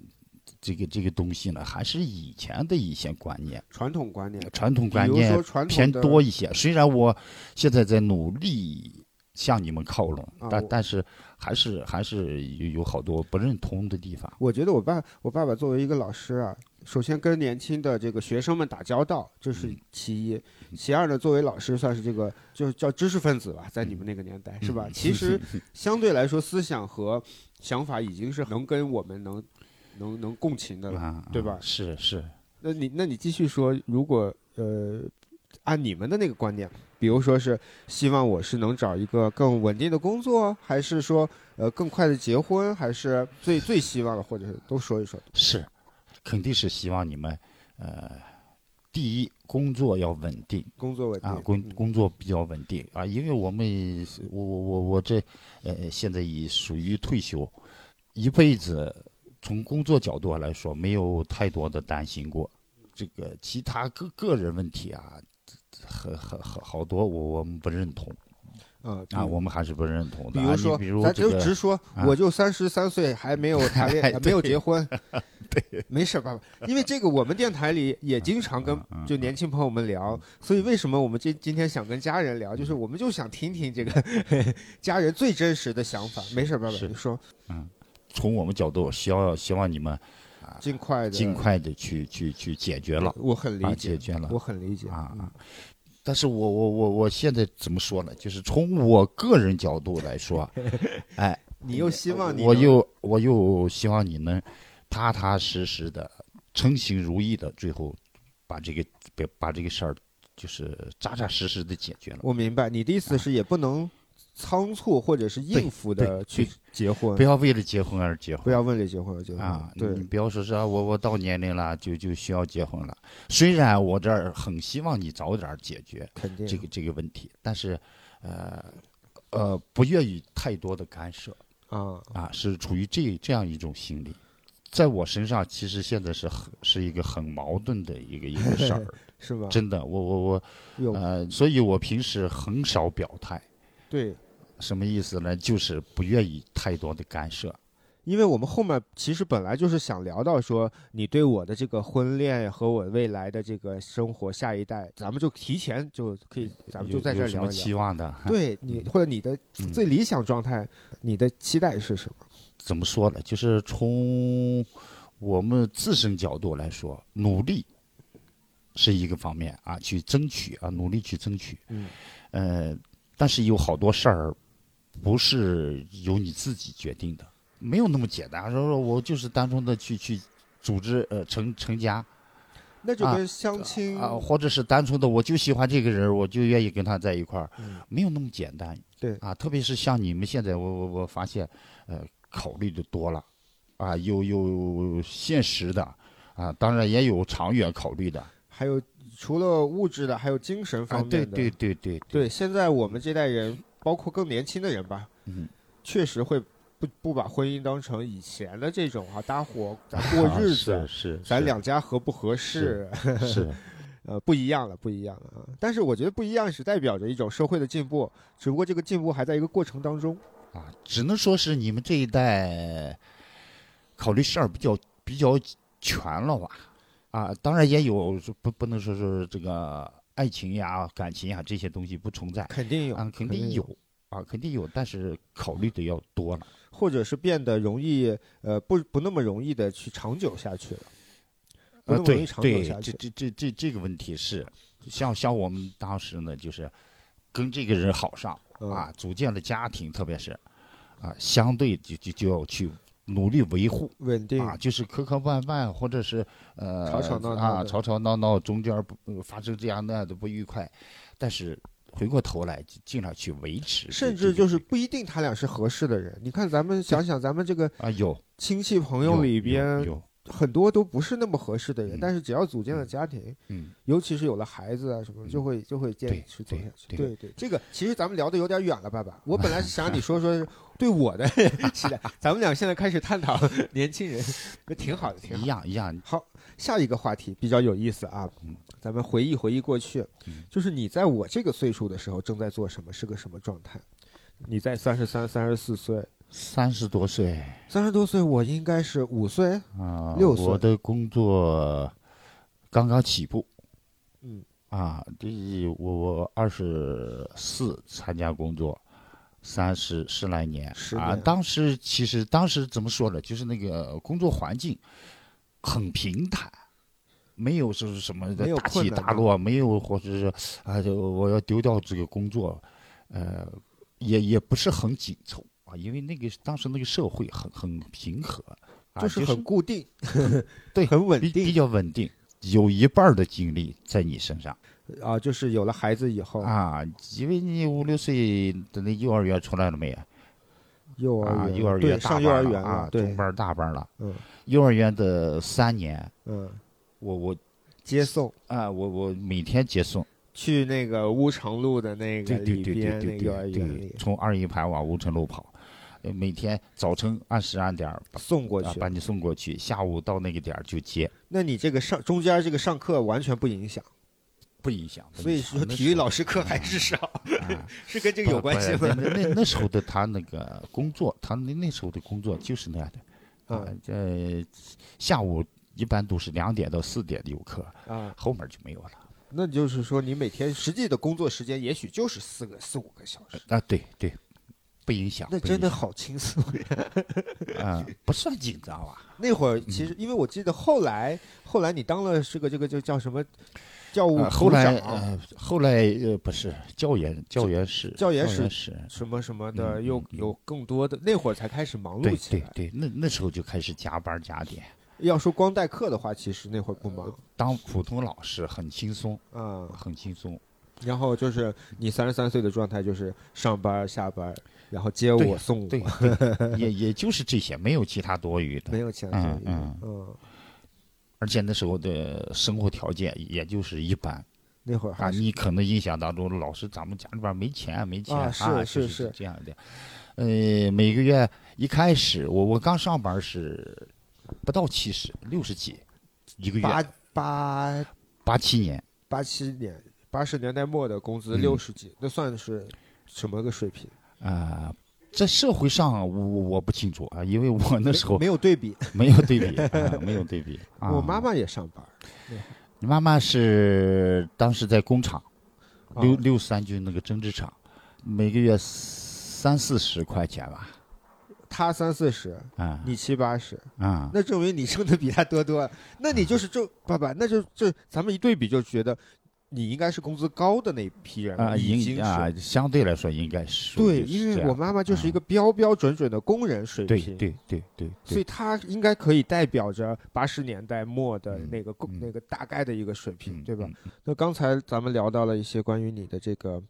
这个这个东西呢，还是以前的一些观念、
传统观念、
传统观
比如
念
说传统
偏
的
多一些。虽然我现在在努力向你们靠拢，
啊
但
我
但是还是还是有有好多不认同的地方。
我觉得我爸我爸爸作为一个老师啊，首先跟年轻的这个学生们打交道，这是其一；其二呢，作为老师算是这个就是叫知识分子吧，在你们那个年代是吧？ (laughs) 其
(laughs)
实相对来说，思想和想法已经是能跟我们能能能共情的了，对吧？
啊是是，
那你那你继续说，如果呃，按你们的那个观点，比如说是希望我是能找一个更稳定的工作，还是说呃更快的结婚，还是最最希望的，或者是都说一说。
是，肯定是希望你们，呃，第一工作要稳定，
工作稳定嗯
啊，工工作比较稳定啊，因为我们是我我我我这呃现在已属于退休，一辈子从工作角度来说没有太多的担心过，这个其他个个人问题啊，很很很好多我我们不认同。
嗯
啊，我们还是不认同的。
比
啊
如
你
说，
比如
咱
这
就
个
直说，
啊
我就三十三岁还没有谈恋爱，
对
没有
(laughs)
结婚，对，没事，爸爸。因为这个，我们电台里也经常
嗯
跟就年轻朋友们聊，所以为什么我们今今天想跟家人聊，就是我们就想听听这个 (laughs) 家人最真实的想法。没事，爸爸，你说
嗯，从我们角度，希望希望你们啊，
尽快的，
尽快的去去去解决了，
我很理
啊解
解
决了，
我很理解嗯
啊啊。但是我我我我现在怎么说呢？就是从我个人角度来
(laughs)
说，哎，
你又希望你
我
能
又我又希望你能踏踏实实的、称心如意的，最后把这个把把这个事儿就是扎扎实实的解决了。啊
我明白你的意思是也不能仓促或者是应付
对
的去
对
结婚，
不要为了结婚而结婚，
不要为了结婚而结婚
啊！
对
你不要说是啊，我我到年龄了就就需要结婚了。虽然我这儿很希望你早点解决
肯定
这个这个问题，但是，呃，呃，不愿意太多的干涉
啊，
啊，是处于这这样一种心理。在我身上，其实现在是很是一个很矛盾的一个一个事儿
(laughs) 是吧
真的，我我
有
我，呃，所以我平时很少表态，
对，
什么意思呢？就是不愿意太多的干涉。
因为我们后面其实本来就是想聊到说，你对我的这个婚恋和我未来的这个生活，下一代，咱们就提前就可以，咱们就
有
在这
有
儿
什
聊
么
一聊
期望嗯
(laughs)
的
对你或者你的最理想状态，你的期待是什么？
怎么说呢？就是从我们自身角度来说，努力是一个方面啊，去争取啊，努力去争取。
嗯，
呃，但是有好多事儿不是由你自己决定的，没有那么简单。说说我就是单纯的去去组织呃成成家，
那就
啊
跟相亲
啊，或者是单纯的我就喜欢这个人，我就愿意跟他在一块儿，没有那么简单。
嗯对
啊，特别是像你们现在，我我我发现，呃，考虑的多了，啊，有有现实的，啊，当然也有长远考虑的。
还有除了物质的，还有精神方
啊，
面的。
对对对对，
对，现在我们这代人，包括更年轻的人吧，
嗯，
确实会不不把婚姻当成以前的这种啊，搭伙
(laughs)
咱过日子，
啊是是
咱
是
两家合不合适？ (laughs)
是是
呃，不一样了，不一样了啊！但是我觉得不一样只代表着一种社会的进步，只不过这个进步还在一个过程当中。
啊，只能说是你们这一代考虑事儿比较比较全了吧？啊，当然也有不不能说是这个爱情呀、感情呀这些东西不存在，
肯定有
啊，肯
肯定
定
有
有啊，肯定有，但是考虑的要多了。
或者是变得容易，呃，不不那么容易的去长久下去了，不
啊，
那么容
对
易长久
对，
下
这
去。
这这这这个问题是，像像我们当时呢，就是跟这个人好上
嗯
啊，组建了家庭，特别是啊，相对就就就要去努力维护
稳定
啊，就是磕磕绊绊，或者是呃
吵吵闹闹
啊，
的
吵吵闹闹，中间不、呃发生这样那样的不愉快，但是回过头来尽量去维持这，
甚
这
至
个
就是不一定他俩是合适的人。你看，咱们想想，咱们这个
啊，有
亲戚朋友里边
有
很多都不是那么合适的人，但是只要组建了家庭，
嗯，
尤其是有了孩子啊什么，就会就会坚持走下去。
对
对
对
对，这个其实咱们聊的有点远了，爸爸。我本来是想让你说
(laughs)
说对我的 (laughs) 期待，咱们俩现在开始探讨 (laughs) 年轻人，那挺好的，挺好。
一样一样。嗯
好，下一个话题比较有意思啊，咱们回忆回忆过去，就是你在我这个岁数的时候正在做什么，是个什么状态？你在三十三、三十四岁，
三十多岁
三十多岁，我应该是五岁
啊，
六
我
岁。
的工作刚刚起步
嗯
啊，这我我二十四参加工作，三十十来年啊。
年
当时其实当时怎么说呢，就是那个工作环境很平坦。没有是什么
没有
大
困
起
难
大
的
落，没有或者是啊，就我要丢掉这个工作，呃，也也不是很紧凑啊，因为那个当时那个社会很很平和，啊、
就是很固定 (laughs)
对，
很稳
定，比较稳定，有一半儿的精力在你身上
啊，就是有了孩子以后
啊，因为你五六岁的那幼儿园出来了没？
幼儿
啊，
园
幼儿
对
园大
上幼
班
儿
了
园
啊
了，，对
中班儿大班儿了，
嗯，
幼儿园的三年，
嗯，
我我
接送
啊，我我每天接送。
去那个乌城路的那个
对对
里
对对
边
对
那个幼儿
对
园
对
里，
从二营盘往乌城路跑，呃每天早晨按时按点儿把
送过
啊
去
把你送过去，下午到那个点儿就接，
那你这个上中间这个上课完全不影响，
不影响。不
所以
影响
说
那
体
时
育
候
老师课还是少， (laughs) 是跟这个有
不
关系
啊不
吗？
那那那时候的他那个工作，他那那时候的工作就是那样的，啊，呃，下午一般都是两点到四点有课，
啊，
后面就没有了。
(laughs) 那就是说你每天实际的工作时间也许就是四个四五个小时，
啊，对对，不影响。
那
不
真
影
的
响
好轻松呀。
啊， (laughs) 不算紧张啊嗯吧？
那会儿其实，因为我记得后来，后来你当了这个这个就叫什么教务
呃后来
组长
呃，后来呃，不是教研教研室，
啊教研室
室
什么什么的，
嗯
又有更多的那会儿才开始忙
对
碌起
对
来。
对，那那时候就开始加班加点，呃
要说光代课的话，其实那会儿不忙，
当普通老师很轻松，
嗯，
很轻松。
然后就是你三十三岁的状态，就是上班下班，然后接我
对
送我，
对
(laughs)
对也也就是这些，没有其他多余的，
没有其他
嗯
多余的
嗯
嗯。
而且那时候的生活条件也就是一般，
那会儿
啊，
还是
你可能印象当中，老师咱们家里边没钱，没钱
啊
啊，
是
就是是
是
这样的。呃，每个月一开始，我我刚上班是不到七十，六十几一个月，
八八
八七年，
八七年八十年代末的工资
嗯
六十几，那算是什么个水平？
啊、在社会上我我不清楚啊，因为我那时候
没没有对比，
没有对
(laughs)
比，啊、没有对比。啊、
我妈妈也上班，
你妈妈是当时在工厂，
啊
六六三军那个针织厂，每个月三四十块钱吧，
她三四十，
啊
你七八十，
啊，
那证明你挣的比她
(laughs)
多多了。那你就是这爸爸，那就这咱们一对比就觉得你应该是工资高的那一批人
啊，
了，已经
应啊
是，
相对来说应该是
对，
就是这
因为
样
我妈妈就是一个标标准准的工人水
对
平，
对对对，
所以她应该可以代表着八十年代末的那个、
嗯
工那个大概的一个水平，对吧？那刚才咱们聊到了一些关于你的这个，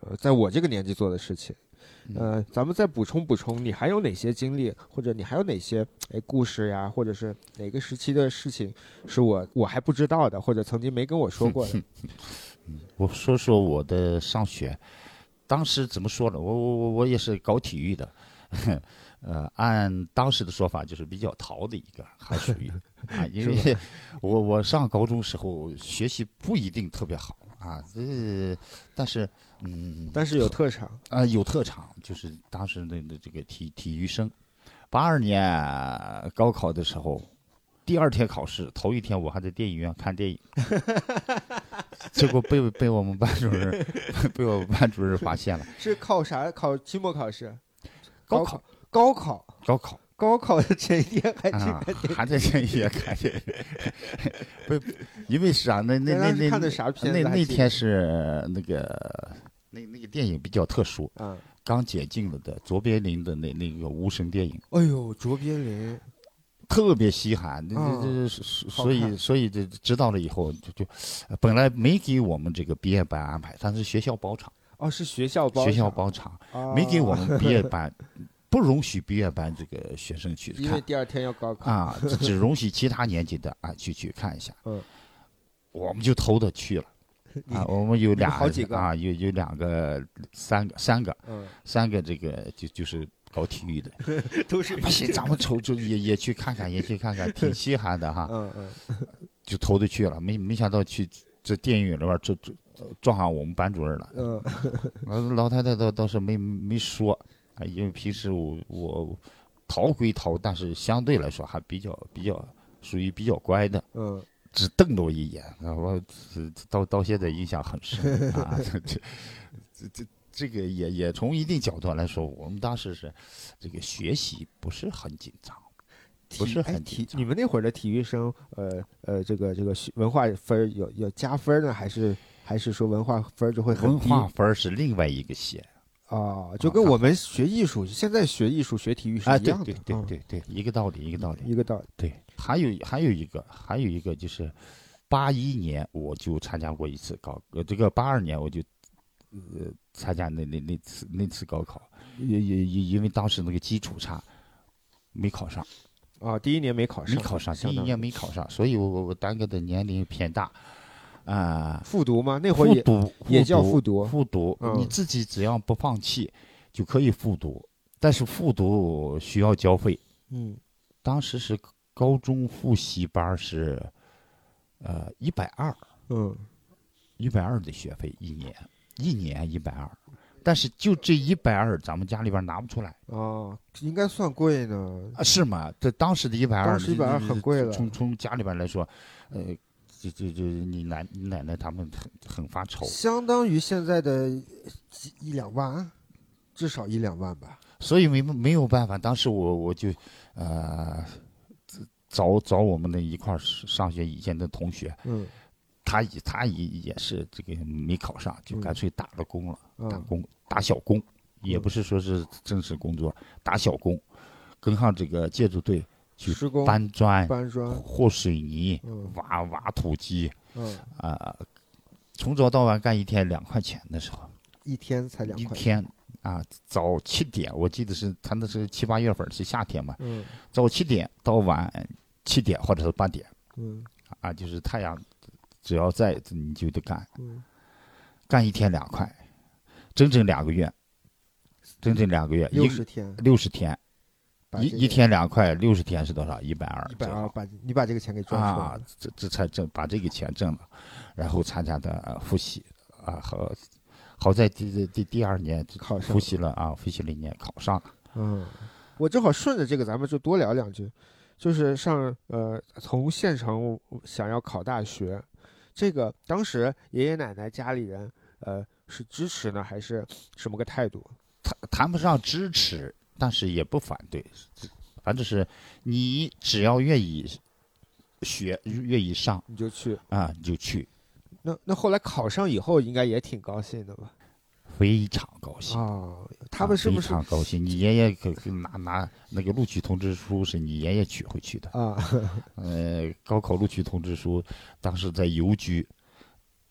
呃，在我这个年纪做的事情，
嗯
呃，咱们再补充补充，你还有哪些经历，或者你还有哪些哎故事呀，或者是哪个时期的事情是我我还不知道的，或者曾经没跟我说过
(laughs)
的？
嗯我说说我的上学，当时怎么说呢？我我我我也是搞体育的， (laughs) 呃，按当时的说法就是比较淘的一个，还属
(laughs)
于啊，因
是
为
吧
(laughs) 我我上高中时候学习不一定特别好啊，这但是嗯，
但是有特长
啊，有特长，就是当时的的这个体体育生。八二年呃高考的时候，第二天考试，头一天我还在电影院看电影，结果被被我们班主任 (laughs) 被我们班主任发现了。
是靠啥？考期末考试？
高
考？高考？
高考
高考的前一天还去
啊
看 (laughs) 电，
还在电影院看电影，不，因为啥？那那那
当时
那
看的啥片子
那
还
那
记
天
得
是那个那那个电影比较特殊，
啊，
刚解禁了的卓别林的那那个无声电影。
哎呦，卓别林，
特别稀罕，这
啊
这这，
好
所以
看
所以这知道了以后就就，呃本来没给我们这个毕业班安排，但是学校包场，
哦，是学校包
学校
场
包场，
啊
没给我
(laughs)
们毕业班，不容许毕业班这个学生去
因为
看
第二天要高考 (laughs)
啊，只只容许其他年级的啊去去看一下，
嗯，
我们就偷着去了。啊，我们有
(laughs) 你们
俩
好几个
啊，有有两个、三个、三个，
嗯
三个这个就就是搞体育的，
(laughs) 都是
不行，咱们
(laughs)
瞅瞅也也去看看，也去看看，挺稀罕的哈。
嗯嗯，
就投的去了，没没想到去这电影院里边儿这这撞上我们班主任了。
嗯，
老老太太倒倒是没没说啊，因为平时我我逃归逃，但是相对来说还比较比较属于比较乖的，
嗯，
只瞪了我一眼，然后只到到现在印象很深啊， (laughs) 这这这这这个也也从一定角度来说，我们当时是这个学习不是很紧张， (laughs) 不
体
是
哎
很
体，你们那会儿的体育生，呃呃，这个这个学文化分儿有有加分儿呢，还是还是说文化分儿就会很
文
低
化分儿是另外一个线。
啊？就跟我们学艺术，现在学艺术、学体育是
啊，
一
对
样的，
对对
嗯
对对，一个道理，一个道理，
一个道理。
对，还有还有一个，还有一个就是，八一年我就参加过一次高，呃，这个八二年我就，呃，参加那那那次那次高考，也也也因为当时那个基础差，没考上。
啊，第一年没考上，
没考上，第
相
一
当
年
于
没考上，所以我我我耽搁的年龄偏大，啊，
复读吗那会儿也
复读
也叫
复
复读
复读，
嗯
你自己只要不放弃，就可以复读，但是复读需要交费，
嗯，
当时是高中复习班是，呃，一百二，
嗯，
一百二的学费一年，一年一百二，但是就这一百二，咱们家里边拿不出来。
啊，应该算贵呢。
啊，是吗？这当时的一百二，
嗯当时120很贵了
从从家里边来说，呃，就就就你奶你奶奶他们很很发愁，
相当于现在的几一两万，啊至少一两万吧。
所以没没有办法。当时我我就，呃，找找我们的一块儿上学以前的同学，
嗯，
他也他也也是这个没考上，就干脆打了工了，
嗯
打工打小工，也不是说是正式工作，打小工，跟上这个建筑队去
施工
搬砖、
搬砖
和水泥
嗯、
挖挖土机，
嗯
啊，从早到晚干一天两块钱的时候，
一天才两
一
块。
天啊，早七点，我记得是他那是七八月份是夏天嘛，
嗯
早七点到晚七点或者是八点
嗯
啊，就是太阳只要在你就得干，
嗯，
干一天两块，整整两个月，整整两个月，
60天
六十天，
把
一
这
一
个
天两块，六十天是多少？一百二，
一百二把你把这个钱给赚出来
啊
了。，
这这才挣把这个钱挣了，然后参加的呃复习啊，好，好在第第第第二年考
上
复习了啊，复习了一年考上了。
嗯，我正好顺着这个，咱们就多聊两句。就是上呃，从县城想要考大学，这个当时爷爷奶奶家里人呃是支持呢，还是什么个态度？
谈谈不上支持，但是也不反对，反正是你只要愿意学，愿意上，
你就去
啊，你就去，
那那后来考上以后，应该也挺高兴的吧？
非常高兴
啊！他们是不
非
是
常高兴？你爷爷可可拿拿那个录取通知书是你爷爷取回去的
啊？ (laughs)
(laughs) 呃，高考录取通知书当时在邮局。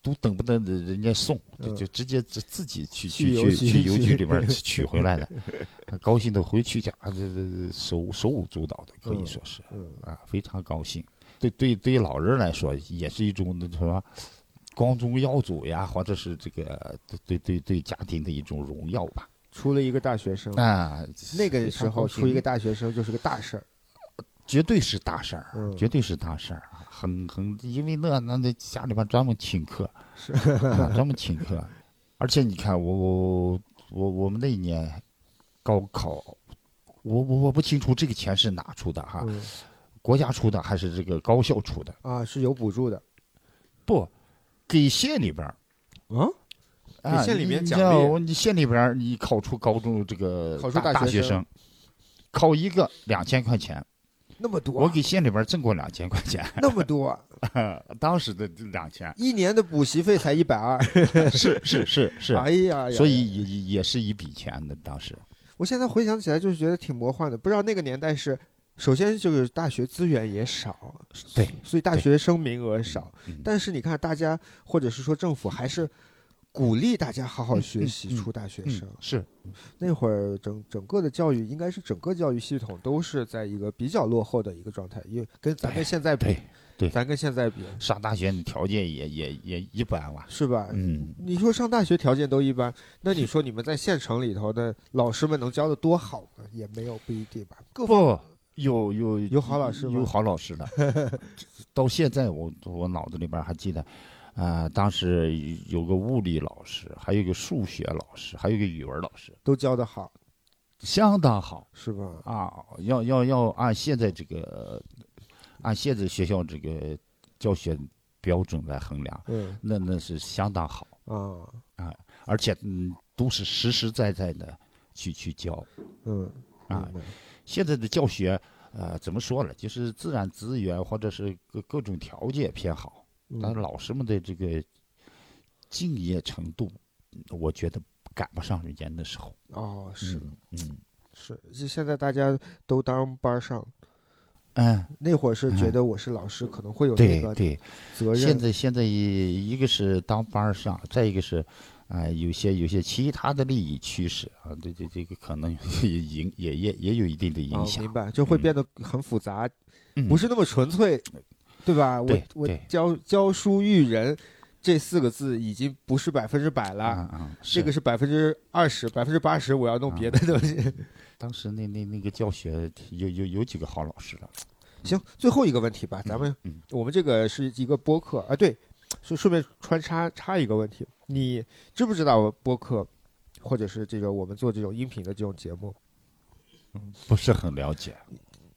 都等不等人人家送，就
嗯
就直接自自己去去
去邮
去
局
去
去
邮局里边
(laughs)
儿取回来的，高兴的回去家，啊这这这手手舞足蹈的，可以
嗯
说是
嗯
啊，非常高兴。对对对，老人来说也是一种那什么光宗耀祖呀，或者是这个对对对对家庭的一种荣耀吧。
出了一个大学生
啊
那个
非
时
常
候
高
出一个
兴
大学生就是个大事儿。
绝对是大事儿，啊
嗯
绝对是大事儿，啊很很，因为那那那家里边专门请客，
是
啊专门请客，而且你看我我我我们那一年高考，我我我不清楚这个钱是哪出的哈，
嗯
国家出的还是这个高校出的？
啊，是有补助的。
不，给县里边儿
啊，
啊，
给县里
你
边
你
奖
像
励
我你县里边儿你考出高中这个
考出
大
大
学
学生
生，考一个两千块钱，
那么多
我给县里边儿挣过两千块钱，
(laughs) 那么多，
(laughs) 当时的两
(laughs)
千，
一年的补习费才一
(laughs)
百二。
是是是 (laughs) 是，
哎呀呀
所以也也也是一笔钱的，当时
我现在回想起来，就是觉得挺魔幻的。不知道那个年代是，首先就是大学资源也少，
对，嗯
所以大学生名额少。但是你看，大家或者是说政府还是鼓励大家好好
嗯
学习，出大学生。
是
那会儿整整个的教育，应该是整个教育系统都是在一个比较落后的一个状态，因为跟咱跟现在比，
对，
咱跟现在比，
上大学你条件也也也一般吧，
是吧？
嗯，
你说上大学条件都一般，那你说你们在县城里头的老师们能教的多好呢？也没有，不一定吧。各
不有有
有好老师吗
有好老师的， (laughs) 到现在我我脑子里边还记得，啊、当时有个物理老师，还有个数学老师，还有个语文老师，
都教的好，
相当好，
是吧？
啊，要要要按现在这个，按现在学校这个教学标准来衡量，
嗯
那那是相当好
啊
啊，而且嗯，都是实实在在的去去教，
嗯
啊，现在的教学呃怎么说呢？就是自然资源或者是各各种条件偏好，
嗯
但是老师们的这个敬业程度，嗯我觉得赶不上人家那时候。
哦，是
嗯嗯
是，就现在大家都当班儿上，
嗯，
那会儿是觉
嗯
得我是老师，可能会有那
对
个
对
责任。
现在现在一一个是当班儿上，再一个是，啊、有些有些其他的利益驱使啊，对对，这个可能也影也也也有一定的
哦
影响。
明白，就会
嗯
变得很复杂，
嗯
不是那么纯粹，对吧？我
对
我
对
教教书育人这四个字已经不是百分之百了，这
啊是啊
个是百分之二十、百分之八十，我要弄别的东西。 (laughs)
当时那那那个教学有有有几个好老师嗯了，
行，最后一个问题吧，咱们、我们这个是一个播客啊，对，顺顺便穿插插一个问题，你知不知道播客，或者是这个我们做这种音频的这种节目，嗯
不是很了解。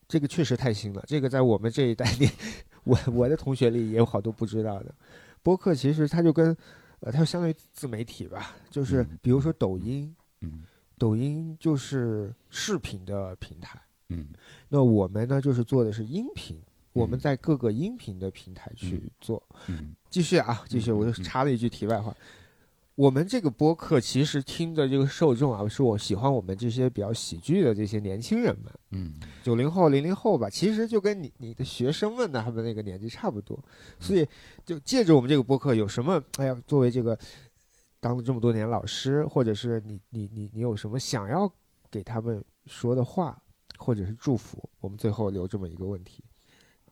这个确实太新了，这个在我们这一代里， (laughs) 我我的同学里也有好多不知道的。播客其实它就跟，呃，它就相当于自媒体吧，就是比如说抖音，
嗯，
抖音就是视频的平台，
嗯，
那我们呢就是做的是音频，我们在各个音频的平台去做。
嗯，
继续啊，继续，我就插了一句题外话。我们这个播客其实听的这个受众啊，是我喜欢我们这些比较喜剧的这些年轻人们，
嗯，
九零后、零零后吧，其实就跟你你的学生们呢，他们那个年纪差不多，
嗯
所以就借着我们这个播客，有什么哎呀，作为这个当了这么多年老师，或者是你你你你有什么想要给他们说的话，或者是祝福，我们最后留这么一个问题，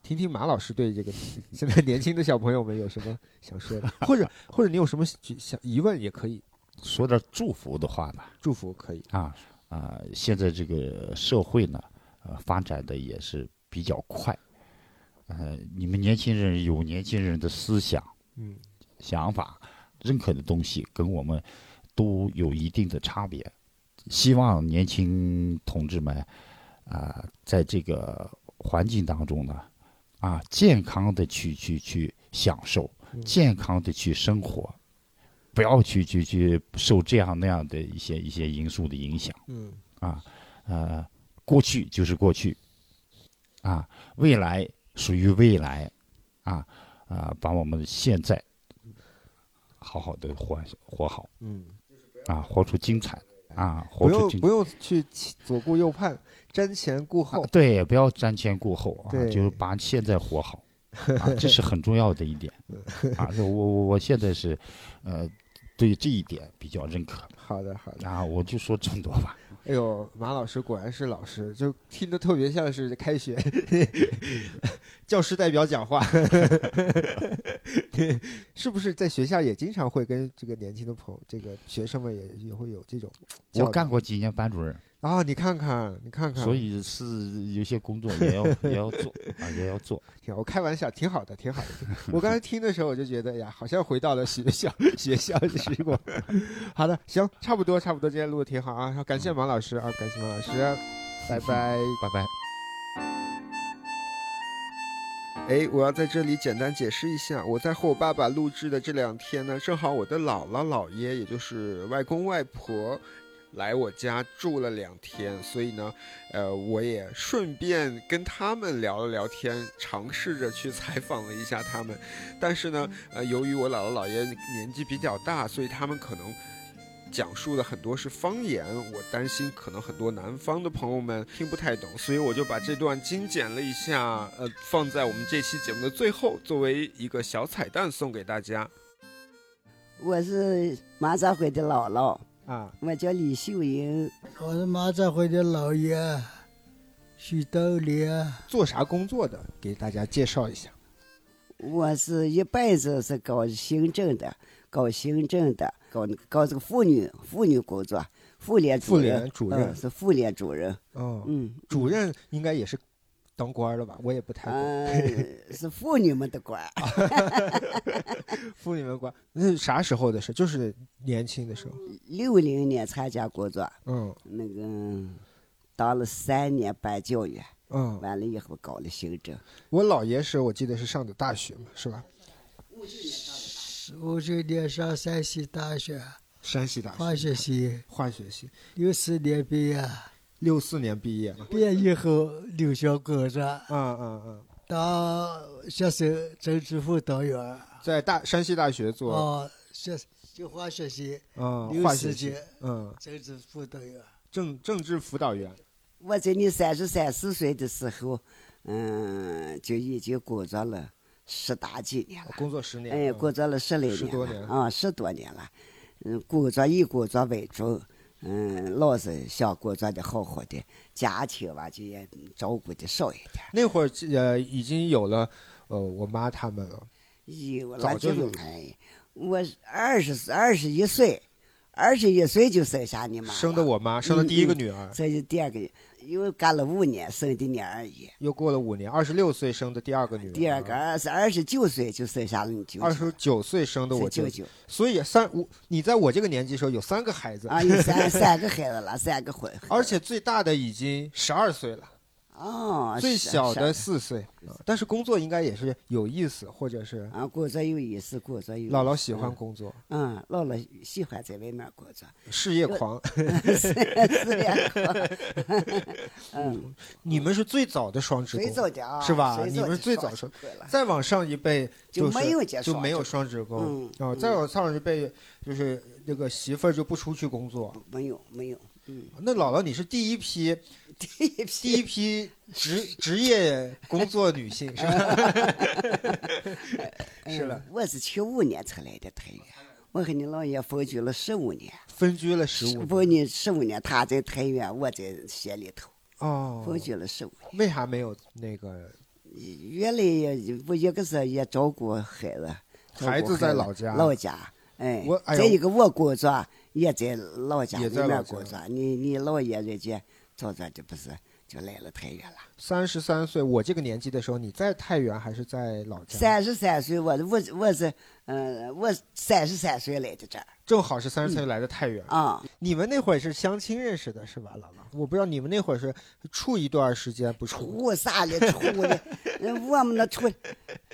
听听马老师对这个 (laughs) 现在年轻的小朋友们有什么想说的， (laughs) 或
(laughs)
者或者你有什么想疑问也可以，
说点祝福的话吧。
祝福可以
啊啊、现在这个社会呢，呃，发展的也是比较快。呃，你们年轻人有年轻人的思想，
嗯，
想法、认可的东西，跟我们都有一定的差别。希望年轻同志们啊、在这个环境当中呢，啊，健康的去去去享受，
嗯
健康的去生活，不要去去去受这样那样的一些一些因素的影响。
嗯
啊，呃，过去就是过去，啊，未来属于未来，啊啊，把我们现在好好的活活好，
嗯，
啊，活出精彩啊，活
不
出
用
精
不用去左顾右盼，瞻前顾后，
啊对，不要瞻前顾后啊，
对
就是把现在活好，啊，这是很重要的一
(laughs)
点啊。我我我现在是，呃，对这一点比较认可。
好的好的
啊，我就说这么多
(laughs)
吧。
哎呦，马老师果然是老师，就听着特别像是开学 (laughs) 教师代表讲话， (laughs) 是不是在学校也经常会跟这个年轻的朋友、这个学生们也也会有这种
我干过几年班主任，
啊、你看看，你看看，
所以是有些工作也要也要做啊，也要做。
挺好我开玩笑，挺好的，挺好的。我刚才听的时候，我就觉得哎呀，好像回到了学校 (laughs) 学校的时光。 (laughs) 好的，行，差不多，差不多，今天录的挺好啊，感谢马老师啊，感谢马老师，拜拜，
拜拜。
哎，我要在这里简单解释一下，我在和我爸爸录制的这两天呢，正好我的姥姥姥爷，也就是外公外婆，
来我家住了两天，所以呢，呃，我也顺便跟他们聊了聊天，尝试着去采访了一下他们。但是呢，呃，由于我姥姥姥爷年纪比较大，所以他们可能讲述的很多是方言，我担心可能很多南方的朋友们听不太懂，所以我就把这段精简了一下，呃，放在我们这期节目的最后，作为一个小彩蛋送给大家。
我是马扎会的姥姥
啊，
我叫李秀英。
我是马扎会的姥爷，许道林。
做啥工作的？给大家介绍一下。
我是一辈子是搞行政的，搞行政的，搞搞这个妇女妇女工作，妇联
妇
人
联主任
嗯是妇联主任。
哦，
嗯，
主任应该也是当官了吧？我也不太懂。
嗯， (laughs) 是妇女们的官。
(laughs) 妇女们官，那啥时候的事？就是年轻的时候。
六零年参加工作，
嗯，
那个当了三年班教员，
嗯
完了以后搞了行政，
我姥哦爷是我记得是上的大学嘛，是吧？
五九年上山西大学
山西
哦
大学
化学系，
化学系
六四年毕业，
六四年毕业嘛。
毕业以后留校工作，
嗯嗯嗯，
当学生政治辅导员，
在大山西大学做
哦
啊，学就化学系，
嗯
六
化学
四
系
年，
嗯
政治辅导员。
政政治辅导员。
我在你三十三四岁的时候，嗯，就已经工作了十大几年了，
工作十年
哎，
嗯
工作了十来
十多年
了啊，十多年了，嗯，工作以工作为主，嗯，老是想工作的好好的，家庭吧就也照顾的少一点，
那会儿呃已经有了呃我妈他们了，
有了
早就有
就哎，我二十二十一岁，二十一岁就生下你妈了，
生的我妈，生的第一个女
嗯
儿
嗯，这就第二个，又干了五年，生的女儿也。
又过了五年，二十六岁生的第二个女儿，
第二个二是二十九岁就生下了你舅舅，
二十九岁生的
是
我
舅
舅
舅，
所以三五你在我这个年纪的时候有三个孩子
啊，有三 (laughs) 三个孩子了，三个混
而且最大的已经十二岁了，
哦，
最
是
小的
是
四岁，啊但是工作应该也是有意思，或者是
啊，工作有意思，工作有意思
姥姥喜欢工作，
嗯，姥姥喜欢在外面工作，
事业狂
是 (laughs) 事业
(laughs)
狂， (laughs) 嗯，
你们是最早的双职工，
最早的啊
是吧？
最
你
早的
们是最早
双
双
职工了，
再往上一辈
就是没有结
就
双
没有
职
双职工
嗯，
啊，
嗯
再往上一辈就是那个媳妇儿就不出去工作，
没有没有，嗯，
那姥姥你是第一批，
(laughs) 第一批
第一批
(laughs)
职职业工作女性是吧？是了
嗯，我是七五年才来的太原，我和你姥爷分居了十五年，
分居了十五
不，你十五年，他在太原，我在县里头， (laughs)
哦，
分居了十五
为啥没有那个
原来也不一个是也照顾孩子，照顾
孩子在老家
老家，哎，
我哎呦
再一个我工作也在老家
也
里
在老
面
家
工作，你你姥爷人家早早就不是就来了太原了。
三十三岁我这个年纪的时候，你在太原还是在老家？
三十三岁，我我我是嗯、呃，我三十三岁来的这儿，
正好是三十岁来的太原
嗯
嗯
啊。
你们那会儿是相亲认识的是吧，姥姥？我不知道你们那会儿是处一段时间不处，
我啥的出的， (laughs) 人我们那出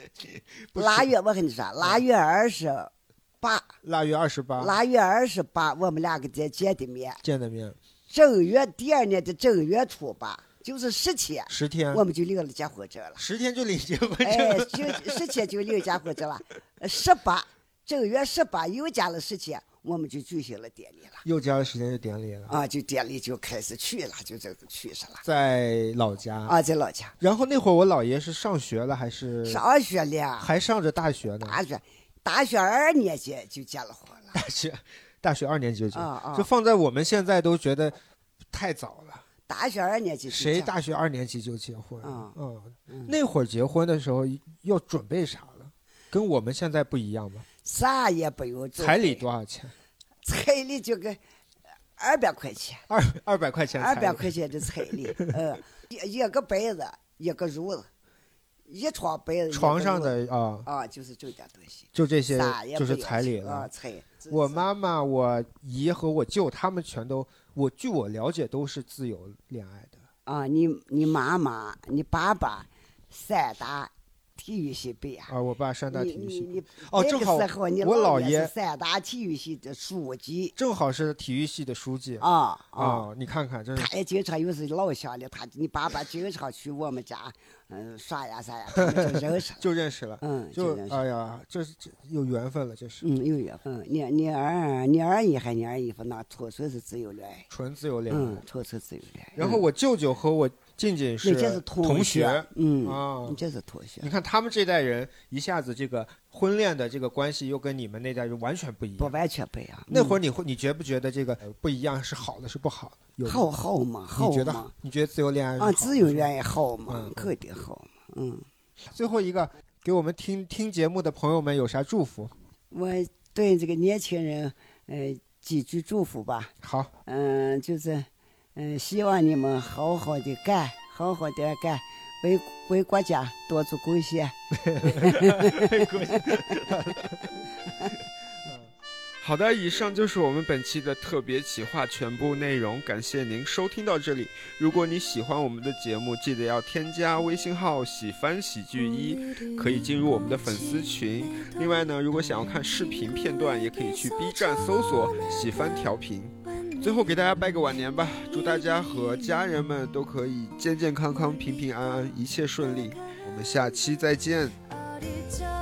(laughs)
腊月，我跟你说，
嗯
腊月二十
啊
八，
腊月二十八，
腊月二十八，我们两个在见的面。
见的面
正月第二年的正月初八，就是十天，
十天。
我们就领了结婚证了
十天就领结婚证
哎，
了，
就十天就领结婚证了。呃十八，正月十八又加了十天，我们就举行了典礼了
又加了时间就典礼了，
啊，就典礼就开始去了，就这个去上了
在老家
啊，在老家
然后那会儿我姥爷是上学了还是
上学了，
还上着大学呢？
大学大学二年级就结了婚了，
大学大学二年级就结
啊啊
就放在我们现在都觉得太早了。
大学二年级就结
谁大学二年级就结婚？
啊
嗯，
嗯
那会儿结婚的时候要准备啥了？跟我们现在不一样吗？
啥也不用做，
彩礼多少钱？ (laughs)
彩礼就个二百块钱。
二二百块钱。
二百块。钱的彩礼，
(laughs)
嗯，一一个被子，一个褥子，一床被子，一个
床上
褥
的
子
啊
啊，就是这点东西，
就这些
啥也
就是
不要
彩礼
求
了
啊，彩
我妈妈、我姨和我舅他们全都，我据我了解都是自由恋爱的。
啊，你你妈妈、你爸爸，三大体育系毕业。
啊，我爸山大
你
体育
你
系
你
哦，
那
正
个
好
时候你
我姥
爷
爷
是三大体育系的书记，
正好是体育系的书记
啊啊
啊！你看看，真
他
是
也经常又是老乡了，他你爸爸经常去我们家，嗯，耍呀啥呀，他们
(laughs)
就认识了，
就认识了，
嗯，
就
认识了
哎呀，这是这有缘分了，这是
嗯，有缘分。你你二你二姨还你二姨夫，那纯粹是自由恋爱，
纯自由恋爱。
嗯，纯粹自由恋爱。
然后我舅舅和我静静
人家是同
同
学嗯
啊，
人家是同学
你看他们这代人一下子这个婚恋的这个关系又跟你们那代人完全不一样，不
完全不一样。嗯
那会儿你会你觉不觉得这个呃不一样是好的是不好的？有吗
好好嘛好
你觉得
嘛
你觉得自由恋爱是
啊，
好
自由恋爱好
嗯
嘛，肯定好嘛。嗯，
最后一个给我们听听节目的朋友们有啥祝福？
我对这个年轻人，呃，几句祝福吧。
好，
呃嗯、就是，嗯、希望你们好好的干，好好的干，为为国家多做贡献。 (laughs)
好的，以上就是我们本期的特别企划全部内容，感谢您收听到这里。如果你喜欢我们的节目，记得要添加微信号“喜翻喜剧一”，可以进入我们的粉丝群。另外呢，如果想要看视频片段，也可以去 B 站搜索“喜翻调频”。最后给大家拜个晚年吧，祝大家和家人们都可以健健康康、平平安安，一切顺利。我们下期再见。
ありちゃ